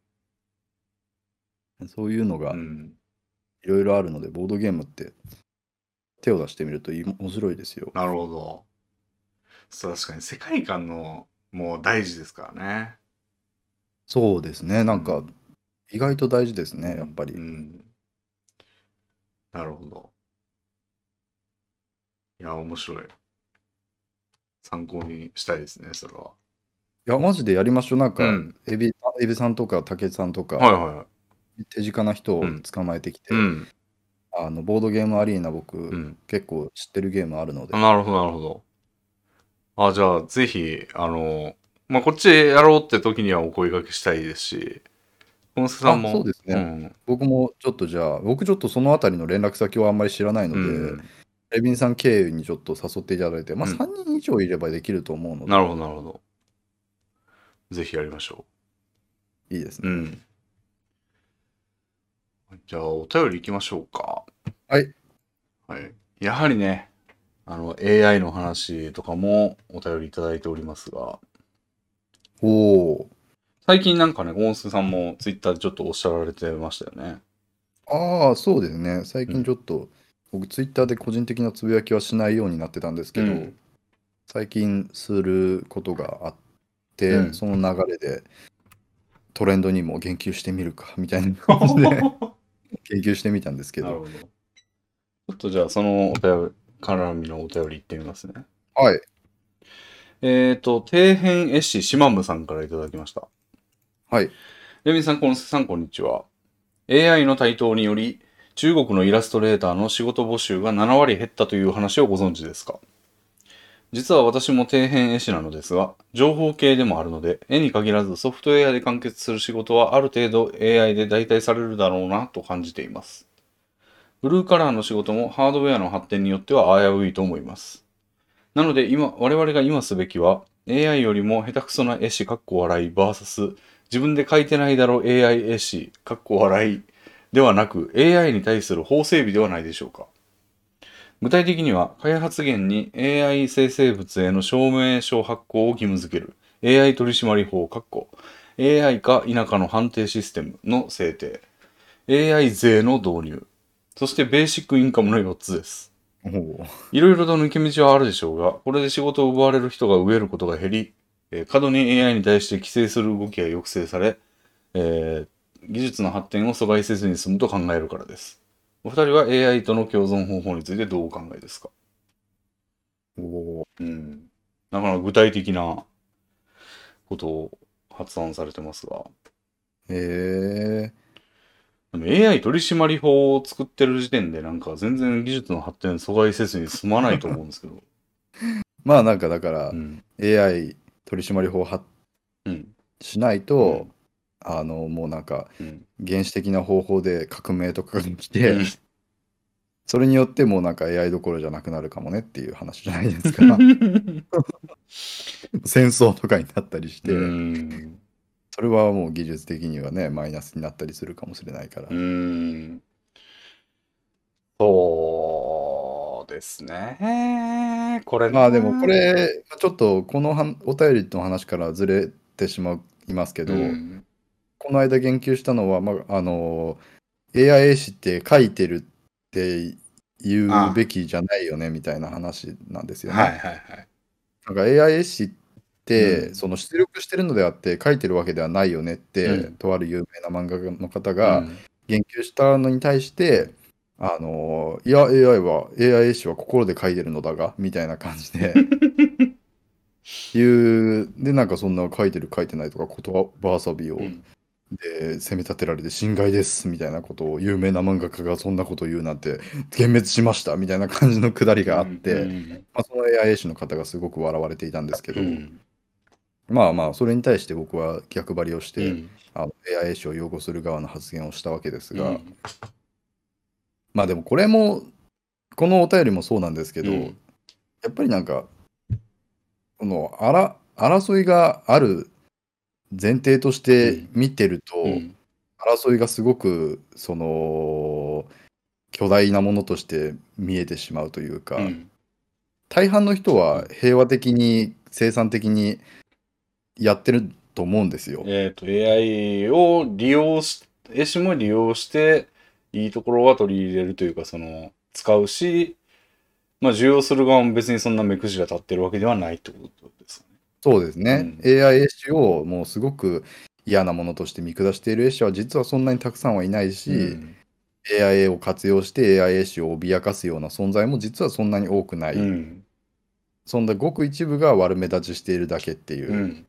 [SPEAKER 2] そういうの
[SPEAKER 1] う
[SPEAKER 2] が
[SPEAKER 1] ん。
[SPEAKER 2] いろいろあるので、ボードゲームって手を出してみるといい面白いですよ。
[SPEAKER 1] なるほど。そう、確かに世界観の、もう大事ですからね。
[SPEAKER 2] そうですね。なん
[SPEAKER 1] う
[SPEAKER 2] か意外と大事ですね、やっぱり。
[SPEAKER 1] うん。なるほど。いや、面白い。参考にしたいですね、それは。
[SPEAKER 2] いや、マジでやりましょう。なんか、
[SPEAKER 1] うん
[SPEAKER 2] エビエビさんとか武井さんとか、
[SPEAKER 1] はいはいはい。
[SPEAKER 2] 手近な人を
[SPEAKER 1] うん
[SPEAKER 2] 捕まえてきて、
[SPEAKER 1] うん。
[SPEAKER 2] あのボードゲームアリーナ、僕、
[SPEAKER 1] うん。
[SPEAKER 2] 結構知ってるゲームあるので、
[SPEAKER 1] なるほど、なるほど。あ、じゃあ、ぜひ、あの、まあ、こっちやろうって時にはお声掛けしたいですし、小野助さんも。
[SPEAKER 2] あそうですね
[SPEAKER 1] うん
[SPEAKER 2] 僕もちょっとじゃあ、僕ちょっとそのあたりの連絡先はあんまり知らないので、
[SPEAKER 1] うん
[SPEAKER 2] レビンさん経由にちょっと誘っていただいて、まあ、
[SPEAKER 1] うん
[SPEAKER 2] 3人以上いればできると思うので、
[SPEAKER 1] なるほど、なるほど。ぜひやりましょ
[SPEAKER 2] いいです
[SPEAKER 1] う。
[SPEAKER 2] ね。
[SPEAKER 1] うん。じゃあ、お便り行きましょうか。
[SPEAKER 2] はい。
[SPEAKER 1] はい。やはりね、あの、AI の話とかもお便りいただいておりますが、
[SPEAKER 2] お
[SPEAKER 1] 最近なんかね、小野助さんもツイッターでちょっとおっしゃられてましたよね。
[SPEAKER 2] お、ああ、そうですね。最
[SPEAKER 1] うん
[SPEAKER 2] 近ちょっと、僕、ツイッターで個人的なつぶやきはしないようになってたん ですけど、
[SPEAKER 1] うん
[SPEAKER 2] 最近することがあって、
[SPEAKER 1] うん
[SPEAKER 2] その流れで、トレンドにも言及してみるかみたいな感じ で言及してみたんですけ
[SPEAKER 1] なる
[SPEAKER 2] ど、
[SPEAKER 1] ほど。ちょっとじゃあ、そのお便り、絡みのお便り行ってみますね。
[SPEAKER 2] はい、
[SPEAKER 1] えっ、と、底辺絵師しまむさんからいただきました。
[SPEAKER 2] はい、
[SPEAKER 1] レミさん、こんさん、こんにちは。AI の台頭により、中国のイラストレーターの仕事募集が7割減ったという話をご存知ですか実は私も底辺絵師なのですが、情報系でもあるので、絵に限らずソフトウェアで完結する仕事はある程度 AI で代替されるだろうなと感じています。ブルーカラーの仕事もハードウェアの発展によっては危ういと思います。なので今、我々が今すべきは、AI よりも下手くそな絵師かっこ笑い VS 自分で書いてないだろう AI 絵師かっこ笑いではなく AI に対する法整備ではないでしょうか具体的には開発源に AI 生成物への証明書発行を義務付ける AI 取締法かっこ AI か否かの判定システムの制定 AI 税の導入そしてベーシックインカムの4つです
[SPEAKER 2] おー
[SPEAKER 1] いろいろと抜け道はあるでしょうが、これで仕事を奪われる人が増えることが減り、えー過度に AI に対して規制する動きが抑制され、えー技術の発展を阻害せずに済むと考えるからです。お二人は AI との共存方法についてどうお考えですか
[SPEAKER 2] おー
[SPEAKER 1] うん。なかなか具体的なことを発案されてますが。
[SPEAKER 2] へえ、
[SPEAKER 1] でも AI 取締法を作ってる時点でなんか全然技術の発展阻害せずに済まないと思うんですけ ど。
[SPEAKER 2] まあなんかだから
[SPEAKER 1] う、ん。
[SPEAKER 2] AI 取締法発
[SPEAKER 1] うん。
[SPEAKER 2] しないと、あのもうなんか
[SPEAKER 1] うん。
[SPEAKER 2] 原始的な方法で革命とかが来
[SPEAKER 1] う
[SPEAKER 2] て
[SPEAKER 1] ん
[SPEAKER 2] それによってもうなんか AI どころじゃなくなるかもねっていう話じゃな いですか戦争とかになったりして、
[SPEAKER 1] うん。
[SPEAKER 2] それはもう技術的にはねマイナスになったりするかもしれないから、
[SPEAKER 1] うーん。そうですね。これな
[SPEAKER 2] まあでもこ、れちょっとこのはんお便りの話からずれてしまいますけど、
[SPEAKER 1] うん
[SPEAKER 2] この間言及したのは、まあ、あの AI 絵師って書いてるって言うべきじゃないよねみたいな話なんですよね。
[SPEAKER 1] はいはいはい。
[SPEAKER 2] なんか AI 絵師って、
[SPEAKER 1] うん
[SPEAKER 2] その出力してるのであって書いてるわけではないよねって、
[SPEAKER 1] うん
[SPEAKER 2] とある有名な漫画家の方が
[SPEAKER 1] うん
[SPEAKER 2] 言及したのに対して、あのいや AI は AI 絵師は心で書いてるのだがみたいな感じ で言うでなんかそんな書いてる書いてないとか言葉遊びをで責め立てられて侵害ですみたいなことを有名な漫画家がそんなことを言うなんて幻滅しましたみたいな感じのくだりがあって、
[SPEAKER 1] うん
[SPEAKER 2] まあ、その AI 師の方がすごく笑われていたんですけど、
[SPEAKER 1] うん
[SPEAKER 2] まあまあそれに対して僕は逆張りをして、
[SPEAKER 1] うん
[SPEAKER 2] あの AI 師を擁護する側の発言をしたわけですが、
[SPEAKER 1] うん
[SPEAKER 2] まあでもこれもこのお便りもそうなんですけど、
[SPEAKER 1] うん
[SPEAKER 2] やっぱりなんかこのあら争いがある前提として見てると、
[SPEAKER 1] うん
[SPEAKER 2] 争いがすごくその巨大なものとして見えてしまうというか、
[SPEAKER 1] うん
[SPEAKER 2] 大半の人は平和的に生産的にやってると思うんですよ。
[SPEAKER 1] えっ、と AI を利用し絵師も利用していいところは取り入れるというかその使うしまあ需要する側も別にそんな目くじが立ってるわけではないってことです
[SPEAKER 2] そうですね、
[SPEAKER 1] う
[SPEAKER 2] AI 絵師をもうすごく嫌なものとして見下している絵師は実はそんなにたくさんはいないし、
[SPEAKER 1] よね。うん
[SPEAKER 2] AI を活用して AI 絵師を脅かすような存在も実はそんなに多くない、
[SPEAKER 1] うん
[SPEAKER 2] そんなごく一部が悪目立ちしているだけっていう、
[SPEAKER 1] うん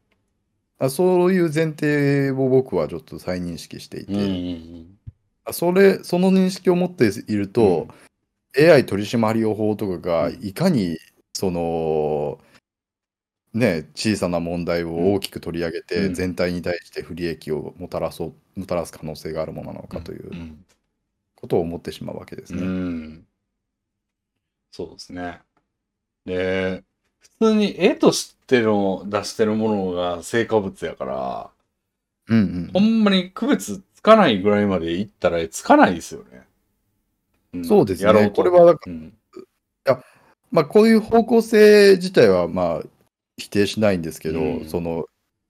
[SPEAKER 2] あそういう前提を僕はちょっと再認識していて、
[SPEAKER 1] うんうん
[SPEAKER 2] あそれその認識を持っていると、AI 取締り法とかが
[SPEAKER 1] うん
[SPEAKER 2] いかにその、ね、小さな問題を大きく取り上げ
[SPEAKER 1] う
[SPEAKER 2] て
[SPEAKER 1] ん
[SPEAKER 2] 全体に対して不利益をもたらそうもたらす可能性があるものなのかという
[SPEAKER 1] うん
[SPEAKER 2] ことを思ってしまうわけです
[SPEAKER 1] う
[SPEAKER 2] ね。
[SPEAKER 1] ん。そうですね。で、普通に絵としての出してるものが成果物やから、
[SPEAKER 2] うん
[SPEAKER 1] ほ
[SPEAKER 2] うん
[SPEAKER 1] んまに区別つかないぐらいまでいったらつかないですよね。ん
[SPEAKER 2] そうです
[SPEAKER 1] やろ
[SPEAKER 2] ね。
[SPEAKER 1] と
[SPEAKER 2] これは、だか
[SPEAKER 1] うん
[SPEAKER 2] らまあ、こういう方向性自体はまあ否定しないんですけど、
[SPEAKER 1] うん
[SPEAKER 2] その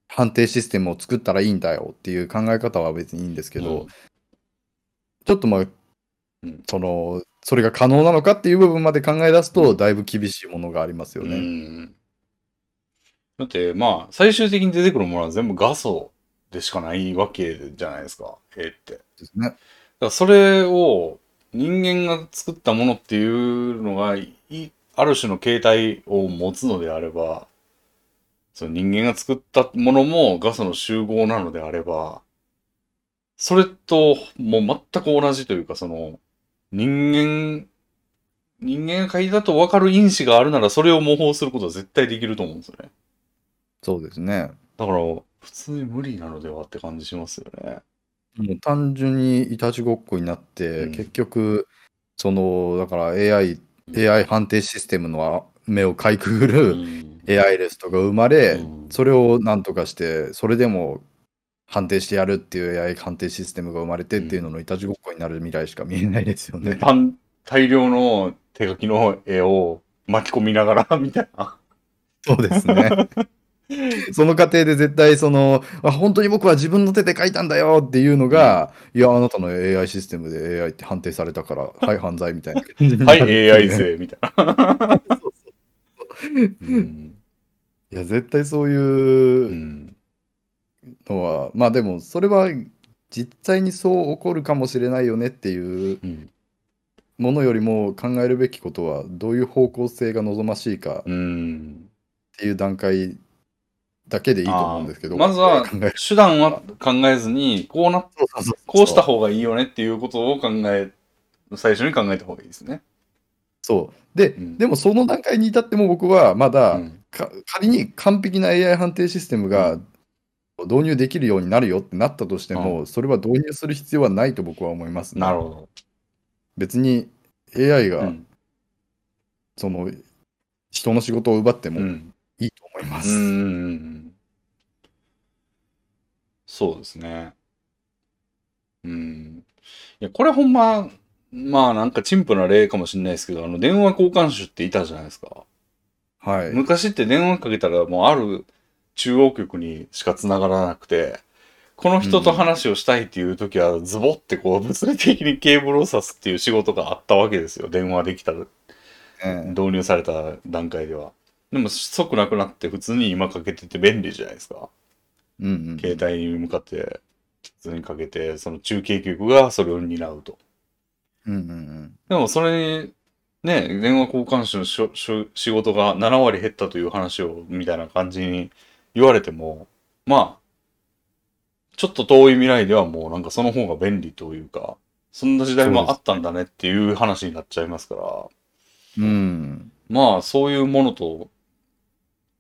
[SPEAKER 2] 判定システムを作ったらいいんだよっていう考え方は別にいいんですけど、ちょっとまあ、
[SPEAKER 1] ん
[SPEAKER 2] その、それが可能なのかっていう部分まで考え出すと、だいぶ厳しいものがありますよ
[SPEAKER 1] うん
[SPEAKER 2] ね。
[SPEAKER 1] うんだって、まあ、最終的に出てくるものは全部画素でしかないわけじゃないですか、絵って。
[SPEAKER 2] ですね。
[SPEAKER 1] だからそれを人間が作ったものっていうのがいある種の形態を持つのであればその人間が作ったものもガスの集合なのであればそれともう全く同じというかその人間人間が書いたと分かる因子があるならそれを模倣することは絶対できると思うんですよね
[SPEAKER 2] そうですね。
[SPEAKER 1] だから普通に無理なのではって感じしますよね
[SPEAKER 2] もう単純にいたちごっこになって、
[SPEAKER 1] うん
[SPEAKER 2] 結局、その、だから AI、AI 判定システムの目をかいくぐ
[SPEAKER 1] う
[SPEAKER 2] る
[SPEAKER 1] ん
[SPEAKER 2] AI レストが生まれ、
[SPEAKER 1] うん
[SPEAKER 2] それをなんとかして、それでも判定してやるっていう AI 判定システムが生まれてっていうののいたちごっこになる未来しか見えないですよ ね。
[SPEAKER 1] たん大量の手書きの絵を巻き込みながら みたいな。
[SPEAKER 2] そうですね。その過程で絶対その、あ本当に僕は自分の手で書いたんだよっていうのが、いや、あなたの AI システムで AI って判定されたから、はい、犯罪みたいな。
[SPEAKER 1] はい、AI 勢みたいな。うん
[SPEAKER 2] いや、絶対そういうううんのは、まあでも、それは実際にそう起こるかもしれないよねっていう
[SPEAKER 1] うん
[SPEAKER 2] ものよりも考えるべきことは、どういう方向性が望ましいかっ
[SPEAKER 1] うん
[SPEAKER 2] ていう段階だけでいいと思うんですけど、
[SPEAKER 1] あーまずは
[SPEAKER 2] 考え
[SPEAKER 1] 手段は考えずにこうな
[SPEAKER 2] そうそうそう
[SPEAKER 1] こうした方がいいよねっていうことを考え最初に考えた方がいいですね。
[SPEAKER 2] そう。で、
[SPEAKER 1] うん
[SPEAKER 2] でもその段階に至っても僕はまだ、
[SPEAKER 1] うん
[SPEAKER 2] か仮に完璧な AI 判定システムが導入できるようになるよってなったとしても、それは導入する必要はないと僕は思います、
[SPEAKER 1] なるほ
[SPEAKER 2] 別に AI
[SPEAKER 1] ど。
[SPEAKER 2] が、
[SPEAKER 1] うん
[SPEAKER 2] その人の仕事を奪って
[SPEAKER 1] う
[SPEAKER 2] も
[SPEAKER 1] ん
[SPEAKER 2] いいと思いま
[SPEAKER 1] う
[SPEAKER 2] す。
[SPEAKER 1] んうんうんそうですね。うん。いや、これほんま、まあなんか陳腐な例かもしれないですけど、あの、電話交換手っていたじゃないですか。
[SPEAKER 2] はい、
[SPEAKER 1] 昔って電話かけたらもうある中央局にしか繋がらなくて、この人と話をしたいっていう時はズボってこう物理的にケーブルを挿すっていう仕事があったわけですよ。電話できたら
[SPEAKER 2] ね
[SPEAKER 1] 導入された段階では。でも即なくなって普通に今かけてて便利じゃないですか。
[SPEAKER 2] うんうん、
[SPEAKER 1] 携帯に向かって普通にかけてその中継局がそれを担うと
[SPEAKER 2] うんうんうん
[SPEAKER 1] でもそれにね電話交換手のしょしょ仕事が7割減ったという話をみたいな感じに言われてもまあちょっと遠い未来ではもうなんかその方が便利というか、そんな時代もあったんだねっていう話になっちゃいますから、
[SPEAKER 2] うん。
[SPEAKER 1] まあそういうものと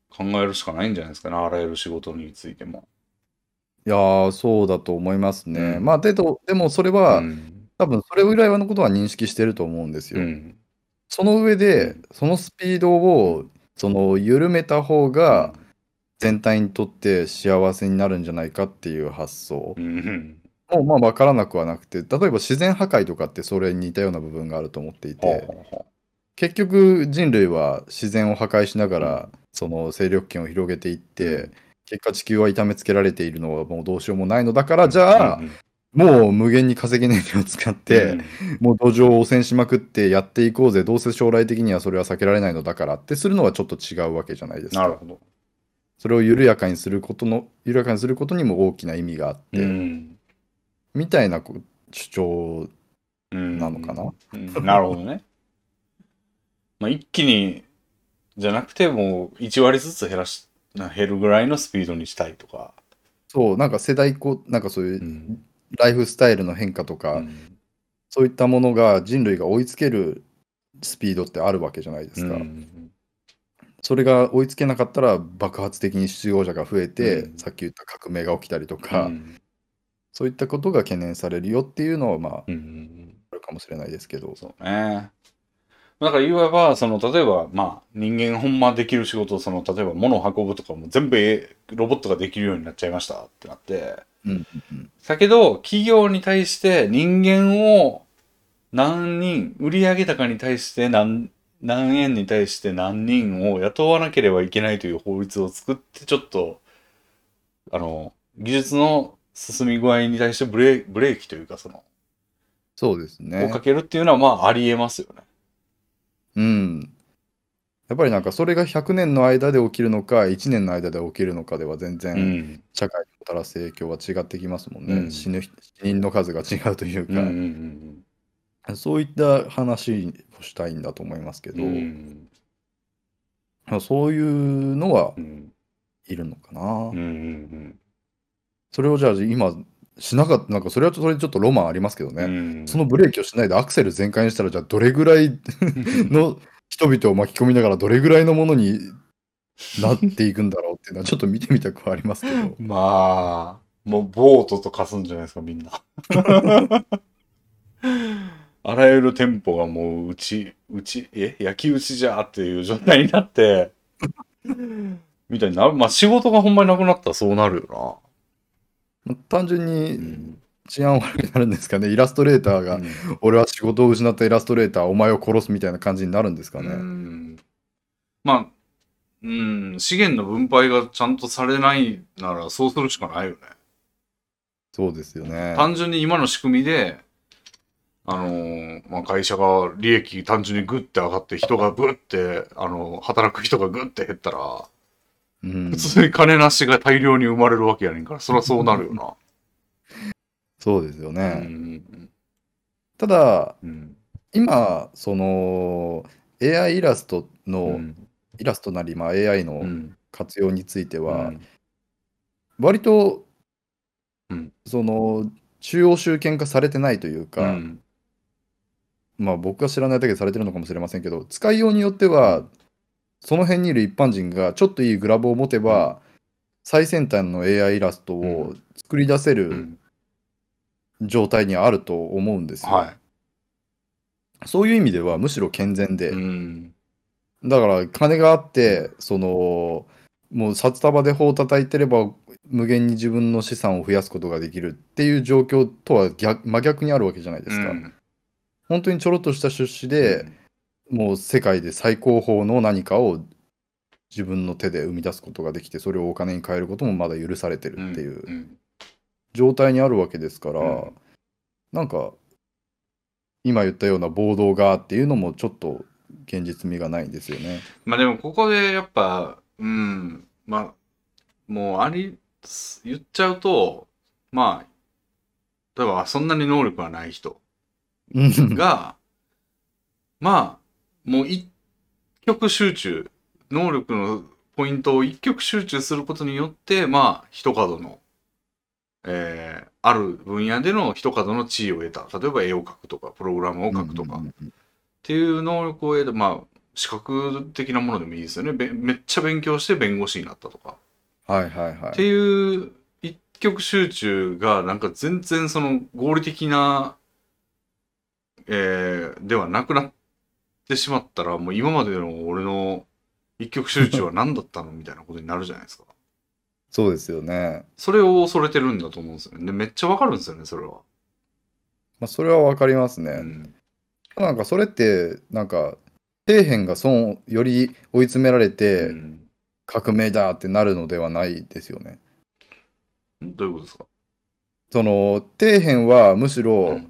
[SPEAKER 1] 考えるしかないんじゃないですかね、あらゆる仕事についても。
[SPEAKER 2] いやー、そうだと思いますね。
[SPEAKER 1] うん
[SPEAKER 2] まあ、でと、でもそれは、
[SPEAKER 1] うん。
[SPEAKER 2] 多分それぐらいのことは認識してると思うんです
[SPEAKER 1] う
[SPEAKER 2] よ。
[SPEAKER 1] ん。
[SPEAKER 2] その上で、そのスピードを、その、緩めた方が、全体にとって幸せになるんじゃないかっていう発想
[SPEAKER 1] うん。
[SPEAKER 2] も、まあ、わからなくはなくて、例えば自然破壊とかってそれに似たような部分があると思ってい
[SPEAKER 1] ほう
[SPEAKER 2] て、
[SPEAKER 1] ほうほ
[SPEAKER 2] 結局人類は自然を破壊しながらその勢力圏を広げていって、
[SPEAKER 1] うん
[SPEAKER 2] 結果地球は痛めつけられているのはもうどうしようもないのだからじ
[SPEAKER 1] う
[SPEAKER 2] ゃあ、
[SPEAKER 1] うん
[SPEAKER 2] もう無限に化石燃料を使って、もう土壌を汚染しまくってやっていこうぜどうせ将来的にはそれは避けられないのだからってするのはちょっと違うわけじゃないです
[SPEAKER 1] なる
[SPEAKER 2] か
[SPEAKER 1] ほど。
[SPEAKER 2] それを緩やかにすることの緩やかにすることにも大きな意味があって、
[SPEAKER 1] うん。
[SPEAKER 2] みたいなこう主張
[SPEAKER 1] うん
[SPEAKER 2] なのかな、
[SPEAKER 1] うんなるほどね。まあ、一気に、じゃなくても、1割ずつ減らし、な減るぐらいのスピードにしたいとか。。
[SPEAKER 2] そうなんか世代こうなんかそういううんライフスタイルの変化とか、
[SPEAKER 1] うん
[SPEAKER 2] そういったものが人類が追いつけるスピードってあるわけじゃないですか。
[SPEAKER 1] うん
[SPEAKER 2] それが追いつけなかったら爆発的に失業者が増えて、
[SPEAKER 1] うん
[SPEAKER 2] さっき言った革命が起きたりとか、
[SPEAKER 1] うん
[SPEAKER 2] そういったことが懸念されるよっていうのはまあ
[SPEAKER 1] うん
[SPEAKER 2] あるかもしれないですけど。
[SPEAKER 1] そうね。だから、いわば、その、例えば、まあ、人間がほんまできる仕事、その、例えば、物を運ぶとかも全部えロボットができるようになっちゃいましたってなって、
[SPEAKER 2] うんうん
[SPEAKER 1] だけど、企業に対して人間を何人、売上高に対して何、何円に対して何人を雇わなければいけないという法律を作って、ちょっと、あの、技術の進み具合に対してブレブレーキというか、その、
[SPEAKER 2] そうです
[SPEAKER 1] を
[SPEAKER 2] ね
[SPEAKER 1] か。けるっていうのは、まあ、ありえますよね。
[SPEAKER 2] うん。やっぱりなんかそれが100年の間で起きるのか1年の間で起きるのかでは全
[SPEAKER 1] う
[SPEAKER 2] 然
[SPEAKER 1] ん。
[SPEAKER 2] 社会にもたらす影響は違ってきますもんね、
[SPEAKER 1] うん
[SPEAKER 2] 死ぬ人死人の数が違うという
[SPEAKER 1] うん。う
[SPEAKER 2] か、
[SPEAKER 1] ん
[SPEAKER 2] そういった話をしたいんだと思いますけ
[SPEAKER 1] うん。う
[SPEAKER 2] ど、
[SPEAKER 1] ん。
[SPEAKER 2] まあそういうのは
[SPEAKER 1] うん。
[SPEAKER 2] いるのかな。
[SPEAKER 1] うん。うん。
[SPEAKER 2] それをじゃあ今しなかった、なんかそれはそれでちょっとロマンありますけど
[SPEAKER 1] う
[SPEAKER 2] ね。
[SPEAKER 1] ん。。
[SPEAKER 2] そのブレーキをしないでアクセル全開にしたら、じゃあどれぐらいの人々を巻き込みながらどれぐらいのものになっていくんだろうっていうのはちょっと見てみたくはありますけど
[SPEAKER 1] まあ、もうボートと化すんじゃないですか、みん な。あらゆる店舗がもう、うち、うち、え、焼き打ちじゃーっていう状態になって、みたいになる。まあ仕事がほんまになくなったらそうなるよ
[SPEAKER 2] 単
[SPEAKER 1] な。
[SPEAKER 2] 純に治安悪くなるんですかね。イラストレーターが、
[SPEAKER 1] う
[SPEAKER 2] 俺は仕事を失ったイラストレーター、お前を殺すみたいな感じになるんですかね。
[SPEAKER 1] ん。まあ、うん、資源の分配がちゃんとされないならそうするしかないよね。
[SPEAKER 2] そうですよね。
[SPEAKER 1] 単純に今の仕組みで、あのーまあ、会社が利益単純にグッて上がって人がグッて、あのー働く人がグッて減ったら、
[SPEAKER 2] うん
[SPEAKER 1] 普、通に金なしが大量に生まれるわけやねんからそりゃそうなるよな。
[SPEAKER 2] そうですよね。
[SPEAKER 1] うん
[SPEAKER 2] ただ、
[SPEAKER 1] うん
[SPEAKER 2] 今その AI イラストの、
[SPEAKER 1] うん
[SPEAKER 2] イラストなり、まあ、AI
[SPEAKER 1] う
[SPEAKER 2] の
[SPEAKER 1] ん
[SPEAKER 2] 活用については、
[SPEAKER 1] うん
[SPEAKER 2] 割と、
[SPEAKER 1] うん
[SPEAKER 2] その中央集権化されてないというか、
[SPEAKER 1] うん
[SPEAKER 2] まあ僕が知らないだけでされてるのかもしれませんけど使いようによってはその辺にいる一般人がちょっといいグラボを持てば、最先端の AI イラストを作り出せ
[SPEAKER 1] う
[SPEAKER 2] る
[SPEAKER 1] ん
[SPEAKER 2] 状態にあると思うんですよ。
[SPEAKER 1] は
[SPEAKER 2] そういう意味ではむしろ健全で、
[SPEAKER 1] い。うん
[SPEAKER 2] だから金があってそのもう札束で砲叩いてれば無限に自分の資産を増やすことができるっていう状況とは逆真逆にあるわけじゃないですか、
[SPEAKER 1] うん
[SPEAKER 2] 本当にちょろっとした出資で、もう世界で最高峰の何かを自分の手で生み出すことができてそれをお金に変えることもまだ許されて
[SPEAKER 1] うん
[SPEAKER 2] るっていう
[SPEAKER 1] うん
[SPEAKER 2] 状態にあるわけですから、
[SPEAKER 1] うん
[SPEAKER 2] なんか今言ったような暴動がっていうのもちょっと現実味がないんですよね。
[SPEAKER 1] まあでもここでやっぱ、うん、まあ、もうあり、言っちゃうと、まあ、例えばそんなに能力がない人
[SPEAKER 2] うん
[SPEAKER 1] が、まあ、もう一極集中、能力のポイントを一極集中することによって、まあ、一角のえーある分野での一角の地位を得た例えば絵を描くとかプログラムを書くとか
[SPEAKER 2] う
[SPEAKER 1] っ
[SPEAKER 2] んうん
[SPEAKER 1] ていう能力を得たまあ資格的なものでもいいですよねべめっちゃ勉強して弁護士になったとか
[SPEAKER 2] うんはいはいは
[SPEAKER 1] っ
[SPEAKER 2] い
[SPEAKER 1] ていう一極集中がなんか全然その合理的な、えーではなくなってしまったらもう今までの俺の一極集中は何だったのみたいなことになるじゃないですか。
[SPEAKER 2] そうですよね
[SPEAKER 1] それを恐れてるんだと思うんですよね。でめっちゃわかるんですよねそれは。
[SPEAKER 2] まあそれはわかりますね、
[SPEAKER 1] うん
[SPEAKER 2] なんかそれってなんか底辺が損をより追い詰められて
[SPEAKER 1] うん
[SPEAKER 2] 革命だってなるのではないですよね。
[SPEAKER 1] どういうことですか、
[SPEAKER 2] その底辺はむしろ、
[SPEAKER 1] うん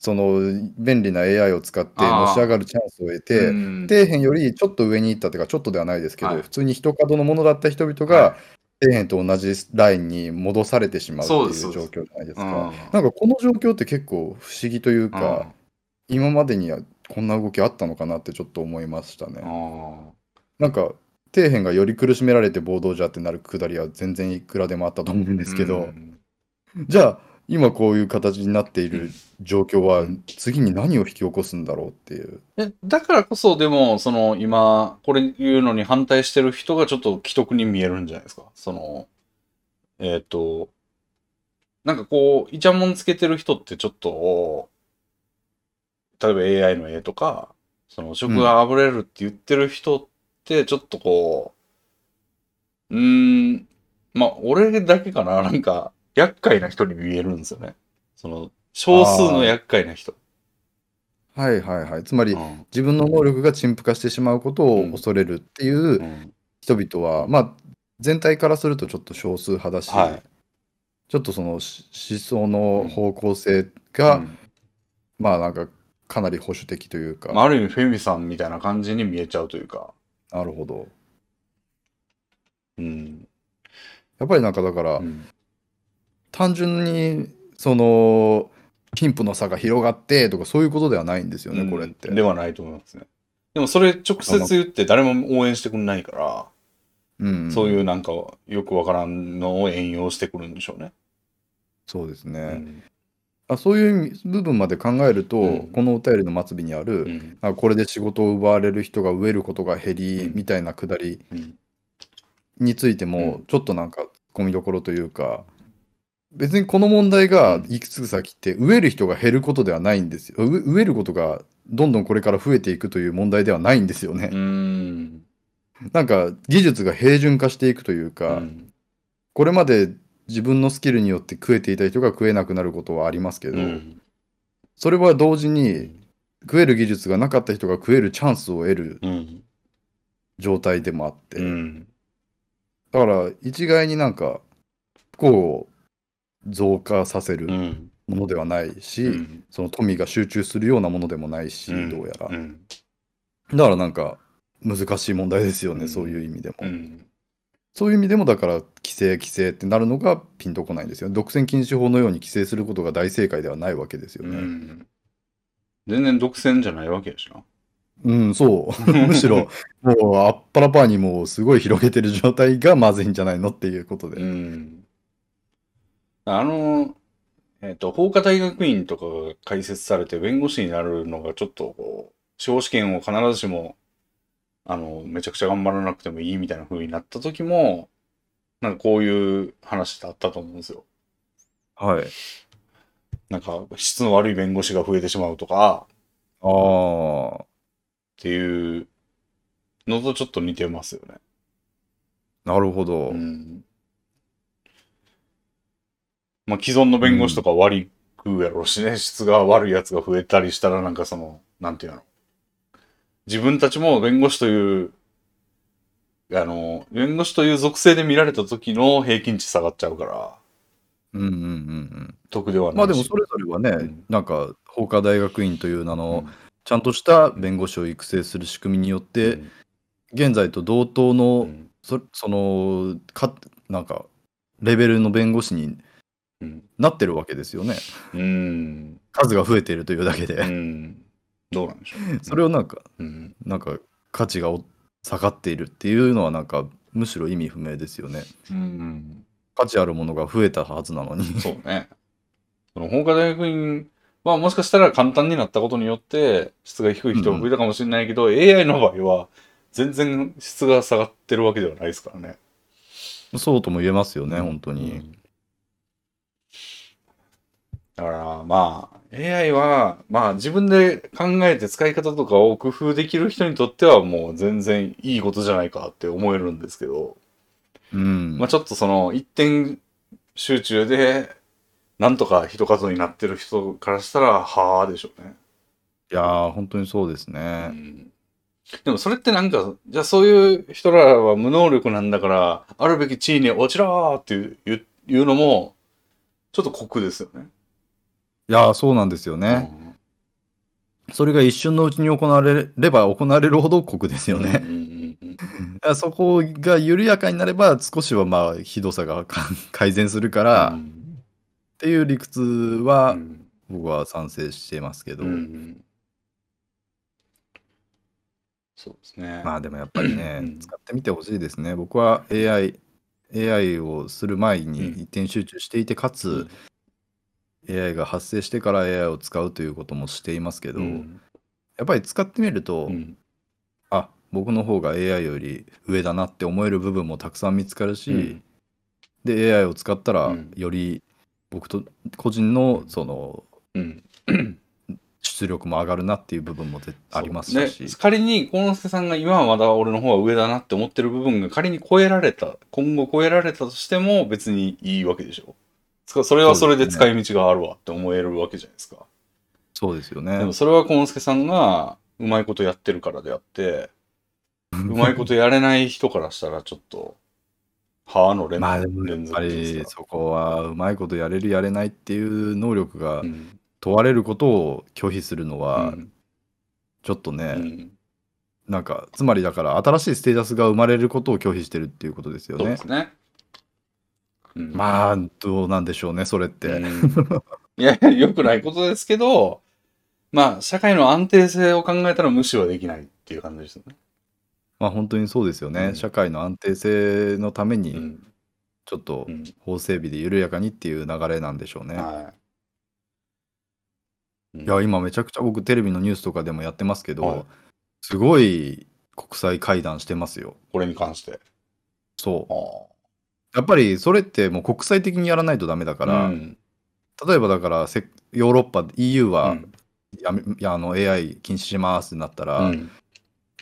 [SPEAKER 2] その便利な AI を使って
[SPEAKER 1] あー
[SPEAKER 2] のし上がるチャンスを得て、
[SPEAKER 1] うん
[SPEAKER 2] 底辺よりちょっと上に行ったというかちょっとではないですけど、
[SPEAKER 1] はい
[SPEAKER 2] 普通に一角のものだった人々
[SPEAKER 1] は
[SPEAKER 2] が底辺と同じラインに戻されてしまうって
[SPEAKER 1] そう
[SPEAKER 2] いう
[SPEAKER 1] ですそう
[SPEAKER 2] 状
[SPEAKER 1] です
[SPEAKER 2] 況じゃないです
[SPEAKER 1] う
[SPEAKER 2] か。
[SPEAKER 1] ん
[SPEAKER 2] なんかこの状況って結構不思議という
[SPEAKER 1] うん
[SPEAKER 2] か、今までにはこんな動きあったのかなってちょっと思いましたね。
[SPEAKER 1] あ
[SPEAKER 2] なんか底辺がより苦しめられて暴動じゃってなるくだりは全然いくらでもあったと思うんで
[SPEAKER 1] です
[SPEAKER 2] けど、じゃあ今こういう形になっている状況は次に何を引き起こすんだろうっていう。
[SPEAKER 1] えだからこそでもその今これ言うのに反対してる人がちょっと既得に見えるんじゃないですかそのえっ、となんかこうイチャモンつけてる人ってちょっと例えば AI の絵とかその食があぶれるって言ってる人ってちょっとこううーんまあ俺だけかななんか厄介な人に見えるんですよねその少数の厄介な人。
[SPEAKER 2] はいはいはい。つまり
[SPEAKER 1] うん
[SPEAKER 2] 自分の能力が陳腐化してしまうことを恐れるっていう
[SPEAKER 1] うん
[SPEAKER 2] 人々は、まあ全体からするとちょっと少数派だし、
[SPEAKER 1] はい
[SPEAKER 2] ちょっとそのし思想の方向性が、
[SPEAKER 1] うん
[SPEAKER 2] まあなんかかなり保守的というか、
[SPEAKER 1] まあ、ある意味フェミさんみたいな感じに見えちゃうというか、
[SPEAKER 2] なるほど。
[SPEAKER 1] うん
[SPEAKER 2] やっぱりなんかだから、
[SPEAKER 1] うん
[SPEAKER 2] 単純にその貧富の差が広がってとかそういうことではないんですよね、
[SPEAKER 1] うん
[SPEAKER 2] これって。
[SPEAKER 1] ではないと思いますねでもそれ直接言って誰も応援してくれないから、
[SPEAKER 2] うん、
[SPEAKER 1] そう
[SPEAKER 2] う
[SPEAKER 1] いうなんかよくわからんのを援用してくるんでしょうね、
[SPEAKER 2] そうですね、
[SPEAKER 1] うん
[SPEAKER 2] あ。そういう意味部分まで考えると、
[SPEAKER 1] うん
[SPEAKER 2] このお便りの末尾にある、
[SPEAKER 1] うん
[SPEAKER 2] あこれで仕事を奪われる人が増えることが減り、
[SPEAKER 1] うん
[SPEAKER 2] みたいなくだり
[SPEAKER 1] うん
[SPEAKER 2] についても、
[SPEAKER 1] う
[SPEAKER 2] ちょっとなんかツッコみどころというか別にこの問題がいくつ先って増える人が減ることではないんですよう増えることがどんどんこれから増えていくという問題ではないんですよね
[SPEAKER 1] う、ん
[SPEAKER 2] なんか技術が平準化していくというか、
[SPEAKER 1] うん
[SPEAKER 2] これまで自分のスキルによって食えていた人が食えなくなることはありますけど、
[SPEAKER 1] うん
[SPEAKER 2] それは同時に食える技術がなかった人が食えるチャンスを得る
[SPEAKER 1] うん
[SPEAKER 2] 状態でもあって、
[SPEAKER 1] うん
[SPEAKER 2] だから一概になんか不幸を増加させる
[SPEAKER 1] うん
[SPEAKER 2] ものではないし、
[SPEAKER 1] うん
[SPEAKER 2] その富が集中するようなものでもないし、
[SPEAKER 1] うん
[SPEAKER 2] どうやら、
[SPEAKER 1] うん
[SPEAKER 2] だからなんか難しい問題ですよね、
[SPEAKER 1] うん
[SPEAKER 2] そういう意味でも、
[SPEAKER 1] うん
[SPEAKER 2] そういう意味でもだから規制規制ってなるのがピンとこないんですよね独占禁止法のように規制することが大正解ではないわけですよ
[SPEAKER 1] う
[SPEAKER 2] ね
[SPEAKER 1] ん全然独占じゃないわけや しな
[SPEAKER 2] うん、そう むしろもうあっぱらぱーにもうすごい広げてる状態がまずいんじゃないのっていうことで、
[SPEAKER 1] うん。あの、えっ、と、法科大学院とかが開設されて弁護士になるのがちょっとこう、司法試験を必ずしも、あの、めちゃくちゃ頑張らなくてもいいみたいな風になった時も、なんかこういう話だったと思うんですよ。
[SPEAKER 2] はい
[SPEAKER 1] なんか質の悪い弁護士が増えてしまうとか
[SPEAKER 2] ああ
[SPEAKER 1] っていうのとちょっと似てますよね。
[SPEAKER 2] なるほど、
[SPEAKER 1] うん。まあ、既存の弁護士とか悪い食うやろうしね、質が悪いやつが増えたりしたら、なんかその、なんていうの。自分たちも弁護士という、あの、弁護士という属性で見られた時の平均値下がっちゃうから、
[SPEAKER 2] うんうんうんうん
[SPEAKER 1] 得では
[SPEAKER 2] ま
[SPEAKER 1] な
[SPEAKER 2] あ
[SPEAKER 1] いし。
[SPEAKER 2] でもそれぞれはね、
[SPEAKER 1] うん
[SPEAKER 2] なんか法科大学院という名の、
[SPEAKER 1] うん
[SPEAKER 2] ちゃんとした弁護士を育成する仕組みによって、現在と同等
[SPEAKER 1] う
[SPEAKER 2] の、
[SPEAKER 1] ん
[SPEAKER 2] そそのかなんかレベルの弁護士に
[SPEAKER 1] うん
[SPEAKER 2] なってるわけですよね
[SPEAKER 1] うん。
[SPEAKER 2] 数が増えているというだけ
[SPEAKER 1] う
[SPEAKER 2] で、
[SPEAKER 1] ん。どうなんでしょ
[SPEAKER 2] それをなんか
[SPEAKER 1] う。うん。
[SPEAKER 2] なんか価値がお下がっているっていうのはなんかむしろ意味不明ですよね
[SPEAKER 1] うん。
[SPEAKER 2] 価値あるものが増えたはずなのに。
[SPEAKER 1] そうね。その法科大学院はもしかしたら簡単になったことによって質が低い人が増えたかもしれないけど、AI の場合は全然質が下がってるわけではないですからね。
[SPEAKER 2] そうとも言えますよね、本当
[SPEAKER 1] う
[SPEAKER 2] に。
[SPEAKER 1] んだからまあ AI はまあ自分で考えて使い方とかを工夫できる人にとってはもう全然いいことじゃないかって思えるんですけど。
[SPEAKER 2] うん。
[SPEAKER 1] まあ、ちょっとその一点集中でなんとか一数になってる人からしたらはあでしょうね、
[SPEAKER 2] いやー、本当にそうですね。
[SPEAKER 1] うんでもそれってなんかじゃあそういう人らは無能力なんだからあるべき地位に落ちろーっていう言う言うのもちょっと酷ですよね。
[SPEAKER 2] いやー、そうなんですよね。それが一瞬のうちに行われれば行われるほど酷ですよ
[SPEAKER 1] うん
[SPEAKER 2] ね。
[SPEAKER 1] うんうんうん
[SPEAKER 2] だから そこが緩やかになれば少しはまあひどさが か改善するから、
[SPEAKER 1] う
[SPEAKER 2] っ
[SPEAKER 1] ん
[SPEAKER 2] ていう理屈
[SPEAKER 1] う
[SPEAKER 2] は
[SPEAKER 1] ん
[SPEAKER 2] 僕は賛成してますけど、
[SPEAKER 1] うんそうですね。
[SPEAKER 2] まあでもやっぱりね、
[SPEAKER 1] うん
[SPEAKER 2] 使ってみてほしいですね。僕は AI、AI をする前に
[SPEAKER 1] うん
[SPEAKER 2] 一点集中していて、かつ AI が発生してから AI を使うということもしていますけど、
[SPEAKER 1] うん
[SPEAKER 2] やっぱり使ってみると、
[SPEAKER 1] うん
[SPEAKER 2] あ僕の方が AI より上だなって思える部分もたくさん見つかるし、
[SPEAKER 1] うん
[SPEAKER 2] で AI を使った
[SPEAKER 1] う
[SPEAKER 2] ら
[SPEAKER 1] ん
[SPEAKER 2] より僕と個人のその
[SPEAKER 1] うん
[SPEAKER 2] 出力も上がるなっていう部分も絶ありまし
[SPEAKER 1] ね
[SPEAKER 2] たし、
[SPEAKER 1] 仮に幸之助さんが今はまだ俺の方が上だなって思ってる部分が仮に超えられた今後超えられたとしても別にいいわけでしょつかそれはそれで使い道があるわって思えるわけじゃないですかで
[SPEAKER 2] そうですよね
[SPEAKER 1] もそれは幸之助さんがうまいことやってるからであってうまいことやれない人からしたらちょっと歯の連,、
[SPEAKER 2] まあでもやっ
[SPEAKER 1] 連
[SPEAKER 2] ぱ
[SPEAKER 1] 続です
[SPEAKER 2] り
[SPEAKER 1] か
[SPEAKER 2] そこはうまいことやれるやれないっていう能力が
[SPEAKER 1] らうん
[SPEAKER 2] 問われることを拒否するの
[SPEAKER 1] う
[SPEAKER 2] は
[SPEAKER 1] ん
[SPEAKER 2] ちょっとね、
[SPEAKER 1] うん
[SPEAKER 2] なんかつまりだから新しいステータスが生まれることを拒否してるっていうことですよ
[SPEAKER 1] そう
[SPEAKER 2] ね
[SPEAKER 1] ですね、うん
[SPEAKER 2] まあどうなんでしょうねそれって、
[SPEAKER 1] うん いやいや、良くないことですけど、まあ、社会の安定性を考えたら無視はできないっていう感じですよね。
[SPEAKER 2] まあ本当にそうですよね、
[SPEAKER 1] うん
[SPEAKER 2] 社会の安定性のために
[SPEAKER 1] ん。
[SPEAKER 2] ちょっと
[SPEAKER 1] うん
[SPEAKER 2] 法整備で緩やかにっていう流れなんでしょうね、
[SPEAKER 1] はい。
[SPEAKER 2] いや今めちゃくちゃ僕テレビのニュースとかでもやってますけど、
[SPEAKER 1] はい
[SPEAKER 2] すごい国際会談してますよ
[SPEAKER 1] これに関して。
[SPEAKER 2] そう
[SPEAKER 1] あ
[SPEAKER 2] やっぱりそれってもう国際的にやらないとダメだから、例えばだからせヨーロッパ EU はやめ、いやあの AI 禁止しますってなったら、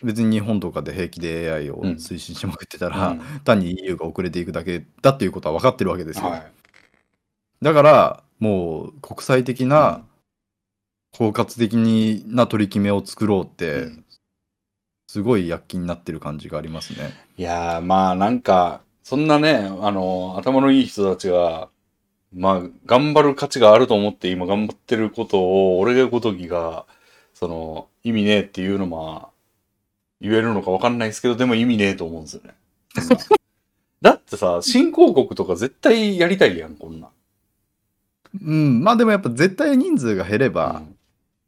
[SPEAKER 2] 別に日本とかで平気で AI を
[SPEAKER 1] うん
[SPEAKER 2] 推進しまくってたら、単に EU が遅れていくだけだっていうことは分かってるわけですよ、
[SPEAKER 1] はい。
[SPEAKER 2] だからもう国際的な包括的にな取り決めを作ろうって、
[SPEAKER 1] うん
[SPEAKER 2] すごい躍起になってる感じがありますね。
[SPEAKER 1] いやー、まあ、なんか、そんなね、あの、頭のいい人たちが、まあ、頑張る価値があると思って今頑張ってることを、俺がごときが、その、意味ねえっていうのも、言えるのかわかんないですけど、でも意味ねえと思うんですよね。そんなだってさ、新興国とか絶対やりたいやん、こんなん。
[SPEAKER 2] うん、まあでもやっぱ絶対人数が減れば、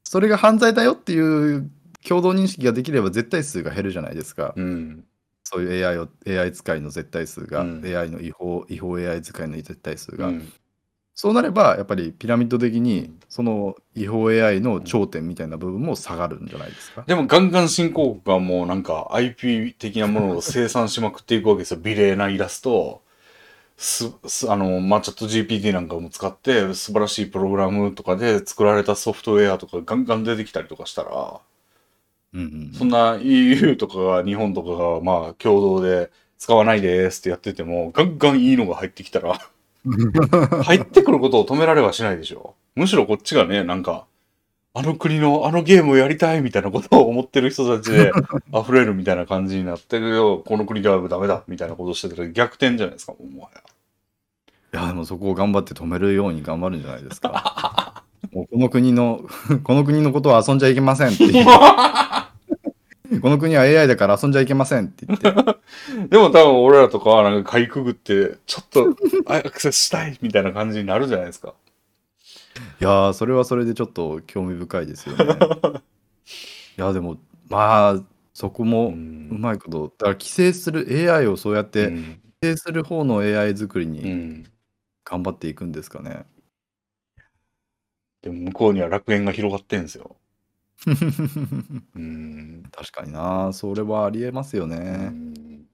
[SPEAKER 2] それが犯罪だよっていう共同認識ができれば絶対数が減るじゃないですか。
[SPEAKER 1] うん。
[SPEAKER 2] そういう AI を AI 使いの絶対数が、
[SPEAKER 1] うん
[SPEAKER 2] AI の違法違法 AI 使いの絶対数
[SPEAKER 1] う
[SPEAKER 2] が、
[SPEAKER 1] ん。
[SPEAKER 2] そうなればやっぱりピラミッド的にその違法 AI の頂点みたいな部分も下がるんじゃないですか。
[SPEAKER 1] でもガンガン新興国はもうなんか IP 的なものを生産しまくっていくわけですよ。美麗なイラストを。す、す、あの、まあ、チャット GPT なんかも使って、素晴らしいプログラムとかで作られたソフトウェアとかガンガン出てきたりとかしたら、
[SPEAKER 2] うんうん
[SPEAKER 1] そんな EU とかが日本とかが、まあ、共同で使わないですってやってても、ガンガンいいのが入ってきたら、入ってくることを止められはしないでしょ。むしろこっちがね、なんか、あの国のあのゲームをやりたいみたいなことを思ってる人たちで溢れるみたいな感じになってるよ、この国ではダメだみたいなことしてたら逆転じゃないですか、もうもはや。
[SPEAKER 2] いやでもそこを頑張って止めるように頑張るんじゃないですか。 もうこの国の この国のことは遊んじゃいけませんっていうこの国は AI だから遊んじゃいけませんって言って
[SPEAKER 1] でも多分俺らとかはなんかかいくぐって、ちょっとアクセスしたいみたいな感じになるじゃないですか。
[SPEAKER 2] いやーそれはそれでちょっと興味深いです よね。いやでもまあそこもう
[SPEAKER 1] ま
[SPEAKER 2] まいことだから規制する AI をそうやって
[SPEAKER 1] ん
[SPEAKER 2] 定する方の AI 作り
[SPEAKER 1] う
[SPEAKER 2] に
[SPEAKER 1] ん。
[SPEAKER 2] 頑張っていくんですかね。
[SPEAKER 1] でも向こうには楽園が広がってんです よ。うん。
[SPEAKER 2] 確かにな、それはありえますよ
[SPEAKER 1] う
[SPEAKER 2] ね。
[SPEAKER 1] ん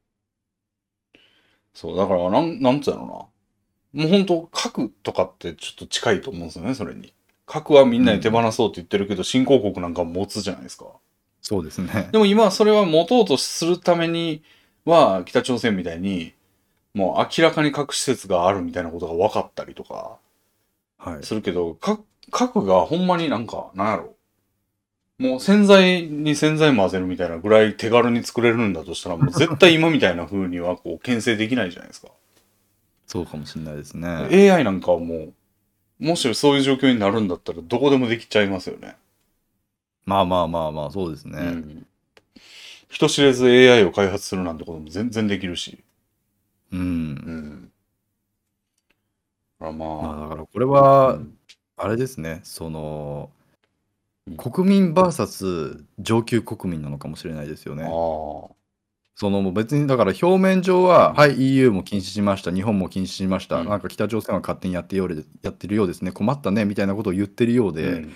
[SPEAKER 1] そう、だから、なん、なんつうのな。もう本当核とかってちょっと近いと思うんですよね、それに。核はみんなに手放そうって言ってるけど、新興国なんか持つじゃないですか。
[SPEAKER 2] そうですね
[SPEAKER 1] で。も今それは持とうとするためには北朝鮮みたいにもう明らかに核施設があるみたいなことが分かったりとか
[SPEAKER 2] はい。
[SPEAKER 1] するけどか核がほんまになんかなんやろもう洗剤に洗剤混ぜるみたいなぐらい手軽に作れるんだと したらもう絶対今みたいな風にはこう牽制できないじゃないですか。
[SPEAKER 2] そうかもしれないですね。
[SPEAKER 1] AI なんかはもうもしそういう状況になるんだったらどこでもできちゃいますよね。
[SPEAKER 2] まあまあまあまあ、そうですね。
[SPEAKER 1] うん人知れず AI を開発するなんてことも全然できるし。
[SPEAKER 2] うん。
[SPEAKER 1] うん。あま
[SPEAKER 2] ま
[SPEAKER 1] あ
[SPEAKER 2] あ、だからこれ
[SPEAKER 1] う
[SPEAKER 2] は、
[SPEAKER 1] ん
[SPEAKER 2] あれですね、その
[SPEAKER 1] うん、
[SPEAKER 2] 国民 VS 上級国民なのかもしれないですよ
[SPEAKER 1] あ
[SPEAKER 2] ね。
[SPEAKER 1] ー
[SPEAKER 2] そのもう別にだから表面上は、
[SPEAKER 1] うん
[SPEAKER 2] はい EU も禁止しました日本も禁止しました、
[SPEAKER 1] うん
[SPEAKER 2] なんか北朝鮮は勝手にやってようでやってるようですね困ったねみたいなことを言ってるようで、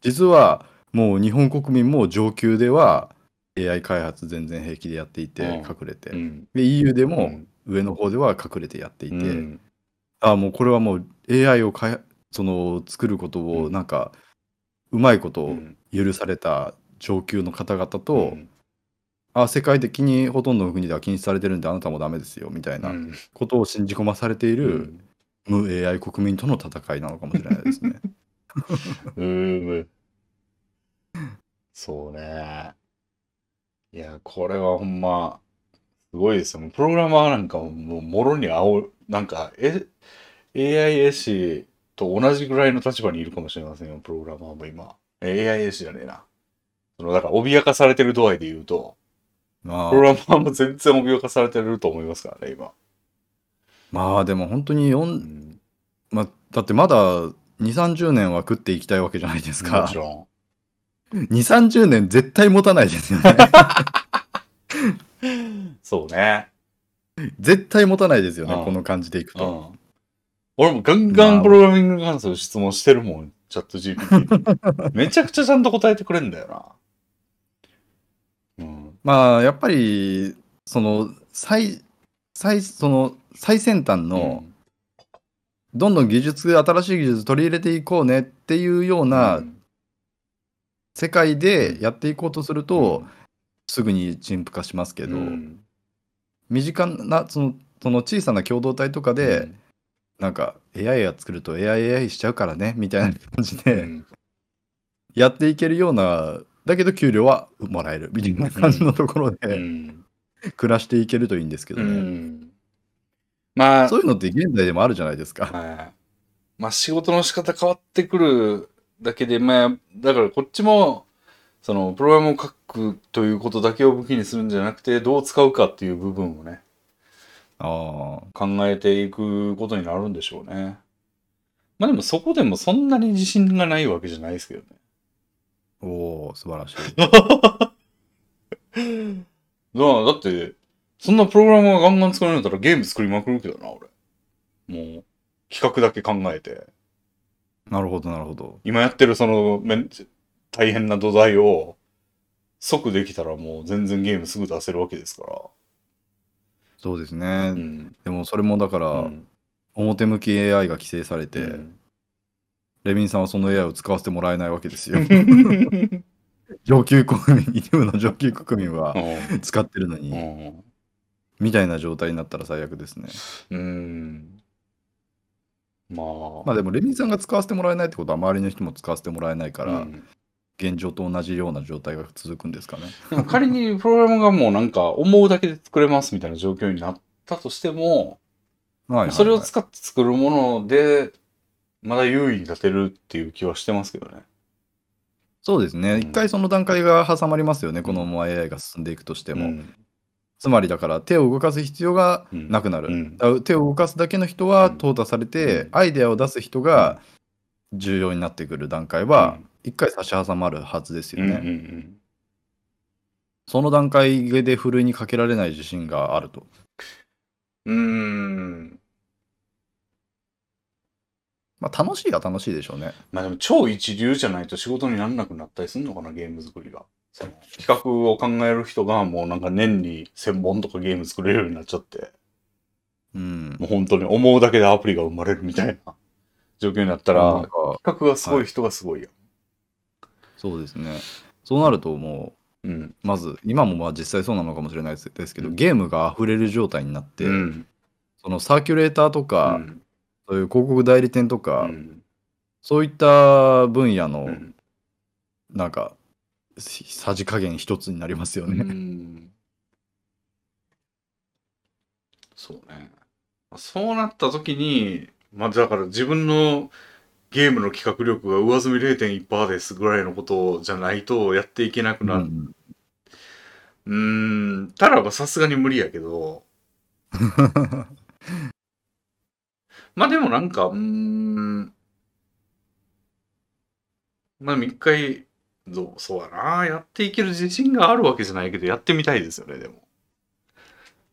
[SPEAKER 2] 実はもう日本国民も上級では AI 開発全然平気でやっていて
[SPEAKER 1] うん
[SPEAKER 2] 隠れて、
[SPEAKER 1] うんうん
[SPEAKER 2] で EU でも
[SPEAKER 1] う
[SPEAKER 2] 上の方では隠れてやっていて、
[SPEAKER 1] ん
[SPEAKER 2] あもうこれはもう AI をかいその作ること
[SPEAKER 1] う
[SPEAKER 2] を
[SPEAKER 1] ん
[SPEAKER 2] なんかうまいこと
[SPEAKER 1] う
[SPEAKER 2] を
[SPEAKER 1] ん
[SPEAKER 2] 許された上級の方々と、
[SPEAKER 1] うん
[SPEAKER 2] あ世界的にほとんどの国では禁止されてるんであなたもダメですよみたいなことを信じ込まされている無 AI 国民との戦いなのかもしれないで すね。
[SPEAKER 1] うんうんそうねいやこれはほんますごいですよプログラマーなんかももうもろにあおなんかえ AI 絵師と同じぐらいの立場にいるかもしれませんよプログラマーも今え AI 絵師じゃねえなそのだから脅かされてる度合いで言うと、
[SPEAKER 2] ま
[SPEAKER 1] プロ
[SPEAKER 2] あ、
[SPEAKER 1] グラマーも全然脅かされてると思いますからね、今。
[SPEAKER 2] まあでも本当によ、
[SPEAKER 1] うんん、
[SPEAKER 2] まあ、だってまだ2 3 0年は食っていきたいわけじゃないです
[SPEAKER 1] も
[SPEAKER 2] か
[SPEAKER 1] ち。ろん。
[SPEAKER 2] 2 3 0年絶対持たないですよ ね。
[SPEAKER 1] そうね。
[SPEAKER 2] 絶対持たないですよね、
[SPEAKER 1] うん
[SPEAKER 2] この感じでいく
[SPEAKER 1] う
[SPEAKER 2] と。
[SPEAKER 1] ん。俺もガンガンプログラミングに関する質問してるもん、チャット GPT。め ちゃくちゃちゃんと答えてくれんだよな。うん。
[SPEAKER 2] まあやっぱりその最最その最先端の、どんどん技術新しい技術取り入れていこうねっていうよう
[SPEAKER 1] うん
[SPEAKER 2] な
[SPEAKER 1] うん
[SPEAKER 2] 世界でやっていこうとすると、すぐに陳腐化しますけ
[SPEAKER 1] うん
[SPEAKER 2] ど、
[SPEAKER 1] うん
[SPEAKER 2] 身近なそのその小さな共同体とかで、
[SPEAKER 1] うん
[SPEAKER 2] なんか AI が作ると AIAI しちゃうからねみたいな感じで、
[SPEAKER 1] うん
[SPEAKER 2] やっていけるようなだけど給料はもらえるみたいな感じのところ
[SPEAKER 1] う
[SPEAKER 2] で
[SPEAKER 1] ん
[SPEAKER 2] 暮らしていけるといいんですけど
[SPEAKER 1] う
[SPEAKER 2] ね、
[SPEAKER 1] ん。まあ
[SPEAKER 2] そ、ういうのって現在でもあるじゃないですか。
[SPEAKER 1] はい。まあ仕事の仕方変わってくるだけで、まあ、だからこっちも、その、プログラムを書くということだけを武器にするんじゃなくて、どう使うかっていう部分をね、
[SPEAKER 2] ああ
[SPEAKER 1] 考えていくことになるんでしょうね。まあでもそこでもそんなに自信がないわけじゃないですけどね。
[SPEAKER 2] おお素晴らしい。
[SPEAKER 1] だだって、そんなプログラムがガンガン作れるんだったらゲーム作りまくるけどな、俺。もう、企画だけ考えて。
[SPEAKER 2] なるほどなるほど。
[SPEAKER 1] 今やってるそのめん大変な土台を即できたらもう全然ゲームすぐ出せるわけですから。
[SPEAKER 2] そうですね。
[SPEAKER 1] うん。
[SPEAKER 2] でもそれもだから、
[SPEAKER 1] うん
[SPEAKER 2] 表向き AI が規制されて、
[SPEAKER 1] うん
[SPEAKER 2] レミンさんはその AI を使わせてもらえないわけですよ。上級国民、一部の上級国民は使ってるのに、
[SPEAKER 1] うん
[SPEAKER 2] みたいな状態になったら最悪ですね。
[SPEAKER 1] うん。まあ。
[SPEAKER 2] まあでも、レミンさんが使わせてもらえないってことは、周りの人も使わせてもらえないから、
[SPEAKER 1] うん
[SPEAKER 2] 現状と同じような状態が続くんですかね。
[SPEAKER 1] でも仮にプログラムがもうなんか思うだけで作れますみたいな状況になったとしても、
[SPEAKER 2] はいはいはい
[SPEAKER 1] それを使って作るもので、まだ優位に立てるっていう気はしてますけどね。
[SPEAKER 2] そうですね。一回その段階が挟まりますよね、このまま AI が進んでいくとして
[SPEAKER 1] で
[SPEAKER 2] も。つまりだから、手を動かす必要がなくなる。
[SPEAKER 1] うん、
[SPEAKER 2] だから手を動かすだけの人は
[SPEAKER 1] うん
[SPEAKER 2] 淘汰されて、
[SPEAKER 1] うん
[SPEAKER 2] アイデアを出す人が重要になってくる段階は一回差し挟まるはずです
[SPEAKER 1] う
[SPEAKER 2] よ
[SPEAKER 1] ん
[SPEAKER 2] ね、
[SPEAKER 1] うんうん
[SPEAKER 2] その段階でふるいにかけられない自信があると
[SPEAKER 1] うーん。
[SPEAKER 2] まあ、楽しいは楽しいでしょうね。
[SPEAKER 1] まあでも超一流じゃないと仕事にならなくなったりするのかな、ゲーム作りが。その企画を考える人がもうなんか年に1000本とかゲーム作れるようになっちゃって、
[SPEAKER 2] うん。
[SPEAKER 1] もう本当に思うだけでアプリが生まれるみたいな状況になったら、
[SPEAKER 2] なんか
[SPEAKER 1] 企画がすごい人がすごいよ。
[SPEAKER 2] そうですね。そうなるとも
[SPEAKER 1] うん。
[SPEAKER 2] う、まず、今もまあ実際そうなのかもしれないですですけど、ゲームが溢れる状態になって、
[SPEAKER 1] うん。
[SPEAKER 2] そのサーキュレーターと
[SPEAKER 1] う
[SPEAKER 2] か、
[SPEAKER 1] ん
[SPEAKER 2] そういう広告代理店と
[SPEAKER 1] う
[SPEAKER 2] か、
[SPEAKER 1] ん
[SPEAKER 2] そういった分野の、
[SPEAKER 1] うん
[SPEAKER 2] なんか、さじ加減一つになりますよね。
[SPEAKER 1] うんそうね。そうなった時に、まあだから自分のゲームの企画力が上積み0.1%ですぐらいのことじゃないとやっていけなくな
[SPEAKER 2] う
[SPEAKER 1] る。
[SPEAKER 2] ん
[SPEAKER 1] うーん、たらばさすがに無理やけど、 まあでもなんか、うーん、まあ一回、そうそうだな、やっていける自信があるわけじゃないけど、やってみたいですよね、でも。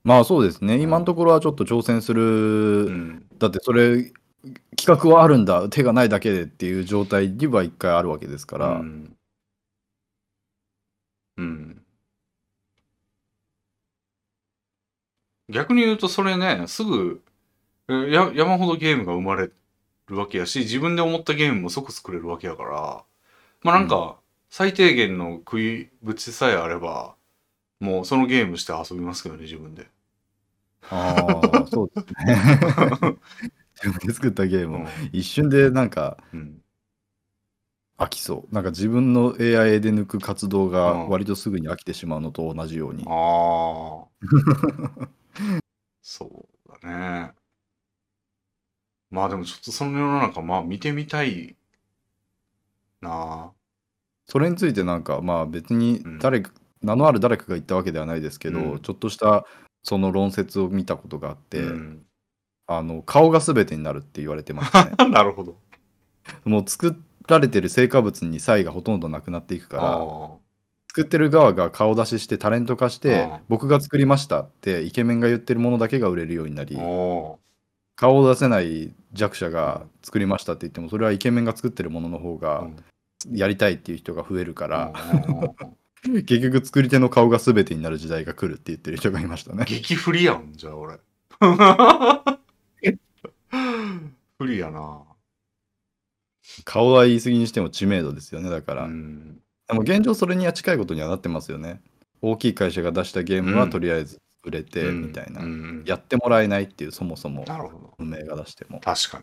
[SPEAKER 2] まあそうですね、
[SPEAKER 1] ん
[SPEAKER 2] 今のところはちょっと挑戦する、
[SPEAKER 1] うん
[SPEAKER 2] だってそれ、企画はあるんだ、手がないだけでっていう状態には一回あるわけですから、
[SPEAKER 1] うん。うん。逆に言うと、それね、すぐ、えや山ほどゲームが生まれるわけやし、自分で思ったゲームも即作れるわけやから、まあなんか、最低限の食いぶちさえあれば、もうそのゲームして遊びますけどね、自 分で。
[SPEAKER 2] ああ、そうですね。自分で作ったゲー
[SPEAKER 1] う
[SPEAKER 2] ム、
[SPEAKER 1] ん。
[SPEAKER 2] 一瞬でなんか
[SPEAKER 1] うん。
[SPEAKER 2] 飽きそう、なんか自分の AI で抜く活動が
[SPEAKER 1] うん
[SPEAKER 2] 割とすぐに飽きてしまうのと同じように。
[SPEAKER 1] ああ。 そうだね。まあでもちょっとその世の中、まあ見てみたいなあ。
[SPEAKER 2] それについてなんか、まあ別に
[SPEAKER 1] うん
[SPEAKER 2] 誰か、名のある誰かが言ったわけではないですけど、
[SPEAKER 1] うん
[SPEAKER 2] ちょっとしたその論説を見たことがあって、
[SPEAKER 1] うん、
[SPEAKER 2] あの顔が全てになるって言われてました ね。
[SPEAKER 1] なるほど。
[SPEAKER 2] もう作られてる成果物に差異がほとんどなくなっていくから
[SPEAKER 1] あ
[SPEAKER 2] 作ってる側が顔出ししてタレント化して
[SPEAKER 1] ああ
[SPEAKER 2] 僕が作りましたってイケメンが言ってるものだけが売れるようになり
[SPEAKER 1] あ。お
[SPEAKER 2] 顔を出せない弱者が作りましたって言ってもそれはイケメンが作ってるものの方
[SPEAKER 1] あ
[SPEAKER 2] がやりたいっていう人が増えるから、
[SPEAKER 1] あ
[SPEAKER 2] 結局作り手の顔が全てになる時代が来るって言ってる人がいましたね。
[SPEAKER 1] 激不利やん、じゃあ俺。不利やな。
[SPEAKER 2] 顔は言い過ぎにしても知名度ですよねだから、
[SPEAKER 1] うん
[SPEAKER 2] でも現状それには近いことにはなってますよね。大きい会社が出したゲーム
[SPEAKER 1] う
[SPEAKER 2] は
[SPEAKER 1] ん
[SPEAKER 2] とりあえず売れて
[SPEAKER 1] うん
[SPEAKER 2] みたいな、
[SPEAKER 1] うん
[SPEAKER 2] やってもらえないっていうそもそも
[SPEAKER 1] なるほど。
[SPEAKER 2] 運命が出しても
[SPEAKER 1] 確か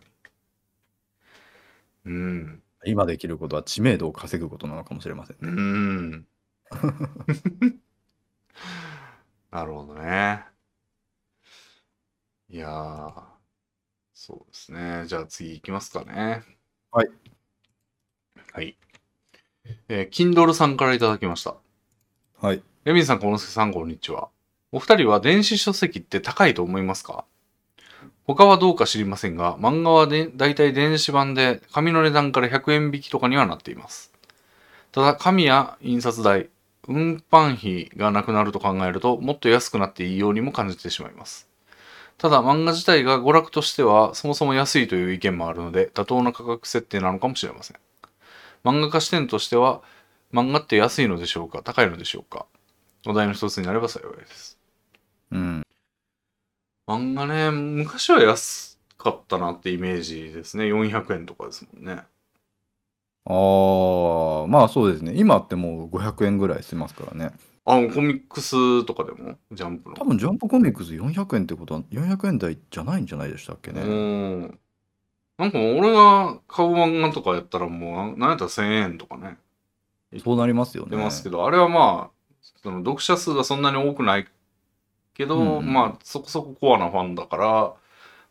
[SPEAKER 1] に。うん。
[SPEAKER 2] 今できることは知名度を稼ぐことなのかもしれません
[SPEAKER 1] う
[SPEAKER 2] ね。
[SPEAKER 1] ん。なるほどね。いやー、そうですね。じゃあ次行きますかね。
[SPEAKER 2] はい。
[SPEAKER 1] はい。えー、Kindle さんからいただきました。
[SPEAKER 2] はい。
[SPEAKER 1] レミンさん、コノスケさん、こんにちは。お二人は電子書籍って高いと思いますか他はどうか知りませんが、漫画はで大体電子版で紙の値段から100円引きとかにはなっています。ただ、紙や印刷代、運搬費がなくなると考えると、もっと安くなっていいようにも感じてしまいます。ただ、漫画自体が娯楽としてはそもそも安いという意見もあるので、妥当な価格設定なのかもしれません。漫画家視点としては、漫画って安いのでしょうか高いのでしょうかお題の一つになれば幸いです。
[SPEAKER 2] うん。
[SPEAKER 1] 漫画ね、昔は安かったなってイメージですね。400円とかですもんね。
[SPEAKER 2] あー、まあそうですね。今ってもう500円ぐらいしますからね。
[SPEAKER 1] あ、コミックスとかでもジャンプの。
[SPEAKER 2] 多分ジャンプコミックス400円ってことは400円台じゃないんじゃないでしたっけ
[SPEAKER 1] う
[SPEAKER 2] ね。
[SPEAKER 1] ん。なんかもう俺が買う漫画とかやったらもう、なんやったら1000円とかね。
[SPEAKER 2] そうなりますよね。
[SPEAKER 1] 出ますけど、あれはまあ、その読者数がそんなに多くないけど、
[SPEAKER 2] うんうん
[SPEAKER 1] まあそこそこコアなファンだから、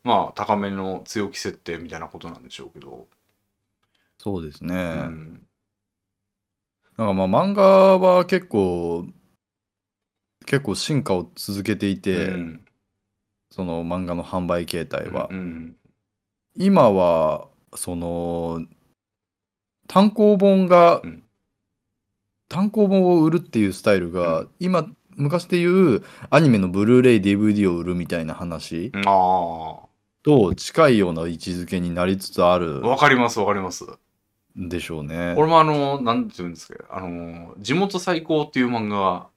[SPEAKER 1] まあ高めの強気設定みたいなことなんでしょうけど。
[SPEAKER 2] そうですね。
[SPEAKER 1] うん。
[SPEAKER 2] なんかまあ漫画は結構、結構進化を続けていて、
[SPEAKER 1] うん
[SPEAKER 2] その漫画の販売形態は。
[SPEAKER 1] うん。
[SPEAKER 2] 今はその単行本が、
[SPEAKER 1] うん
[SPEAKER 2] 単行本を売るっていうスタイル
[SPEAKER 1] う
[SPEAKER 2] が今昔で言うアニメのブルーレイ DVD を売るみたいな話
[SPEAKER 1] ああ
[SPEAKER 2] と近いような位置づけになりつつある
[SPEAKER 1] わかりますわかります
[SPEAKER 2] んでしょうね。
[SPEAKER 1] 俺もあのなんて言うんですかあの地元最高っていう漫画が
[SPEAKER 2] は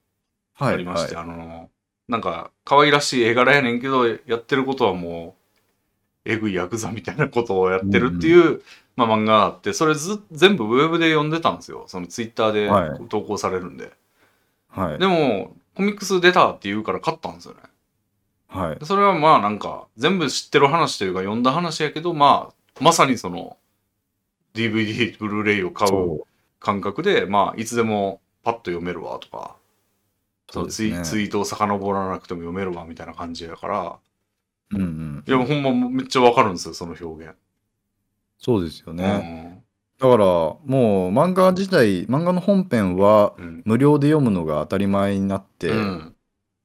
[SPEAKER 1] ありまして、あのなんか可愛らしい絵柄やねんけどやってることはもうえぐいヤクザみたいなことをやってるっていう、まあ、漫画があってそれず全部ウェブで読んでたんですよそのツイッター
[SPEAKER 2] は
[SPEAKER 1] で投稿されるんで、
[SPEAKER 2] はい。はい。
[SPEAKER 1] でもコミックス出たって言うから買ったんですよね
[SPEAKER 2] はい。
[SPEAKER 1] それはまあなんか全部知ってる話というか読んだ話やけどまあまさにその DVD ブルーレイを買う
[SPEAKER 2] そ
[SPEAKER 1] 感覚でまあいつでもパッと読めるわとかそ
[SPEAKER 2] そう
[SPEAKER 1] の
[SPEAKER 2] で
[SPEAKER 1] ツ
[SPEAKER 2] すね
[SPEAKER 1] イツイートを遡らなくても読めるわみたいな感じやから
[SPEAKER 2] う。うんうん。
[SPEAKER 1] いやほんまめっちゃわかるんですよその表現。
[SPEAKER 2] そうですよね。だから、もう漫画自体、漫画の本編は
[SPEAKER 1] うんうん
[SPEAKER 2] 無料で読むのが当たり前になって、
[SPEAKER 1] うん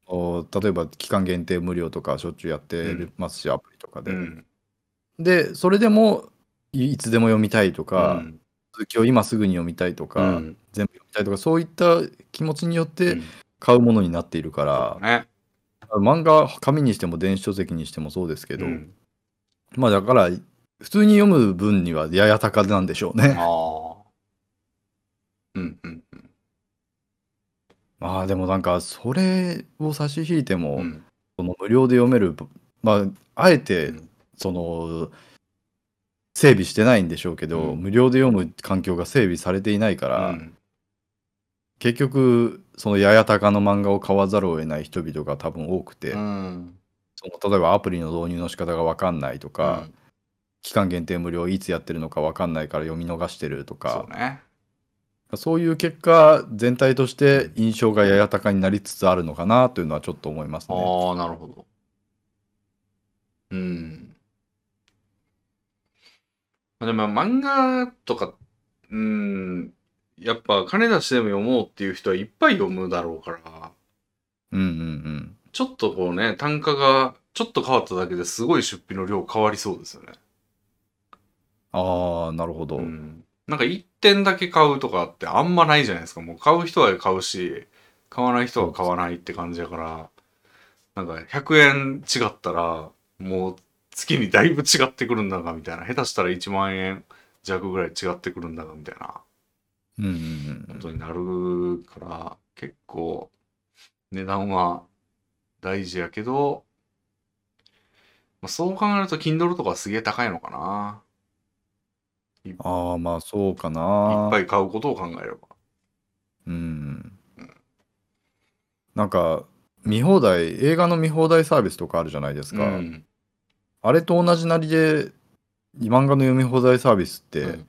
[SPEAKER 2] お例えば期間限定無料とかしょっちゅうやってますし、アプリとかで。
[SPEAKER 1] うん
[SPEAKER 2] で、それでもいいつでも読みたいと
[SPEAKER 1] う
[SPEAKER 2] か、
[SPEAKER 1] ん
[SPEAKER 2] 続きを今すぐに読みたいと
[SPEAKER 1] う
[SPEAKER 2] か、
[SPEAKER 1] ん
[SPEAKER 2] 全部読みたいとか、そういった気持ちによっ
[SPEAKER 1] う
[SPEAKER 2] て
[SPEAKER 1] ん
[SPEAKER 2] 買うものになっているから、
[SPEAKER 1] ね
[SPEAKER 2] 漫画、紙にしても電子書籍にしてもそうですけ
[SPEAKER 1] う
[SPEAKER 2] ど、
[SPEAKER 1] ん
[SPEAKER 2] まあだから、普通に読む分にはやや高なんでしょうね。
[SPEAKER 1] ああうんうん
[SPEAKER 2] まあでもなんか、それを差し引いても、
[SPEAKER 1] うん
[SPEAKER 2] その無料で読める、まあ、あえ
[SPEAKER 1] う
[SPEAKER 2] て
[SPEAKER 1] ん、
[SPEAKER 2] その、整備してないんでしょうけど、
[SPEAKER 1] うん
[SPEAKER 2] 無料で読む環境が整備されていないから、
[SPEAKER 1] うん
[SPEAKER 2] 結局、そのやや高の漫画を買わざるを得ない人々が多分多くて、
[SPEAKER 1] うん
[SPEAKER 2] その例えばアプリの導入の仕方が分かんないとか、
[SPEAKER 1] うん
[SPEAKER 2] 期間限定無料いつやってるのか分かんないから読み逃してるとか
[SPEAKER 1] そうね
[SPEAKER 2] そういう結果、全体として印象がやや高になりつつあるのかなというのはちょっと思いますね。
[SPEAKER 1] ああ、なるほど。うん。まあでも漫画とか、うん、やっぱ金出してでも読もうっていう人はいっぱい読むだろうから、
[SPEAKER 2] うんうん
[SPEAKER 1] ちょっとこうね、単価がちょっと変わっただけですごい出費の量変わりそうですよね。
[SPEAKER 2] うん。ああ、なるほど。
[SPEAKER 1] うん。なんか1点だけ買うとかってあんまないじゃないですか。もう買う人は買うし、買わない人は買わないって感じだから、なんか100円違ったら、もう月にだいぶ違ってくるんだがみたいな。下手したら1万円弱ぐらい違ってくるんだがみたいな
[SPEAKER 2] うんうんうん
[SPEAKER 1] ことになるから、結構値段は大事やけど、まあ、そう考えると Kindle とかすげえ高いのかな。
[SPEAKER 2] ああ、まあそうかない
[SPEAKER 1] っ。ぱい買うことを考えれば。
[SPEAKER 2] うん。なんか、見放題、映画の見放題サービスとかあるじゃないですか。
[SPEAKER 1] うん
[SPEAKER 2] あれと同じなりで、漫画の読み放題サービスっ
[SPEAKER 1] う
[SPEAKER 2] て
[SPEAKER 1] ん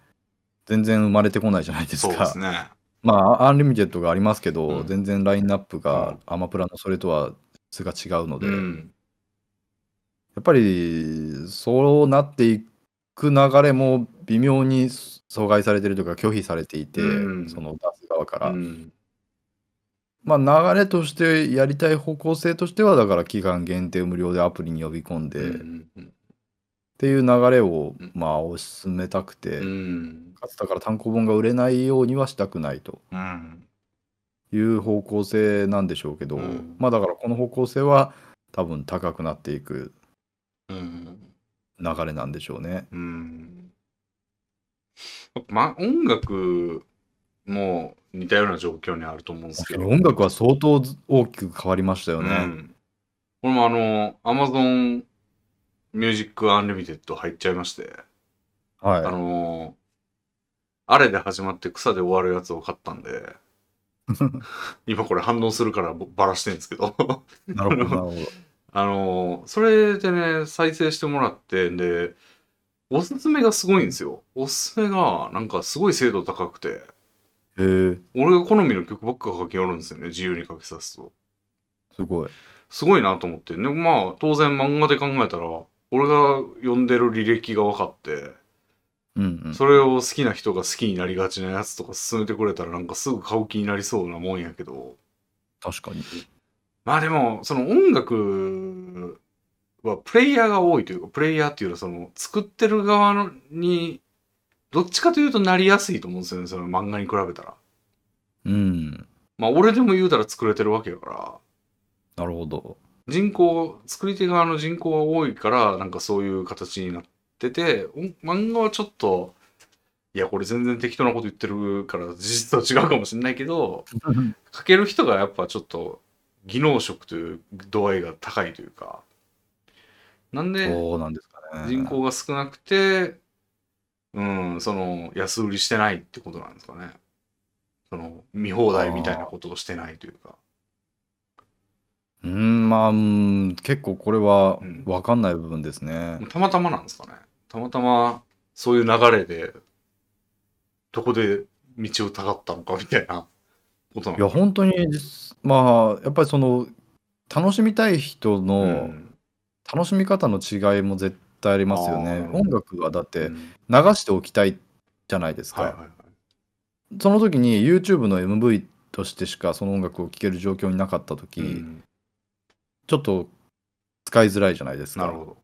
[SPEAKER 2] 全然生まれてこないじゃないです
[SPEAKER 1] そう
[SPEAKER 2] か。
[SPEAKER 1] ですね。
[SPEAKER 2] まあ、アンリミテッドがありますけど、
[SPEAKER 1] うん
[SPEAKER 2] 全然ラインナップ
[SPEAKER 1] う
[SPEAKER 2] が
[SPEAKER 1] ん
[SPEAKER 2] アマプラのそれとは質が違うので、
[SPEAKER 1] うん。
[SPEAKER 2] やっぱりそうなっていく流れも微妙に阻害されてるというか拒否されていて、
[SPEAKER 1] うん
[SPEAKER 2] その出す側から、
[SPEAKER 1] うん
[SPEAKER 2] まあ流れとしてやりたい方向性としてはだから期間限定無料でアプリに呼び込んで、
[SPEAKER 1] う
[SPEAKER 2] っ
[SPEAKER 1] ん
[SPEAKER 2] ていう流れを
[SPEAKER 1] うん
[SPEAKER 2] まあ推し進めたくて、
[SPEAKER 1] うん
[SPEAKER 2] かつだから単行本が売れないようにはしたくないと
[SPEAKER 1] うん
[SPEAKER 2] いう方向性なんでしょうけど、
[SPEAKER 1] うん
[SPEAKER 2] まあだからこの方向性は多分高くなっていく
[SPEAKER 1] うん
[SPEAKER 2] 流れなんでしょうね。
[SPEAKER 1] うんまあ音楽も似たような状況にあると思うんですけど。
[SPEAKER 2] 音楽は相当大きく変わりましたよね。
[SPEAKER 1] うんこれもあの、Amazon Music Unlimited 入っちゃいまして、
[SPEAKER 2] はい。
[SPEAKER 1] あの、あれで始まって草で終わるやつを買ったん で、今これ反応するからぼばらしてるんですけど。
[SPEAKER 2] なるほど、なるほど。
[SPEAKER 1] あのーそれでね、再生してもらって、で、おすすめがすごいんですよ。おすすめが、なんかすごい精度高くて、
[SPEAKER 2] へえー、
[SPEAKER 1] 俺が好みの曲ばっか書き寄るんですよね、自由に書きさすと。
[SPEAKER 2] すごい。
[SPEAKER 1] すごいなと思って、ね、まあ、当然漫画で考えたら、俺が読んでる履歴が分かって、
[SPEAKER 2] うんうん。
[SPEAKER 1] それを好きな人が好きになりがちなやつとか勧めてくれたら、なんかすぐ買う気になりそうなもんやけど、
[SPEAKER 2] 確かに。
[SPEAKER 1] まあでも、その音楽はプレイヤーが多いというか、プレイヤーっていうのはその作ってる側のに、どっちかというとなりやすいと思うんですよね、その漫画に比べたら。
[SPEAKER 2] うん。
[SPEAKER 1] まあ俺でも言うたら作れてるわけやから、
[SPEAKER 2] なるほど。
[SPEAKER 1] 人口、作り手側の人口が多いから、なんかそういう形になってて、お漫画はちょっと、いや、これ全然適当なこと言ってるから、事実と違うかもしれないけど、書ける人がやっぱちょっと技能色という度合いが高いというかなん で
[SPEAKER 2] そうなんですかね。
[SPEAKER 1] 人口が少なくてうんその安売りしてないってことなんですかねその見放題みたいなことをしてないというか
[SPEAKER 2] うん、まあ、うん結構これは
[SPEAKER 1] うん
[SPEAKER 2] 分かんない部分ですね。
[SPEAKER 1] たまたまなんですかねたまたまそういう流れでどこで道をたがったのかみたいな ことない
[SPEAKER 2] や、
[SPEAKER 1] の
[SPEAKER 2] 本当に実、まあ、やっぱりその、楽しみたい人
[SPEAKER 1] う
[SPEAKER 2] の
[SPEAKER 1] ん
[SPEAKER 2] 楽しみ方の違いも絶対ありますよね。
[SPEAKER 1] あー
[SPEAKER 2] 音楽はだって
[SPEAKER 1] う
[SPEAKER 2] 流
[SPEAKER 1] ん
[SPEAKER 2] しておきたいじゃないですか。
[SPEAKER 1] はいはいはい
[SPEAKER 2] その時に YouTube の MV としてしかその音楽を聴ける状況になかった時、
[SPEAKER 1] うん
[SPEAKER 2] ちょっと使いづらいじゃないですか。
[SPEAKER 1] なるほど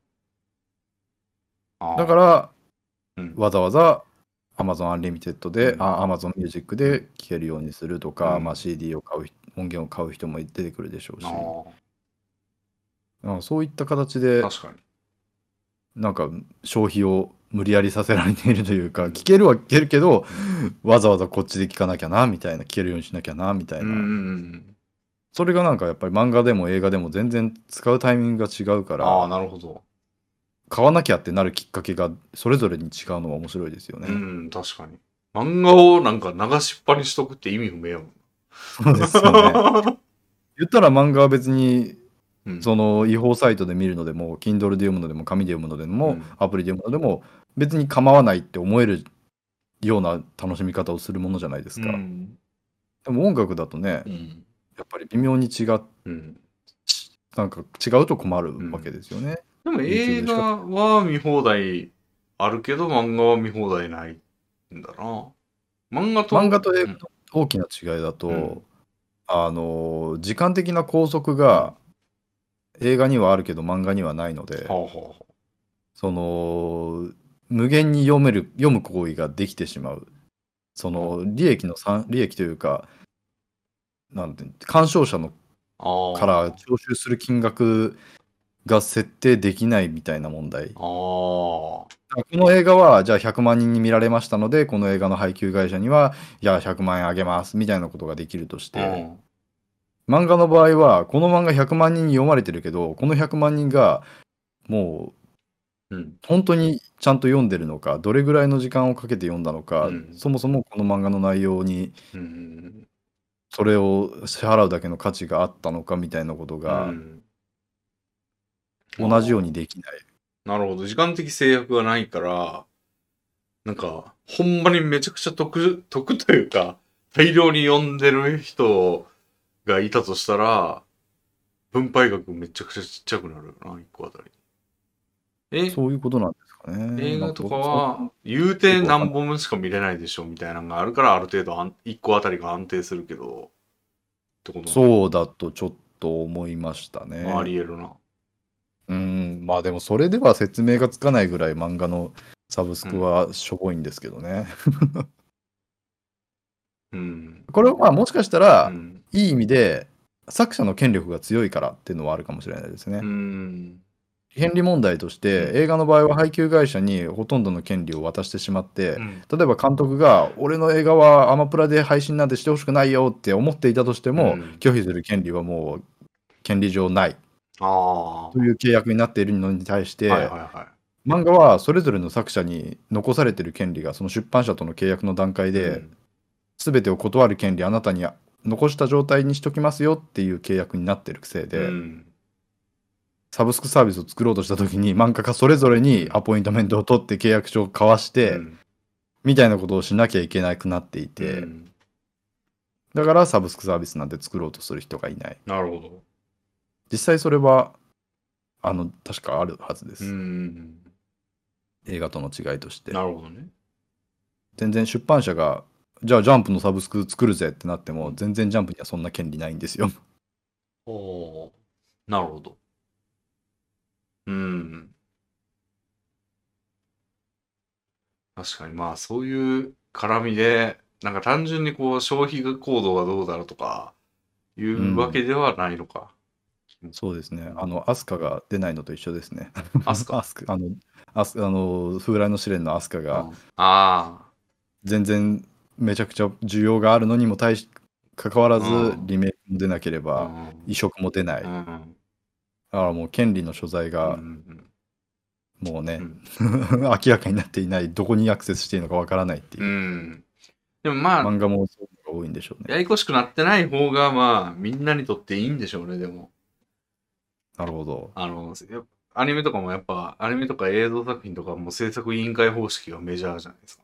[SPEAKER 1] あー
[SPEAKER 2] だから、
[SPEAKER 1] うん
[SPEAKER 2] わざわざ Amazon Unlimited で、
[SPEAKER 1] うん
[SPEAKER 2] あ Amazon Music で聴けるようにするとか、
[SPEAKER 1] うん
[SPEAKER 2] まあ、CD を買う人音源を買う人も出てくるでしょうし、
[SPEAKER 1] あ
[SPEAKER 2] うんそういった形で
[SPEAKER 1] あ確かに
[SPEAKER 2] なんか消費を無理やりさせられているというか聴けるは聴けるけどわざわざこっちで聴かなきゃなみたいな聴けるようにしなきゃなみたいな、
[SPEAKER 1] うん
[SPEAKER 2] それがなんかやっぱり漫画でも映画でも全然使うタイミングが違うか
[SPEAKER 1] ああ
[SPEAKER 2] ら
[SPEAKER 1] なるほど、
[SPEAKER 2] 買わなきゃってなるきっかけがそれぞれに違うのが面白いですよね。
[SPEAKER 1] うん確かに漫画をなんか流しっぱにしとくって意味不明やもん
[SPEAKER 2] そうですよね言ったら漫画は別に
[SPEAKER 1] うん
[SPEAKER 2] その違法サイトで見るのでも Kindle で読むのでも紙で読むのでも、
[SPEAKER 1] うん
[SPEAKER 2] アプリで読むのでも別に構わないって思えるような楽しみ方をするものじゃないですか、
[SPEAKER 1] うん
[SPEAKER 2] でも音楽だとね
[SPEAKER 1] うん
[SPEAKER 2] やっぱり微妙に違っ
[SPEAKER 1] うん
[SPEAKER 2] なんか違うと困るわけですよね、
[SPEAKER 1] でも映画は見放題あるけど漫画は見放題ないんだな漫画と
[SPEAKER 2] 漫画と映
[SPEAKER 1] う
[SPEAKER 2] 画
[SPEAKER 1] ん
[SPEAKER 2] の大きな違いだと、
[SPEAKER 1] うん
[SPEAKER 2] あの時間的な拘束が映画にはあるけど漫画にはないので
[SPEAKER 1] はあはあはあ
[SPEAKER 2] その無限に読める読む行為ができてしまうその利益の算利益というかなんて鑑賞者の
[SPEAKER 1] あー
[SPEAKER 2] から徴収する金額が設定できないみたいな問題だか
[SPEAKER 1] あー
[SPEAKER 2] らこの映画はじゃあ100万人に見られましたのでこの映画の配給会社にはじゃあ100万円あげますみたいなことができるとして、
[SPEAKER 1] うん
[SPEAKER 2] 漫画の場合はこの漫画100万人に読まれてるけどこの100万人がもう
[SPEAKER 1] うん
[SPEAKER 2] 本当にちゃんと読んでるのかどれぐらいの時間をかけて読んだのか、
[SPEAKER 1] うん
[SPEAKER 2] そもそもこの漫画の内容に
[SPEAKER 1] うん
[SPEAKER 2] それを支払うだけの価値があったのかみたいなこと
[SPEAKER 1] う
[SPEAKER 2] が
[SPEAKER 1] ん
[SPEAKER 2] 同じようにできない、
[SPEAKER 1] なるほど。時間的制約がないから、なんか、ほんまにめちゃくちゃ得、得というか、大量に読んでる人がいたとしたら、分配額めちゃくちゃちっちゃくなるよな、一個あたり。え、
[SPEAKER 2] そういうことなんですかね
[SPEAKER 1] 映画とかは、言うて何本しか見れないでしょ、みたいなのがあるから、ある程度あん、一個あたりが安定するけど、ってことう。
[SPEAKER 2] そうだとちょっと思いましたね
[SPEAKER 1] ありえるな。
[SPEAKER 2] うんまあでもそれでは説明がつかないぐらい漫画のサブスクはしょぼいんですけどね、
[SPEAKER 1] うん。
[SPEAKER 2] これはまあもしかしたら、
[SPEAKER 1] うん。
[SPEAKER 2] いい意味で作者の権力が強いからっていうのはあるかもしれないですね、
[SPEAKER 1] うん。
[SPEAKER 2] 権利問題として、
[SPEAKER 1] うん
[SPEAKER 2] 映画の場合は配給会社にほとんどの権利を渡してしまって、
[SPEAKER 1] うん
[SPEAKER 2] 例えば監督が俺の映画はアマプラで配信なんてしてほしくないよって思っていたとしても、
[SPEAKER 1] うん
[SPEAKER 2] 拒否する権利はもう権利上ない
[SPEAKER 1] あ
[SPEAKER 2] という契約になっているのに対して、
[SPEAKER 1] あ。はいはいはい。
[SPEAKER 2] 漫画はそれぞれの作者に残されている権利がその出版社との契約の段階で、
[SPEAKER 1] うん
[SPEAKER 2] 全てを断る権利あなたに残した状態にしときますよっていう契約になってるせいで、
[SPEAKER 1] うん
[SPEAKER 2] サブスクサービスを作ろうとした時に漫画家それぞれにアポイントメントを取って契約書を交わして、
[SPEAKER 1] うん
[SPEAKER 2] みたいなことをしなきゃいけなくなっていて、
[SPEAKER 1] うん
[SPEAKER 2] だからサブスクサービスなんて作ろうとする人がいない
[SPEAKER 1] なるほど。
[SPEAKER 2] 実際それはあの確かあるはずです、
[SPEAKER 1] うん、
[SPEAKER 2] 映画との違いとして
[SPEAKER 1] なるほどね。
[SPEAKER 2] 全然出版社がじゃあジャンプのサブスク作るぜってなっても全然ジャンプにはそんな権利ないんで すよ
[SPEAKER 1] おーなるほど。うん。確かにまあそういう絡みでなんか単純にこう消費行動がどうだろうとかいうわけではないのか。
[SPEAKER 2] そうですね。あの、アスカが出ないのと一緒ですね。
[SPEAKER 1] アスカ
[SPEAKER 2] アスカ。あの、アスあの風来の試練のアスカが
[SPEAKER 1] うんあ
[SPEAKER 2] 全然めちゃくちゃ需要があるのにも対し、かかわらず
[SPEAKER 1] うん
[SPEAKER 2] リメイクも出なけれ
[SPEAKER 1] あ。
[SPEAKER 2] ば、移植も出ない。
[SPEAKER 1] う
[SPEAKER 2] だか
[SPEAKER 1] ん
[SPEAKER 2] らもう権利の所在
[SPEAKER 1] うんう
[SPEAKER 2] が
[SPEAKER 1] ん
[SPEAKER 2] もうね、
[SPEAKER 1] うん
[SPEAKER 2] 明らかになっていない、どこにアクセスしていいのかわからないっていうう。
[SPEAKER 1] んでもまあ、
[SPEAKER 2] 漫画もそういうのが多いんでしょうね。
[SPEAKER 1] ややこしくなってない方がまあ、みんなにとっていいんでしょうね、でも。
[SPEAKER 2] なるほど。
[SPEAKER 1] あの、やっぱアニメとかもやっぱ、アニメとか映像作品とかも制作委員会方式がメジャーじゃないですか。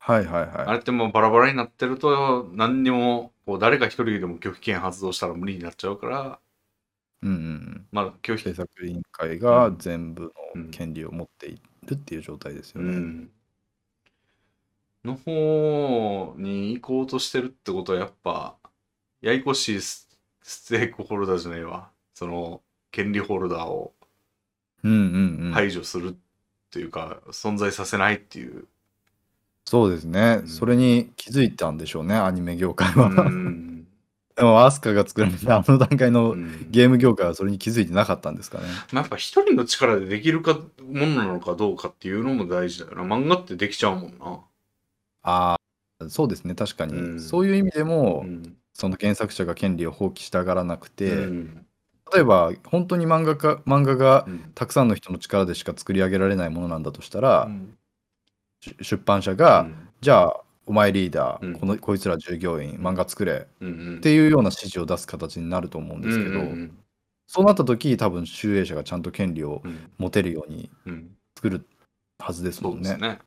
[SPEAKER 2] はいはい
[SPEAKER 1] あ
[SPEAKER 2] は
[SPEAKER 1] れってもうバラバラになってると、何にも、こう誰か一人でも拒否権発動したら無理になっちゃうから、
[SPEAKER 2] い。うんうんうん。
[SPEAKER 1] まあ拒否
[SPEAKER 2] 制作委員会が全部
[SPEAKER 1] うん
[SPEAKER 2] の権利を持っているっていう状態ですよ
[SPEAKER 1] う
[SPEAKER 2] ね。
[SPEAKER 1] ん、の方に行こうとしてるってことはやっぱやいこしいスステークホルダーじゃねえわその権利ホルダーを
[SPEAKER 2] うんうんうん。
[SPEAKER 1] 排除するっていうか、存在させないっていう、
[SPEAKER 2] そうですね、
[SPEAKER 1] うん
[SPEAKER 2] それに気づいたんでしょうね、アニメ業界
[SPEAKER 1] う
[SPEAKER 2] は。
[SPEAKER 1] ん
[SPEAKER 2] でも、アスカが作られたあの段階
[SPEAKER 1] う
[SPEAKER 2] の
[SPEAKER 1] ん
[SPEAKER 2] ゲーム業界はそれに気づいてなかったんですかね。
[SPEAKER 1] まあ、やっぱ一人の力でできるかものなのかどうかっていうのも大事だよな漫画ってできちゃうもんな、
[SPEAKER 2] ああ、そうですね、確かに。
[SPEAKER 1] うん
[SPEAKER 2] そういう意味でも、
[SPEAKER 1] うん
[SPEAKER 2] その原作者が権利を放棄したがらなくて、
[SPEAKER 1] うん
[SPEAKER 2] 例えば、本当に漫画か漫画が
[SPEAKER 1] うん
[SPEAKER 2] たくさんの人の力でしか作り上げられないものなんだとした
[SPEAKER 1] う
[SPEAKER 2] ら、
[SPEAKER 1] ん
[SPEAKER 2] し出版社が、じゃあ、お前リーダー、
[SPEAKER 1] うん
[SPEAKER 2] このこいつら従業員、漫画作れ
[SPEAKER 1] うん
[SPEAKER 2] っていうような指示を出す形になると思うんですけど、
[SPEAKER 1] うんうん
[SPEAKER 2] そうなった時多分集英社がちゃんと権利を
[SPEAKER 1] うん
[SPEAKER 2] 持てるように
[SPEAKER 1] うん
[SPEAKER 2] 作るはずです
[SPEAKER 1] そ
[SPEAKER 2] も
[SPEAKER 1] うんで
[SPEAKER 2] ね。そ
[SPEAKER 1] すね、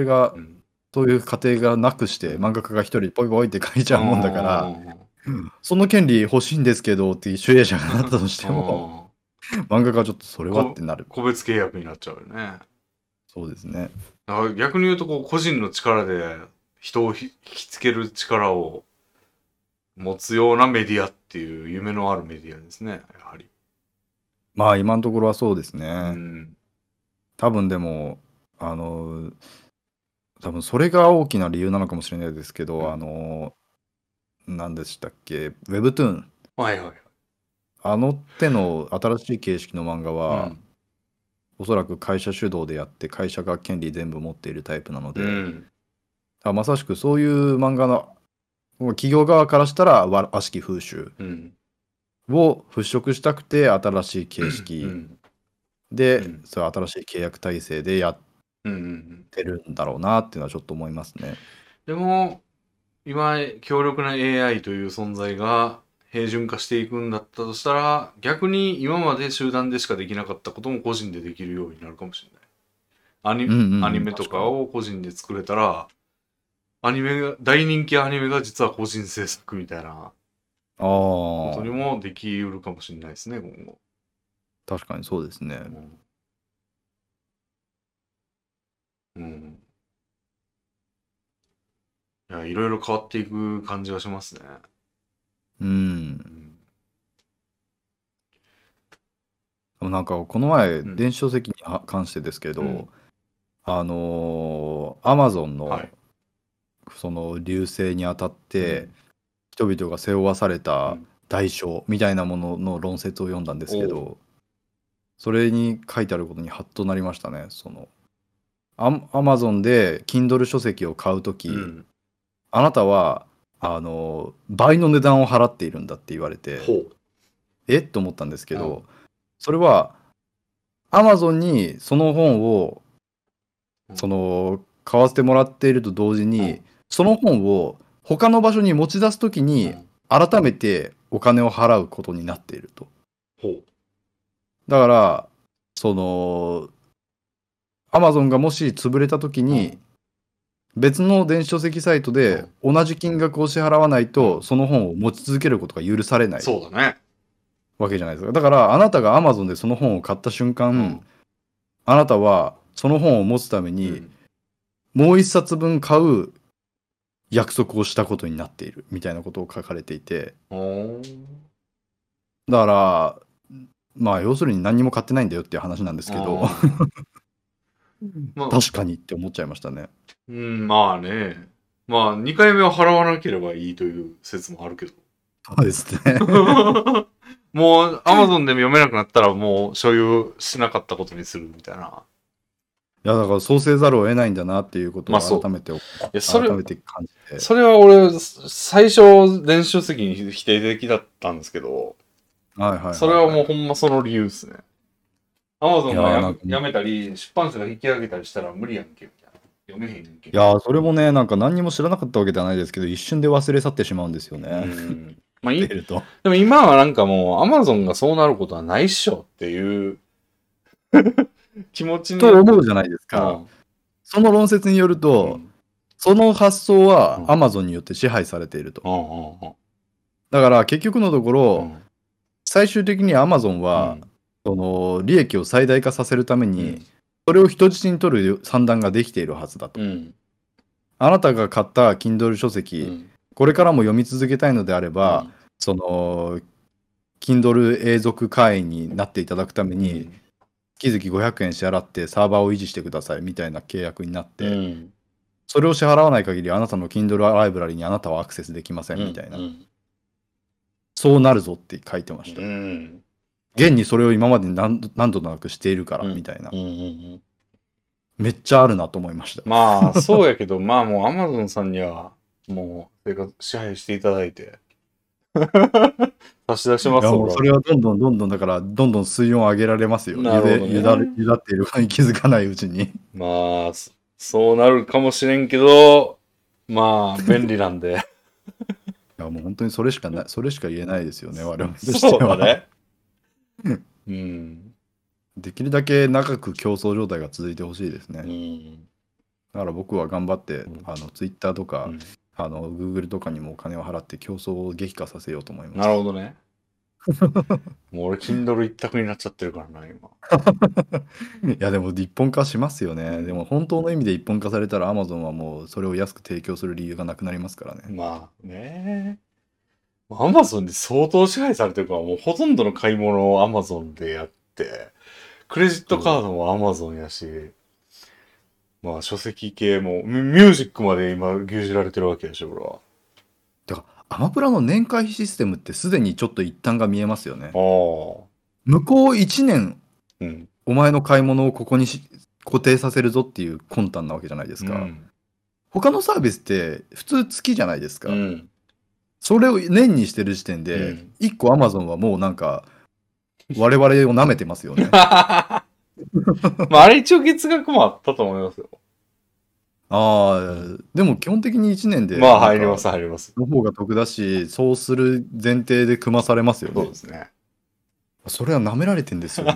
[SPEAKER 2] れが
[SPEAKER 1] うん
[SPEAKER 2] そういう過程がなくして漫画家が一人ポイポイって書いちゃうもんだからその権利欲しいんですけどっていう集英社がなったとしても
[SPEAKER 1] も
[SPEAKER 2] 漫画家はちょっとそれはってなる
[SPEAKER 1] 個別契約になっちゃうよね
[SPEAKER 2] そうですね。
[SPEAKER 1] だから逆に言うとこう個人の力で人をひ引きつける力を持つようなメディアっていう夢のあるメディアですねやはり、
[SPEAKER 2] まあ今のところはそうですね。
[SPEAKER 1] うん
[SPEAKER 2] 多分でもあの多分それが大きな理由なのかもしれないですけど、
[SPEAKER 1] うん
[SPEAKER 2] あの何でしたっけ Webtoon
[SPEAKER 1] はいはいはい
[SPEAKER 2] あの手の新しい形式の漫画は、
[SPEAKER 1] うん
[SPEAKER 2] おそらく会社主導でやって会社が権利全部持っているタイプなので、
[SPEAKER 1] うん
[SPEAKER 2] あまさしくそういう漫画の企業側からしたらわ悪しき風習
[SPEAKER 1] うん
[SPEAKER 2] を払拭したくて新しい形
[SPEAKER 1] う
[SPEAKER 2] 式
[SPEAKER 1] ん
[SPEAKER 2] で、
[SPEAKER 1] うん
[SPEAKER 2] そういう新しい契約体制でやっ
[SPEAKER 1] うんうん
[SPEAKER 2] てるんだろうなっていうのはちょっと思いますね。
[SPEAKER 1] でも今強力な AI という存在が平準化していくんだったとしたら逆に今まで集団でしかできなかったことも個人でできるようになるかもしれないアニ,、
[SPEAKER 2] うんうんうん
[SPEAKER 1] アニメとかを個人で作れたらアニメが大人気アニメが実は個人制作みたいな
[SPEAKER 2] あ
[SPEAKER 1] ことに
[SPEAKER 2] ー
[SPEAKER 1] もできうるかもしれないですね今後、
[SPEAKER 2] 確かにそうですね。
[SPEAKER 1] うんうんいやいろいろ変わっていく感じがしますね
[SPEAKER 2] う
[SPEAKER 1] う。
[SPEAKER 2] ん
[SPEAKER 1] ん
[SPEAKER 2] でもなんかこの前、
[SPEAKER 1] ん
[SPEAKER 2] 電子書籍にあ関してですけど、
[SPEAKER 1] うん
[SPEAKER 2] あのー、アマゾンの、
[SPEAKER 1] はい
[SPEAKER 2] その流星にあたって、
[SPEAKER 1] うん
[SPEAKER 2] 人々が背負わされ
[SPEAKER 1] う
[SPEAKER 2] た
[SPEAKER 1] ん
[SPEAKER 2] 代償みたいなものの論説を読んだんですけど、それに書いてあることにハッとなりましたね。そのアアマゾンで Kindle 書籍を買うとき、
[SPEAKER 1] うん
[SPEAKER 2] あなたはあの倍の値段を払っているんだって言われて、
[SPEAKER 1] ほ
[SPEAKER 2] えっと思ったんですけ
[SPEAKER 1] う
[SPEAKER 2] ど、それは Amazon にその本を
[SPEAKER 1] うん
[SPEAKER 2] その買わせてもらっていると同時に、
[SPEAKER 1] うん
[SPEAKER 2] その本を他の場所に持ち出す時
[SPEAKER 1] う
[SPEAKER 2] に
[SPEAKER 1] ん
[SPEAKER 2] 改めてお金を払うことになっていると。
[SPEAKER 1] ほう
[SPEAKER 2] だからその Amazon がもし潰れた時
[SPEAKER 1] う
[SPEAKER 2] に
[SPEAKER 1] ん
[SPEAKER 2] 別の電子書籍サイトで同じ金額を支払わないとその本を持ち続けることが許されない
[SPEAKER 1] そうだね。
[SPEAKER 2] わけじゃないですか。だからあなたが Amazon でその本を買った瞬間、
[SPEAKER 1] うん
[SPEAKER 2] あなたはその本を持つために、もう一冊分買う約束をしたことになっているみたいなことを書かれていて、
[SPEAKER 1] うん。
[SPEAKER 2] だから、まあ要するに何にも買ってないんだよっていう話なんですけど、
[SPEAKER 1] まあ、
[SPEAKER 2] 確かにって思っちゃいましたね。
[SPEAKER 1] うん、まあね。まあ、2回目は払わなければいいという説もあるけど。
[SPEAKER 2] そうです ね。
[SPEAKER 1] もう、アマゾンでも読めなくなったら、もう所有しなかったことにするみたいな。
[SPEAKER 2] いや、だからそうせざるを得ないんだなっていうこと
[SPEAKER 1] ま
[SPEAKER 2] を
[SPEAKER 1] あそう
[SPEAKER 2] 改めて、
[SPEAKER 1] いや、それ
[SPEAKER 2] 改、めて感じて。
[SPEAKER 1] それは俺、最初、練習席に否定的だったんですけど、
[SPEAKER 2] はいはいはい。
[SPEAKER 1] それはもうほんまその理由ですね。アマゾン
[SPEAKER 2] いやー
[SPEAKER 1] が
[SPEAKER 2] な
[SPEAKER 1] や
[SPEAKER 2] んか
[SPEAKER 1] やめたり、出版社が引き上げたりしたら無理やんけ、みたいな。読めへんねんけ。
[SPEAKER 2] いやーそれもね、なんか何にも知らなかったわけではないですけど、一瞬で忘れ去ってしまうんですよ
[SPEAKER 1] う
[SPEAKER 2] ね。
[SPEAKER 1] ん。まあいい
[SPEAKER 2] 見てると。
[SPEAKER 1] でも今はなんかもう、アマゾンがそうなることはないっしょっていう 気持ちに。
[SPEAKER 2] と思うじゃないですか。
[SPEAKER 1] うん
[SPEAKER 2] その論説による
[SPEAKER 1] うん
[SPEAKER 2] と、その発想
[SPEAKER 1] う
[SPEAKER 2] は
[SPEAKER 1] ん
[SPEAKER 2] Amazon によって支配されていると。
[SPEAKER 1] うんうんうん
[SPEAKER 2] だから結局のところ、
[SPEAKER 1] うん
[SPEAKER 2] 最終的に Amazon は、その利益を最大化させるため
[SPEAKER 1] うん
[SPEAKER 2] に、それを人質に取る算段ができているはずだと。
[SPEAKER 1] うん
[SPEAKER 2] あなたが買った Kindle 書
[SPEAKER 1] う
[SPEAKER 2] 籍、
[SPEAKER 1] ん
[SPEAKER 2] これからも読み続けたいのであれば、その Kindle 永続会員になっていただくため
[SPEAKER 1] うん
[SPEAKER 2] に、月々500円支払ってサーバーを維持してくださいみたいな契約になって、
[SPEAKER 1] うん
[SPEAKER 2] それを支払わない限りあなたの Kindle ライブラリにあなたはアクセスできませんみたいな、
[SPEAKER 1] うん
[SPEAKER 2] そうなるぞって書いてました、
[SPEAKER 1] うん
[SPEAKER 2] 現にそれを今まで何度何度となくしているから
[SPEAKER 1] うん
[SPEAKER 2] みたいな、
[SPEAKER 1] うんうん
[SPEAKER 2] めっちゃあるなと思いました、
[SPEAKER 1] まあ、そうやけど、まあもうアマゾンさんには、もう、生活支配していただいて。差し出しま
[SPEAKER 2] い
[SPEAKER 1] す
[SPEAKER 2] やもう
[SPEAKER 1] 俺
[SPEAKER 2] それはどんどんどんどんだからどんどん水温上げられますよ、
[SPEAKER 1] なるほどね
[SPEAKER 2] ゆでゆだゆだっていることに気づかないうちに
[SPEAKER 1] まあ、そそうなるかもしれんけど、まあ、便利なんで。
[SPEAKER 2] いやもう本当にそれしかないそれしか言えないですよね我々としては
[SPEAKER 1] そうだね。うん。
[SPEAKER 2] できるだけ長く競争状態が続いてほしいですね、
[SPEAKER 1] うん。
[SPEAKER 2] だから僕は頑張って、
[SPEAKER 1] ん
[SPEAKER 2] あのツイッターとか、
[SPEAKER 1] うん
[SPEAKER 2] あの Google とかにもお金を払って競争を激化させようと思います。
[SPEAKER 1] なるほどね。もう俺、Kindle 一択になっちゃってるからな、今。
[SPEAKER 2] いやでも一本化しますよね。でも本当の意味で一本化されたら Amazon はもうそれを安く提供する理由がなくなりますからね。
[SPEAKER 1] まあね。アマゾンで相当支配されてるから、もうほとんどの買い物をアマゾンでやって、クレジットカードもアマゾンやし、まあ書籍系も、ミミュージックまで今牛耳られてるわけでしょ、俺は。
[SPEAKER 2] だからアマプラの年会費システムってすでにちょっと一端が見えますよね。
[SPEAKER 1] あ
[SPEAKER 2] 向こう1年
[SPEAKER 1] あ。うん。
[SPEAKER 2] お前の買い物をここにし固定させるぞっていう魂胆なわけじゃないです
[SPEAKER 1] う
[SPEAKER 2] か。
[SPEAKER 1] ん。
[SPEAKER 2] 他のサービスって普通月じゃないですか。
[SPEAKER 1] うん。
[SPEAKER 2] それを年にしてる時点
[SPEAKER 1] う
[SPEAKER 2] で
[SPEAKER 1] ん、。
[SPEAKER 2] 一個 Amazon はもうなんか、我々を舐めてますよね
[SPEAKER 1] まあ、あれ一応月額もあったと思いますよ。
[SPEAKER 2] ああ、でも基本的に1年で、
[SPEAKER 1] まあ、入りま
[SPEAKER 2] な
[SPEAKER 1] す、
[SPEAKER 2] んか
[SPEAKER 1] 入ります。
[SPEAKER 2] の方が得だし、そうする前提で組まされますよ
[SPEAKER 1] そう
[SPEAKER 2] ね
[SPEAKER 1] で。すね。。
[SPEAKER 2] それは舐められてんですよ、ね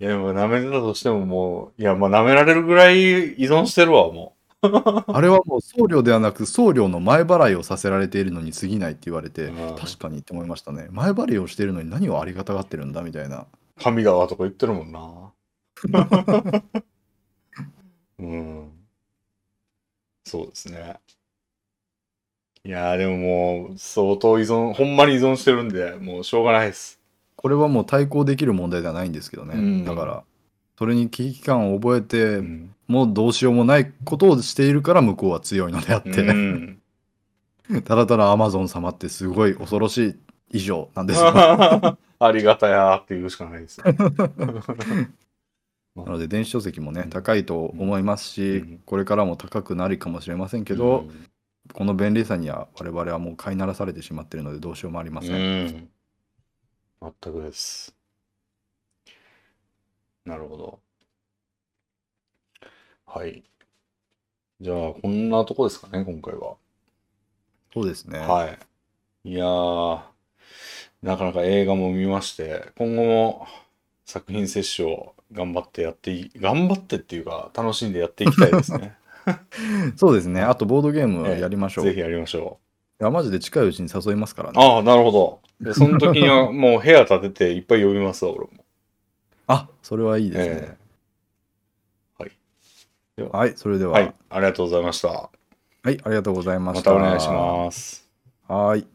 [SPEAKER 1] い や、でも舐めてたとしてももう、いや、まあ舐められるぐらい依存してるわ、も
[SPEAKER 2] あれはもう送料ではなく、送料の前払いをさせられているのに過ぎないって言われ
[SPEAKER 1] う。
[SPEAKER 2] て、
[SPEAKER 1] うん
[SPEAKER 2] 確かにって思いましたね。前払いをしているのに何をありがたがってるんだみたいな。
[SPEAKER 1] 神だわとか言ってるもんな。 うん。そうですね。いやーでももう、相当依存、ほんまに依存してるんで、もうしょうがないです。
[SPEAKER 2] これはもう対抗できる問題ではないんですけどね。
[SPEAKER 1] うん
[SPEAKER 2] だから、それに危機感を覚えて、
[SPEAKER 1] うん。
[SPEAKER 2] もうどうしようもないことをしているから向こうは強いのであっ
[SPEAKER 1] う
[SPEAKER 2] て、
[SPEAKER 1] ん、
[SPEAKER 2] ただただアマゾン様ってすごい恐ろしい以上なん ですよ。な
[SPEAKER 1] ありがたやーって言うしかないです。
[SPEAKER 2] ので電子書籍もね高いと思いますし、
[SPEAKER 1] うん
[SPEAKER 2] これからも高くなるかもしれませんけど、この便利さには我々はもう飼いならされてしまっているのでどうしようもありません。
[SPEAKER 1] うん。全くです。なるほど。はい。じゃあ、こんなとこですかね、今回は。
[SPEAKER 2] そうですね。
[SPEAKER 1] はい。いやー、なかなか映画も見まして、今後も作品摂取を頑張ってやってい、頑張ってっていうか、楽しんでやっていきたいです ね。
[SPEAKER 2] そうですね。あとボードゲーム
[SPEAKER 1] ええ
[SPEAKER 2] やりましょう。
[SPEAKER 1] ぜひやりましょ
[SPEAKER 2] いやマジで近いうちに誘いますから
[SPEAKER 1] う。
[SPEAKER 2] ね。
[SPEAKER 1] ああ、なるほど。で、その時にはもう部屋建てていっぱい呼びますわ、俺も。
[SPEAKER 2] あそれはいいです
[SPEAKER 1] え
[SPEAKER 2] ね。
[SPEAKER 1] えはい。
[SPEAKER 2] はい、それでは、
[SPEAKER 1] は
[SPEAKER 2] はい
[SPEAKER 1] い、、ありがとうございました。
[SPEAKER 2] ありがとうございま
[SPEAKER 1] ま
[SPEAKER 2] したた。
[SPEAKER 1] お願いします。
[SPEAKER 2] す。はい。